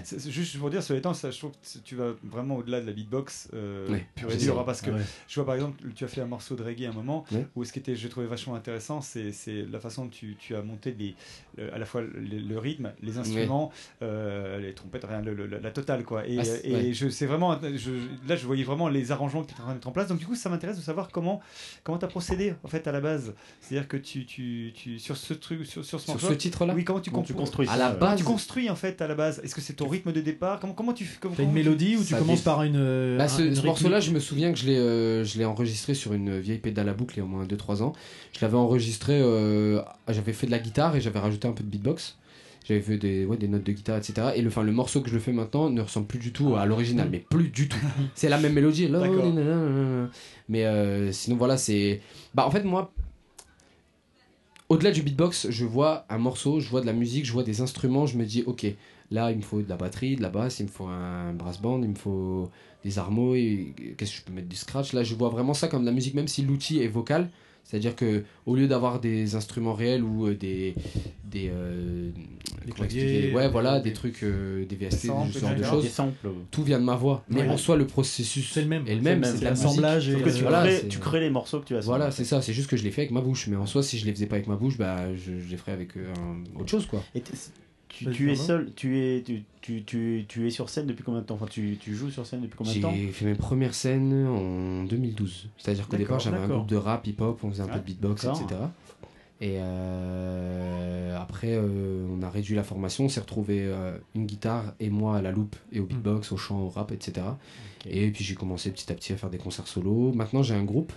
Speaker 3: C'est- c'est Juste pour dire, sur les temps, ça, je trouve que tu vas vraiment au-delà de la beatbox euh,
Speaker 15: Ouais,
Speaker 3: pure et
Speaker 15: j'essaie.
Speaker 3: dure. hein, Parce que
Speaker 15: Ah ouais.
Speaker 3: je vois par exemple, tu as fait un morceau de reggae à un moment
Speaker 15: Ouais.
Speaker 3: où ce qui était, j'ai trouvé vachement intéressant, c'est c'est la façon dont tu, tu as monté les, le- à la fois le, le rythme, les instruments, euh, les trompettes, rien, le- le- la, la totale quoi. Et,
Speaker 15: Ah, c'est-
Speaker 3: et
Speaker 15: ouais.
Speaker 3: je, c'est vraiment, je- là je voyais vraiment les arrangements qui étaient en train d'être en place. Donc du coup, ça m'intéresse de savoir comment comment t'as procédé en fait à la base. C'est-à-dire que tu, tu, tu sur ce truc, sur, sur ce,
Speaker 15: Sur
Speaker 3: morceau-
Speaker 15: ce titre-là
Speaker 3: oui, comment tu,
Speaker 15: Comment tu
Speaker 3: compo-
Speaker 15: construis À ça,
Speaker 2: euh.
Speaker 15: la ouais. base
Speaker 3: tu construis en fait à la base. Est-ce que c'est ton rythme de départ Comment comment tu fais
Speaker 2: T'as une mélodie ou tu commences par une. euh,
Speaker 15: Là,
Speaker 2: un-
Speaker 15: Bah, ce,
Speaker 2: une
Speaker 15: ce
Speaker 2: rythmique
Speaker 15: morceau-là, je me souviens que je l'ai, euh, je l'ai enregistré sur une vieille pédale à boucle il y a au moins 2-3 ans. Je l'avais enregistré, euh, j'avais fait de la guitare et j'avais rajouté un peu de beatbox. J'avais fait des, ouais, des notes de guitare, etc. Et le, enfin, le morceau que je le fais maintenant ne ressemble plus du tout à l'original, mais plus du tout. C'est la même mélodie. là, oh,
Speaker 3: D'accord.
Speaker 15: nanana, nanana. Mais euh, sinon, voilà, c'est. Bah, en fait, moi, au-delà du beatbox, je vois un morceau, je vois de la musique, je vois des instruments, je me dis ok, là il me faut de la batterie, de la basse, il me faut un brass band, il me faut des harmos, et qu'est-ce que je peux mettre du scratch. Là je vois vraiment ça comme de la musique, même si l'outil est vocal. C'est-à-dire que au lieu d'avoir des instruments réels ou euh, des des, euh, comment
Speaker 2: claviers,
Speaker 15: expliquer ouais
Speaker 2: des-
Speaker 15: voilà des trucs euh, des VST
Speaker 2: Des samples,
Speaker 15: ce genre de
Speaker 2: etc.
Speaker 15: choses
Speaker 2: Des samples.
Speaker 15: tout vient de ma voix mais
Speaker 2: Ouais.
Speaker 15: en soi le processus est le même
Speaker 4: C'est le
Speaker 15: c'est
Speaker 4: même, c'est l'assemblage
Speaker 15: et euh,
Speaker 4: et- Sauf que tu crées- tu crées les morceaux que tu as
Speaker 15: voilà c'est ça c'est juste que je les fais avec ma bouche mais en soi si je les faisais pas avec ma bouche bah je, je les ferais avec euh, un- autre chose quoi
Speaker 4: Tu, tu es seul, tu es, tu, tu, tu, tu es sur scène depuis combien de temps Enfin, tu, tu joues sur scène depuis combien de temps
Speaker 15: J'ai fait mes premières scènes en 2012. C'est-à-dire qu'au
Speaker 4: D'accord,
Speaker 15: départ, j'avais un
Speaker 4: d'accord.
Speaker 15: groupe de rap, hip-hop, on faisait un
Speaker 4: Ah,
Speaker 15: peu de beatbox,
Speaker 4: d'accord.
Speaker 15: etc. Et euh, après, euh, on a réduit la formation, on s'est retrouvé euh, une guitare et moi à la loupe et au
Speaker 4: Hmm.
Speaker 15: beatbox, au chant, au rap, etc. Et puis j'ai commencé petit à petit à faire des concerts solo. Maintenant, j'ai un groupe.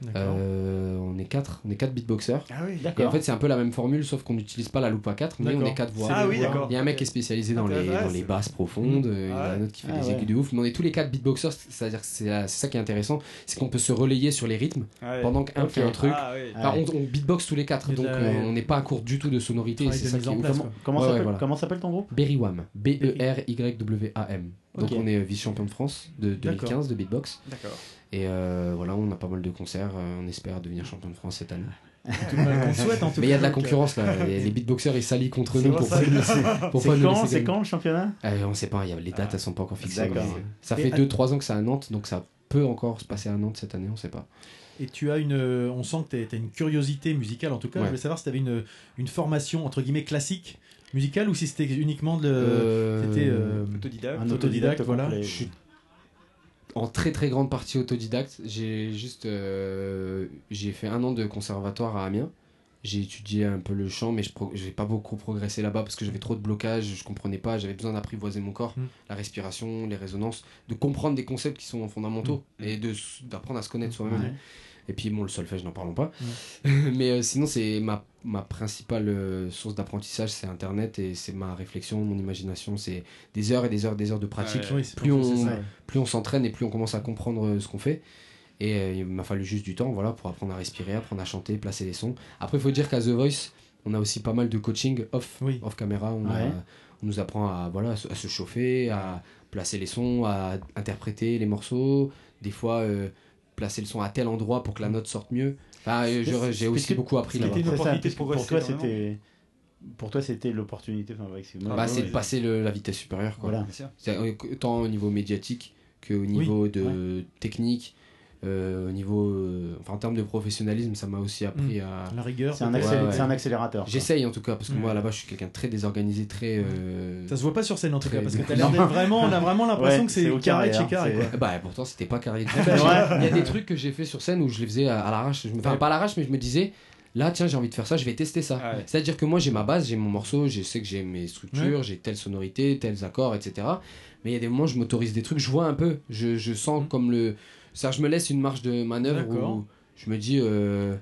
Speaker 2: D'accord.
Speaker 15: Euh, on est quatre, on est quatre beatboxers.
Speaker 2: Ah oui,
Speaker 15: et
Speaker 2: d'accord.
Speaker 15: en fait, c'est un peu la même formule, sauf qu'on n'utilise pas la loupe à 4 mais on
Speaker 2: D'accord.
Speaker 15: est quatre voix.
Speaker 2: Ah oui, d'accord.
Speaker 15: Il y a un mec qui est spécialisé dans les,
Speaker 2: Intéressant.
Speaker 15: dans les basses profondes, euh, il y en a un autre qui fait
Speaker 2: Ah
Speaker 15: des
Speaker 2: ouais.
Speaker 15: aigus de ouf. Mais on est tous les quatre beatboxers, c'est-à-dire que c'est euh, c'est ça qui est intéressant, c'est qu'on peut se relayer sur les rythmes
Speaker 2: Ah Ouais.
Speaker 15: pendant qu'un
Speaker 2: Ok.
Speaker 15: fait un truc.
Speaker 2: Ah ouais.
Speaker 15: Enfin, on, on beatbox tous les quatre,
Speaker 2: Et de
Speaker 15: donc
Speaker 2: la-
Speaker 15: euh, on n'est pas à court du tout de sonorité.
Speaker 2: Travail
Speaker 15: C'est
Speaker 2: de
Speaker 15: ça
Speaker 2: mise
Speaker 15: qui est
Speaker 2: en
Speaker 15: ouf.
Speaker 2: place, quoi. Comment
Speaker 15: Ouais, ouais,
Speaker 2: s'appelle-
Speaker 15: voilà. E
Speaker 4: Comment s'appelle ton groupe
Speaker 15: Berrywam, B-E-R-Y-W-A-M. Donc
Speaker 4: Ok.
Speaker 15: on est euh, vice-champion de France de
Speaker 4: D'accord.
Speaker 15: 2015 de beatbox.
Speaker 4: D'accord.
Speaker 15: Et euh, voilà, on a pas mal de concerts, euh, on espère devenir champion de France cette année.
Speaker 4: Tout le mal qu'on souhaite, en tout
Speaker 15: Mais il y a
Speaker 4: cas. euh,
Speaker 15: de la concurrence là, les, les beatboxers ils s'allient contre
Speaker 4: C'est
Speaker 15: nous
Speaker 4: pour
Speaker 15: pour
Speaker 4: ça.
Speaker 15: pas nous laisser- pour
Speaker 4: C'est
Speaker 15: pas nous
Speaker 4: quand-
Speaker 15: laisser
Speaker 4: c'est
Speaker 15: gagner.
Speaker 4: quand le championnat Ah.
Speaker 15: Euh, On sait pas, il y a- les dates elles sont pas encore fixées.
Speaker 4: D'accord.
Speaker 15: mais Ça
Speaker 2: Et
Speaker 15: fait
Speaker 2: à-
Speaker 15: 2-3 ans que c'est à Nantes donc ça peut encore se passer à Nantes cette année, on sait pas.
Speaker 2: Et tu as une, euh, on sent que t'es- t'as une curiosité musicale en tout cas.
Speaker 15: Ouais.
Speaker 2: Je voulais savoir si t'avais une euh, une formation entre guillemets classique musicale ou si c'était uniquement de,
Speaker 15: Euh,
Speaker 2: c'était euh,
Speaker 15: autodidacte.
Speaker 2: un autodidacte, voilà.
Speaker 15: Je suis en très très grande partie autodidacte. J'ai juste euh, j'ai fait un an de conservatoire à Amiens. J'ai étudié un peu le chant, mais je pro- j'ai pas beaucoup progressé là-bas parce que j'avais trop de blocages, je comprenais pas, j'avais besoin d'apprivoiser mon corps,
Speaker 2: Mm.
Speaker 15: la respiration, les résonances, de comprendre des concepts qui sont fondamentaux et de s- d'apprendre à se connaître soi-même.
Speaker 2: Mm. Ouais. Mm.
Speaker 15: Et puis bon, le solfège, n'en parlons pas. mais euh, sinon, c'est ma, ma principale euh, source d'apprentissage, c'est Internet et c'est ma réflexion, mon imagination, c'est des heures et des heures, des heures de pratique.
Speaker 2: Ouais, ouais. Oui, c'est
Speaker 15: plus,
Speaker 2: surtout, c'est
Speaker 15: on,
Speaker 2: ça, ouais.
Speaker 15: plus on s'entraîne et plus on commence à comprendre euh, ce qu'on fait. Et euh, il m'a fallu juste du temps voilà, pour apprendre à respirer, apprendre à chanter, placer les sons. Après, il faut dire qu'à The Voice, on a aussi pas mal de coaching off, off caméra. On, a-
Speaker 4: Ouais.
Speaker 15: on nous apprend à, voilà, à se- à se chauffer, à placer les sons, à interpréter les morceaux. Des fois, euh, placer le son à tel endroit pour que la
Speaker 4: Mm.
Speaker 15: note sorte mieux. Enfin, euh, je- j'ai aussi beaucoup appris là-bas.
Speaker 4: C'est ça, puisque Pour toi, c'était, pour toi, c'était l'opportunité. Enfin, Ah ouais, excuse-moi.
Speaker 15: Bah, c'est de passer le- la vitesse supérieure. Quoi.
Speaker 4: Voilà.
Speaker 15: C'est- euh, Tant au niveau médiatique qu'au niveau de technique, euh, au niveau, euh, enfin, en termes de professionnalisme, ça m'a aussi appris
Speaker 4: Mm.
Speaker 15: à.
Speaker 4: La rigueur, C'est un accélé- c'est un accélérateur, quoi.
Speaker 15: J'essaye en tout cas, parce que
Speaker 4: Mm.
Speaker 15: moi là-bas, je suis quelqu'un de très désorganisé, très. euh,
Speaker 2: Ça se voit pas sur scène, en tout
Speaker 15: très
Speaker 2: cas, parce que t'as
Speaker 15: décousu.
Speaker 2: l'air d'être vraiment- on a vraiment l'impression que c'est
Speaker 15: au
Speaker 2: carré
Speaker 4: hein,
Speaker 2: de chez carré,
Speaker 15: c'est-
Speaker 2: quoi.
Speaker 15: Bah, pourtant, c'était pas carré du tout.
Speaker 2: Ouais.
Speaker 15: Il y a des trucs que j'ai fait sur scène où je les faisais à, à l'arrache. Je me- Enfin, pas à l'arrache, mais je me disais. Là, tiens, j'ai envie de faire ça, je vais tester ça.
Speaker 2: Ah
Speaker 15: C'est-à-dire que moi, j'ai ma base, j'ai mon morceau, je sais que j'ai mes structures,
Speaker 2: Ouais.
Speaker 15: j'ai telle sonorité, tels accords, etc. Mais il y a des moments, je m'autorise des trucs, je vois un peu, je, je sens comme le. Ça, je me laisse une marge de manœuvre
Speaker 2: Mm. D'accord.
Speaker 15: où je me dis, euh,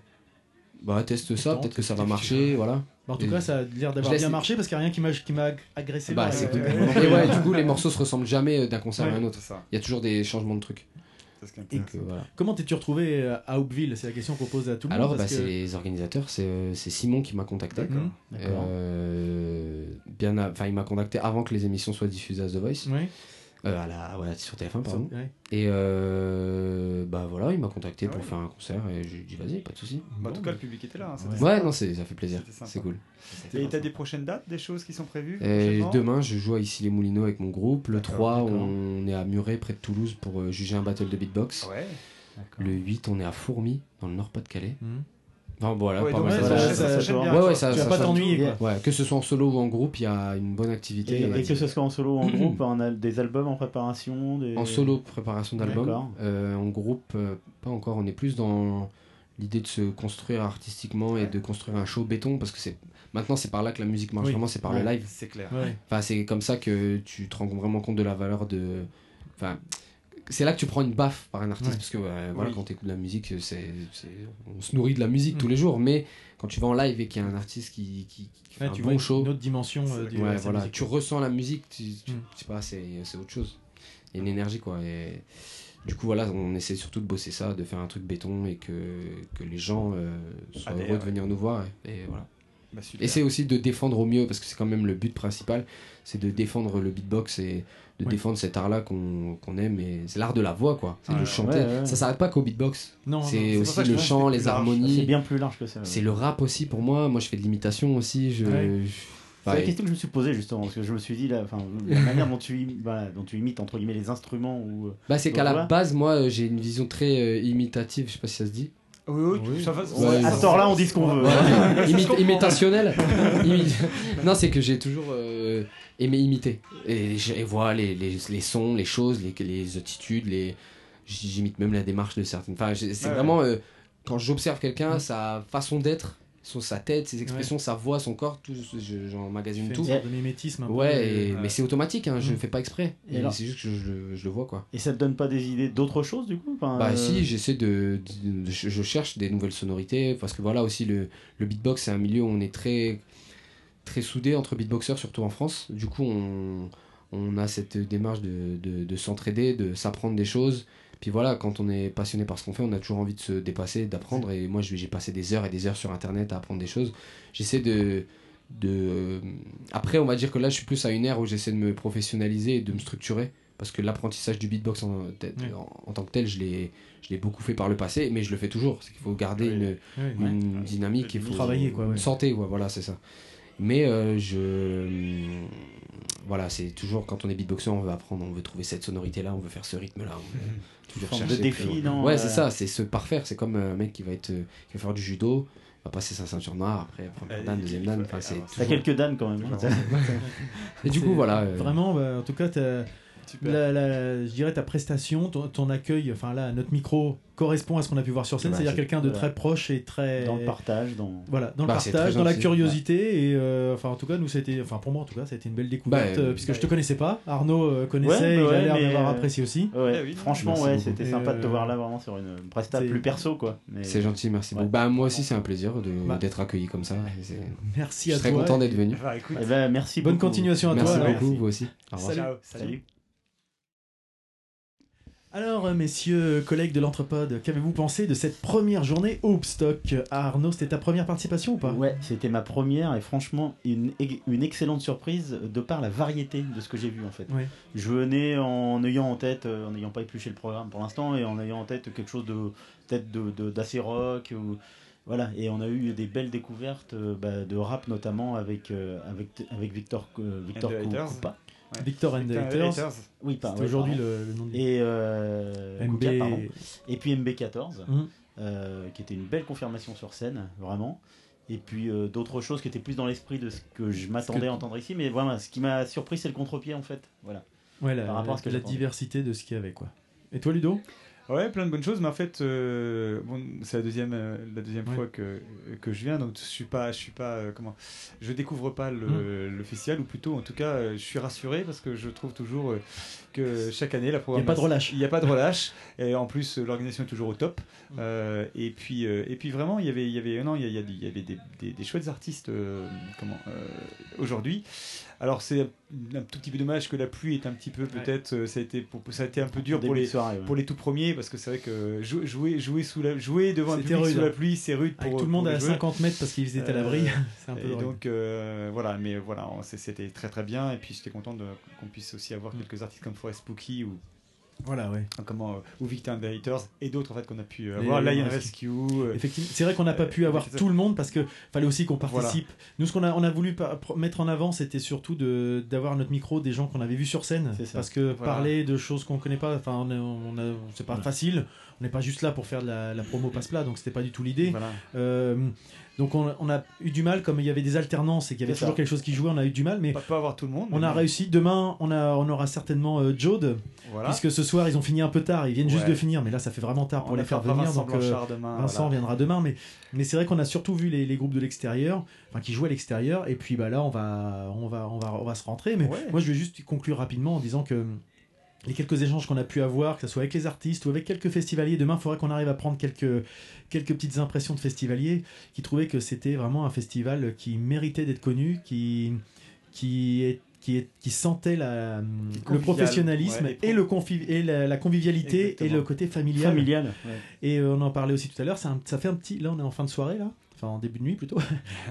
Speaker 15: bah, teste ça, peut-être que ça va marcher, voilà.
Speaker 2: Bah, en tout
Speaker 15: Et-
Speaker 2: cas, ça a l'air
Speaker 15: Je
Speaker 2: d'avoir
Speaker 15: laisse-
Speaker 2: bien marché parce qu'il n'y a rien qui m'a qui m'a agressé.
Speaker 15: Bah,
Speaker 2: dans la-
Speaker 15: c'est cool. Et ouais, du coup, les morceaux se ressemblent jamais euh, d'un concert à
Speaker 2: Ouais,
Speaker 15: un autre.
Speaker 2: c'est ça.
Speaker 15: Il y a toujours des changements de trucs.
Speaker 2: Et
Speaker 15: Donc, euh, voilà.
Speaker 2: Comment t'es-tu retrouvé euh, à Hopeville C'est la question qu'on pose à tout le
Speaker 15: Alors,
Speaker 2: monde.
Speaker 15: bah,
Speaker 2: parce
Speaker 15: c'est
Speaker 2: que-
Speaker 15: les organisateurs, c'est euh, c'est Simon qui m'a contacté.
Speaker 2: D'accord. Mhm. D'accord.
Speaker 15: Euh, bien, a- enfin, il m'a contacté avant que les émissions soient diffusées à The Voice.
Speaker 2: Oui.
Speaker 15: Euh, à la, ouais, sur TF1, pardon.
Speaker 2: Sur- ouais. Ah
Speaker 15: Et euh, bah voilà, il m'a contacté pour faire un concert et je lui ai dit vas-y, pas de soucis.
Speaker 3: Bah, en tout cas, le public était là. hein, c'était
Speaker 15: Ouais,
Speaker 3: sympa.
Speaker 15: non, c'est- ça fait plaisir.
Speaker 3: C'était sympa.
Speaker 15: C'est cool.
Speaker 3: Et t'as des prochaines dates, des choses qui sont prévues
Speaker 15: Et
Speaker 3: prochainement
Speaker 15: demain, je joue à Ici les Moulineaux avec mon groupe. Le 3, on est à Muret, près de Toulouse, pour euh, juger un battle de beatbox.
Speaker 3: Ouais.
Speaker 15: Le 8, on est à Fourmi, dans le Nord-Pas-de-Calais.
Speaker 2: Mhm.
Speaker 15: Enfin, voilà,
Speaker 2: Ouais,
Speaker 15: pas
Speaker 2: donc
Speaker 15: mal.
Speaker 2: ouais,
Speaker 15: Voilà.
Speaker 2: ça- ça- ça s'enchaîne bien,
Speaker 15: Ouais,
Speaker 2: quoi.
Speaker 15: ouais, ça-
Speaker 2: Tu vas
Speaker 15: ça-
Speaker 2: pas
Speaker 15: ça-
Speaker 2: t'ennuyer, quoi.
Speaker 15: Ouais, que ce soit en solo ou en groupe, il y a une bonne activité.
Speaker 4: Et,
Speaker 15: Ouais.
Speaker 4: et que ce soit en solo ou en groupe, on a des albums en préparation. Des...
Speaker 15: En solo, préparation
Speaker 4: D'accord.
Speaker 15: d'album. Euh, en groupe, euh, pas encore. On est plus dans l'idée de se construire artistiquement et de construire un show béton parce que c'est maintenant c'est par là que la musique marche
Speaker 2: Oui.
Speaker 15: vraiment, c'est par le
Speaker 2: Ouais.
Speaker 15: live.
Speaker 2: C'est clair. Ouais.
Speaker 15: Enfin, c'est comme ça que tu te rends vraiment compte de la valeur de. Enfin, c'est là que tu prends une baffe par un artiste
Speaker 2: Ouais.
Speaker 15: parce que euh, voilà,
Speaker 2: Oui.
Speaker 15: quand tu écoutes de la musique, c'est, c'est- on se nourrit de la musique
Speaker 2: Mm.
Speaker 15: tous les jours, mais quand tu vas en live et qu'il y a un artiste qui, qui, qui fait
Speaker 2: Ouais,
Speaker 15: un
Speaker 2: tu
Speaker 15: bon
Speaker 2: vois une
Speaker 15: show,
Speaker 2: autre dimension, euh, du-
Speaker 15: ouais,
Speaker 2: de sa
Speaker 15: voilà,
Speaker 2: musique, Hmm.
Speaker 15: tu ressens la musique, tu, tu- je sais pas, c'est, c'est autre chose. Il y a une énergie quoi. Et Du coup, voilà, on essaie surtout de bosser ça, de faire un truc béton et que, que les gens euh, soient
Speaker 3: Adhère,
Speaker 15: heureux de
Speaker 3: ouais.
Speaker 15: venir nous voir. Et, et voilà.
Speaker 3: Bah, super.
Speaker 15: et c'est aussi de défendre au mieux, parce que c'est quand même le but principal, c'est de défendre le beatbox et de
Speaker 2: Oui.
Speaker 15: défendre cet art-là qu'on qu'on aime. Et c'est l'art de la voix, quoi. C'est
Speaker 2: Ah,
Speaker 15: de chanter.
Speaker 2: ouais, ouais.
Speaker 15: Ça s'arrête pas qu'au beatbox.
Speaker 2: Non, non,
Speaker 15: c'est
Speaker 2: c'est pour
Speaker 15: aussi
Speaker 2: ça que je
Speaker 15: le
Speaker 2: pense
Speaker 15: chant,
Speaker 2: que c'est
Speaker 15: les
Speaker 2: plus large.
Speaker 15: harmonies.
Speaker 4: C'est bien plus large que ça, ouais.
Speaker 15: C'est le rap aussi pour moi. Moi, je fais de l'imitation aussi. Je,
Speaker 4: Ouais.
Speaker 15: je-
Speaker 4: C'est la
Speaker 15: pareil.
Speaker 4: question que je me suis posée justement, parce que je me suis dit la, enfin, la manière dont tu, im- voilà, dont tu imites entre guillemets les instruments ou.
Speaker 15: Bah, c'est
Speaker 4: donc
Speaker 15: qu'à la
Speaker 4: voilà.
Speaker 15: base, moi, euh, j'ai une vision très euh, imitative, je sais pas si ça se dit.
Speaker 3: Oui, oui, ça va-
Speaker 15: Ouais,
Speaker 4: à
Speaker 15: ça-
Speaker 4: ce temps-là, on dit ce qu'on veut.
Speaker 15: Ouais.
Speaker 4: Ça se
Speaker 15: Imi-
Speaker 4: comprend.
Speaker 15: imitationnel. Imi- non, c'est que j'ai toujours euh, aimé imiter. Et je et vois les, les, les sons, les choses, les, les attitudes, les... j'imite même la démarche de certaines. Enfin, j'ai- c'est
Speaker 13: Ouais,
Speaker 15: vraiment euh, quand j'observe quelqu'un, sa façon d'être, son, sa tête, ses expressions, sa voix, son corps, tout, je- j'emmagasine
Speaker 2: Fait
Speaker 15: tout.
Speaker 2: une sorte de mimétisme un peu. euh,
Speaker 15: ouais, et-
Speaker 2: Ouais.
Speaker 15: mais c'est automatique, hein, je ne
Speaker 2: Mm.
Speaker 15: fais pas exprès.
Speaker 4: euh, Mmh. Et alors
Speaker 15: C'est juste que je, je- je le vois quoi.
Speaker 4: Et ça te donne pas des idées d'autres choses du coup Enfin,
Speaker 15: Bah
Speaker 4: euh,
Speaker 15: si, j'essaie de, de- de- je je cherche des nouvelles sonorités parce que voilà aussi le, le beatbox c'est un milieu où on est très très soudé entre beatboxers surtout en France. Du coup on, on a cette démarche de, de, de s'entraider, de s'apprendre des choses. Puis voilà, quand on est passionné par ce qu'on fait, on a toujours envie de se dépasser, d'apprendre. Et moi, je- j'ai passé des heures et des heures sur Internet à apprendre des choses. J'essaie de, de... Après, on va dire que là, je suis plus à une ère où j'essaie de me professionnaliser et de me structurer. Parce que l'apprentissage du beatbox en, en- en tant que tel, je l'ai je l'ai beaucoup fait par le passé, mais je le fais toujours. C'est qu'il faut garder une,
Speaker 2: Ouais.
Speaker 15: une dynamique, il faut
Speaker 2: Travailler, quoi, ouais.
Speaker 15: une santé, ouais, voilà, c'est ça. Mais euh, je. Voilà, c'est toujours quand on est beatboxer, on veut apprendre, on veut trouver cette sonorité-là, on veut faire ce rythme-là. on veut Toujours
Speaker 4: Forme de
Speaker 15: chercher plus
Speaker 4: défi,
Speaker 15: loin.
Speaker 4: non,
Speaker 15: Ouais,
Speaker 4: euh,
Speaker 15: c'est ça, c'est se parfaire. C'est comme euh, un mec qui va, être, euh, qui va faire du judo, va passer sa ceinture noire, après
Speaker 2: Euh,
Speaker 15: première dan, deuxième dan. Enfin, c'est
Speaker 4: T'as
Speaker 15: toujours-
Speaker 4: quelques dames quand même. hein.
Speaker 15: toujours- Et du coup,
Speaker 2: C'est
Speaker 15: voilà. euh,
Speaker 2: Vraiment, bah, en tout cas, t'as- la- la- je dirais ta prestation, ton, ton accueil, enfin là, notre micro correspond à ce qu'on a pu voir sur scène,
Speaker 4: Bah,
Speaker 2: c'est-à-dire
Speaker 4: c'est-
Speaker 2: quelqu'un de
Speaker 4: voilà.
Speaker 2: très proche et très.
Speaker 4: Dans le partage, dans-
Speaker 2: Voilà, dans
Speaker 4: Bah,
Speaker 2: le
Speaker 4: c'est
Speaker 2: partage,
Speaker 4: très
Speaker 2: dans la
Speaker 4: gentil.
Speaker 2: curiosité, et euh, enfin, en tout cas, nous, c'était, enfin, pour moi, en tout cas, ça a été une belle découverte,
Speaker 4: Bah, euh,
Speaker 2: euh, puisque
Speaker 4: bah,
Speaker 2: je te connaissais pas. Arnaud euh,
Speaker 4: Ouais, bah
Speaker 2: connaissait, il a
Speaker 4: ouais,
Speaker 2: l'air
Speaker 4: mais,
Speaker 2: d'avoir
Speaker 4: euh,
Speaker 2: apprécié aussi.
Speaker 4: ouais, franchement,
Speaker 15: Ah Merci
Speaker 4: ouais,
Speaker 15: beaucoup.
Speaker 4: c'était
Speaker 15: Et,
Speaker 4: sympa de te
Speaker 15: euh,
Speaker 4: voir là vraiment sur une presta
Speaker 2: c'est-
Speaker 4: plus perso quoi. Mais- Bah.
Speaker 15: C'est gentil, merci beaucoup. Bah, moi aussi, c'est un plaisir de- d'être accueilli comme ça. et c'est-
Speaker 2: Merci
Speaker 15: Je
Speaker 2: à
Speaker 15: suis très
Speaker 2: toi.
Speaker 15: content d'être venu.
Speaker 2: Bah, écoute,
Speaker 4: Eh ben, merci
Speaker 2: Bonne
Speaker 4: beaucoup.
Speaker 2: continuation à
Speaker 15: Merci
Speaker 2: toi. alors.
Speaker 15: beaucoup, vous aussi. Au revoir.
Speaker 2: Salut.
Speaker 4: Ciao,
Speaker 2: Salut. Alors, euh, messieurs, collègues de l'Entrepode, qu'avez-vous pensé de cette première journée Hoopstock à Ah, Arnaud, c'était ta première participation ou pas
Speaker 4: Ouais, c'était ma première et franchement une, une excellente surprise de par la variété de ce que j'ai vu en fait.
Speaker 2: Ouais.
Speaker 4: Je venais en ayant en tête, euh, en n'ayant pas épluché le programme pour l'instant et en ayant en tête quelque chose de peut-être de- de- d'assez rock ou voilà et on a eu des belles découvertes euh, bah, de rap notamment avec euh, avec avec Victor euh, Victor
Speaker 2: And the
Speaker 4: Cou-
Speaker 2: Haters.
Speaker 4: Coupa.
Speaker 2: Ouais. Victor and the Victor and the Haters. Haters.
Speaker 4: Oui, pardon,
Speaker 2: C'était
Speaker 4: ouais,
Speaker 2: aujourd'hui
Speaker 4: pardon.
Speaker 2: le- le nom du-
Speaker 4: Et euh,
Speaker 2: MB.
Speaker 4: Kuka, pardon. Et puis MB14,
Speaker 2: Mhm.
Speaker 4: euh, qui était une belle confirmation sur scène, vraiment. Et puis euh, d'autres choses qui étaient plus dans l'esprit de ce que je m'attendais à entendre ici. Mais vraiment, ce qui m'a surpris, c'est le contre-pied, en fait. Voilà.
Speaker 2: Ouais, la,
Speaker 4: Par rapport à ce que
Speaker 2: la
Speaker 4: j'attendais.
Speaker 2: diversité de ce qu'il y avait, quoi. Et toi, Ludo
Speaker 3: Ouais, plein de bonnes choses, mais en fait, euh, bon, c'est la deuxième, euh, la deuxième fois que, que je viens, donc je suis pas, je suis pas, euh, comment, je découvre pas le,
Speaker 2: Mmh.
Speaker 3: le festival, ou plutôt, en tout cas, euh, je suis rassuré parce que je trouve toujours euh, que chaque année, la
Speaker 2: Il y a pas de
Speaker 3: programmation-
Speaker 2: relâche.
Speaker 3: Il n'y a pas de relâche, et en plus, euh, l'organisation est toujours au top.
Speaker 2: Mmh.
Speaker 3: Euh, et puis, euh, et puis vraiment, il y avait, il y avait, euh, non, il y, a- il y a- il y avait des, des- des chouettes artistes, euh, comment, euh, aujourd'hui. Alors c'est un tout petit peu dommage que la pluie est un petit peu peut-être, euh, ça a été, pour- ça a été un peu dur pour
Speaker 4: Début
Speaker 3: les,
Speaker 4: de soirée, ouais.
Speaker 3: pour les tout premiers parce que c'est vrai que jou- jouer jouer sous la jouer devant un
Speaker 2: C'était
Speaker 3: public
Speaker 2: rude,
Speaker 3: sous la
Speaker 2: hein.
Speaker 3: pluie c'est rude pour
Speaker 2: Avec tout le monde
Speaker 3: pour
Speaker 2: à
Speaker 3: joueurs.
Speaker 2: 50 mètres parce qu'ils étaient à l'abri,
Speaker 3: Euh,
Speaker 2: c'est un peu
Speaker 3: et
Speaker 2: horrible.
Speaker 3: donc euh, voilà mais voilà on- c'est- c'était très très bien et puis j'étais content de- qu'on puisse aussi avoir quelques artistes comme Forest Spooky ou
Speaker 2: Mm. Voilà, ouais.
Speaker 3: comment euh, ou Victor and the Haters et d'autres en fait qu'on a pu avoir Lion Rescue euh,
Speaker 2: Effectivement, c'est vrai qu'on n'a pas pu
Speaker 3: euh,
Speaker 2: avoir
Speaker 3: c'est ça.
Speaker 2: tout le monde parce que fallait aussi qu'on
Speaker 3: Voilà.
Speaker 2: participe. Nous, ce qu'on a, on a voulu par- pr- mettre en avant, c'était surtout de d'avoir à notre micro des gens qu'on avait vus sur scène,
Speaker 4: C'est ça.
Speaker 2: parce que
Speaker 4: Voilà.
Speaker 2: parler de choses qu'on connaît pas, enfin, on, est- on a- c'est pas
Speaker 4: Voilà.
Speaker 2: facile. On n'est pas juste là pour faire de la, la promo passe plat, donc c'était pas du tout l'idée. Euh, donc on, on a eu du mal, comme il y avait des alternances et qu'il y avait
Speaker 3: C'est
Speaker 2: toujours
Speaker 3: ça.
Speaker 2: quelque chose qui jouait, on a eu du mal, mais
Speaker 3: pas avoir tout le monde.
Speaker 2: On a réussi. Demain, on a, on aura certainement euh, Jode,
Speaker 3: Voilà.
Speaker 2: puisque ce soir ils ont fini un peu tard, ils viennent juste
Speaker 3: Ouais.
Speaker 2: de finir, mais là ça fait vraiment tard pour
Speaker 3: On
Speaker 2: les
Speaker 3: a
Speaker 2: faire
Speaker 3: fait un
Speaker 2: venir.
Speaker 3: Vincent
Speaker 2: donc, euh,
Speaker 3: Blanchard demain,
Speaker 2: Vincent
Speaker 3: voilà.
Speaker 2: viendra demain, mais mais c'est vrai qu'on a surtout vu les, les groupes de l'extérieur, enfin qui jouent à l'extérieur, et puis bah là on va on va on va on va se rentrer. Mais moi je vais juste conclure rapidement en disant que les quelques échanges qu'on a pu avoir, que ce soit avec les artistes ou avec quelques festivaliers, demain, il faudrait qu'on arrive à prendre quelques, quelques petites impressions de festivaliers qui trouvaient que c'était vraiment un festival qui méritait d'être connu, qui, qui, est- qui, est, qui sentait la, le
Speaker 4: convivial,
Speaker 2: professionnalisme
Speaker 4: ouais,
Speaker 2: et, le confi- et la, la convivialité et le côté familial.
Speaker 4: Familial, ouais.
Speaker 2: Et euh, on en parlait aussi tout à l'heure, ça, ça fait un petit. Là, on est en fin de soirée, là. Enfin, en début de nuit plutôt.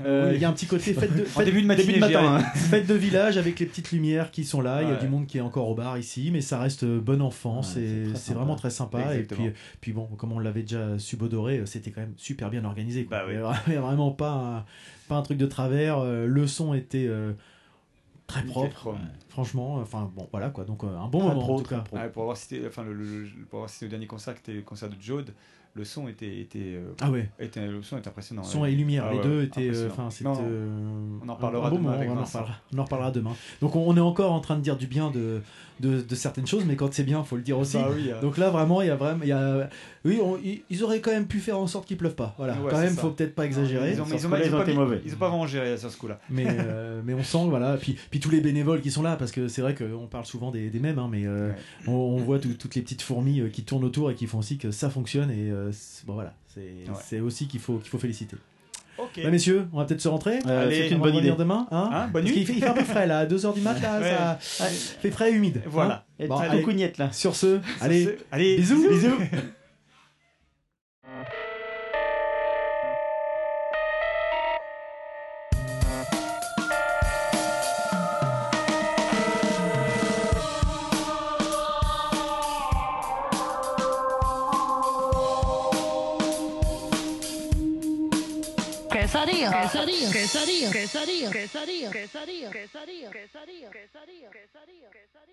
Speaker 2: Euh, Il
Speaker 4: Oui.
Speaker 2: y a un petit côté fête de,
Speaker 4: En
Speaker 2: fête-
Speaker 4: début de matinée, je
Speaker 2: matin,
Speaker 4: dirais.
Speaker 2: hein. fête de village avec les petites lumières qui sont là. Il y a
Speaker 4: Ouais.
Speaker 2: du monde qui est encore au bar ici, mais ça reste euh, bonne enfance et c'est vraiment très sympa.
Speaker 4: Exactement.
Speaker 2: Et puis, euh, puis bon, comme on l'avait déjà subodoré, euh, c'était quand même super bien organisé.
Speaker 4: Bah
Speaker 2: quoi. Il y avait- Il n'y a vraiment pas un, pas un truc de travers. euh, Le son était euh, très propre. Franchement, euh, enfin bon, voilà quoi. Donc euh, un bon
Speaker 3: Très Ah,
Speaker 2: moment
Speaker 3: pro,
Speaker 2: en tout
Speaker 3: très
Speaker 2: cas.
Speaker 3: pro. Ouais, pour avoir cité, enfin, le, le- le- pour avoir cité le dernier concert qui était le concert de Jode, le son était, était, euh,
Speaker 2: Ah ouais.
Speaker 3: était- le son était impressionnant.
Speaker 2: Son
Speaker 3: ouais.
Speaker 2: et lumière,
Speaker 3: Ah
Speaker 2: les
Speaker 3: ouais,
Speaker 2: deux étaient. euh,
Speaker 3: impressionnant.
Speaker 2: Enfin, c'était,
Speaker 3: Non, non.
Speaker 2: euh,
Speaker 3: on en reparlera
Speaker 2: un bon
Speaker 3: demain
Speaker 2: moment,
Speaker 3: avec
Speaker 2: on, en
Speaker 3: Vincent.
Speaker 2: reparlera, on en reparlera demain. Donc on, on est encore en train de dire du bien de, de, de certaines choses, mais quand c'est bien, faut le dire aussi.
Speaker 3: Bah oui, euh.
Speaker 2: Donc là vraiment, il y a vraiment, il y a, oui, on- ils- ils auraient quand même pu faire en sorte qu'il pleuve pas. Voilà,
Speaker 3: Ouais,
Speaker 2: quand
Speaker 3: c'est
Speaker 2: même,
Speaker 3: ça.
Speaker 2: faut peut-être pas exagérer.
Speaker 3: Ils ont, ils ont- ils ont pas, mis- Ils ont pas vraiment géré sur ce coup-là.
Speaker 2: mais, euh, mais on sent voilà puis puis tous les bénévoles qui sont là parce que c'est vrai qu'on parle souvent des, des mêmes hein, mais euh, on, on voit tout- toutes les petites fourmis euh, qui tournent autour et qui font aussi que ça fonctionne et euh, c'est- bon voilà c'est c'est aussi qu'il faut qu'il faut féliciter
Speaker 3: Ok.
Speaker 2: Bah, messieurs on va peut-être se rentrer
Speaker 4: Euh, Allez, c'est une
Speaker 2: on va
Speaker 4: bonne
Speaker 2: revenir
Speaker 4: idée.
Speaker 2: demain hein
Speaker 4: Hein, bonne
Speaker 2: Parce
Speaker 4: nuit.
Speaker 2: qu'il fait, il fait un peu frais là à 2h du mat là
Speaker 4: Ouais.
Speaker 2: ça ouais, fait frais et humide
Speaker 4: Voilà.
Speaker 2: hein
Speaker 4: Et très cougnette, là.
Speaker 2: sur ce
Speaker 4: Sur
Speaker 2: allez
Speaker 4: ce, allez,
Speaker 2: bisous
Speaker 4: bisous.
Speaker 1: Quesadilla. Quesadilla. Quesadilla. Quesadilla. Quesadilla. Quesadilla. Quesadilla. Quesadilla. Quesadilla. Quesadilla. Quesadilla.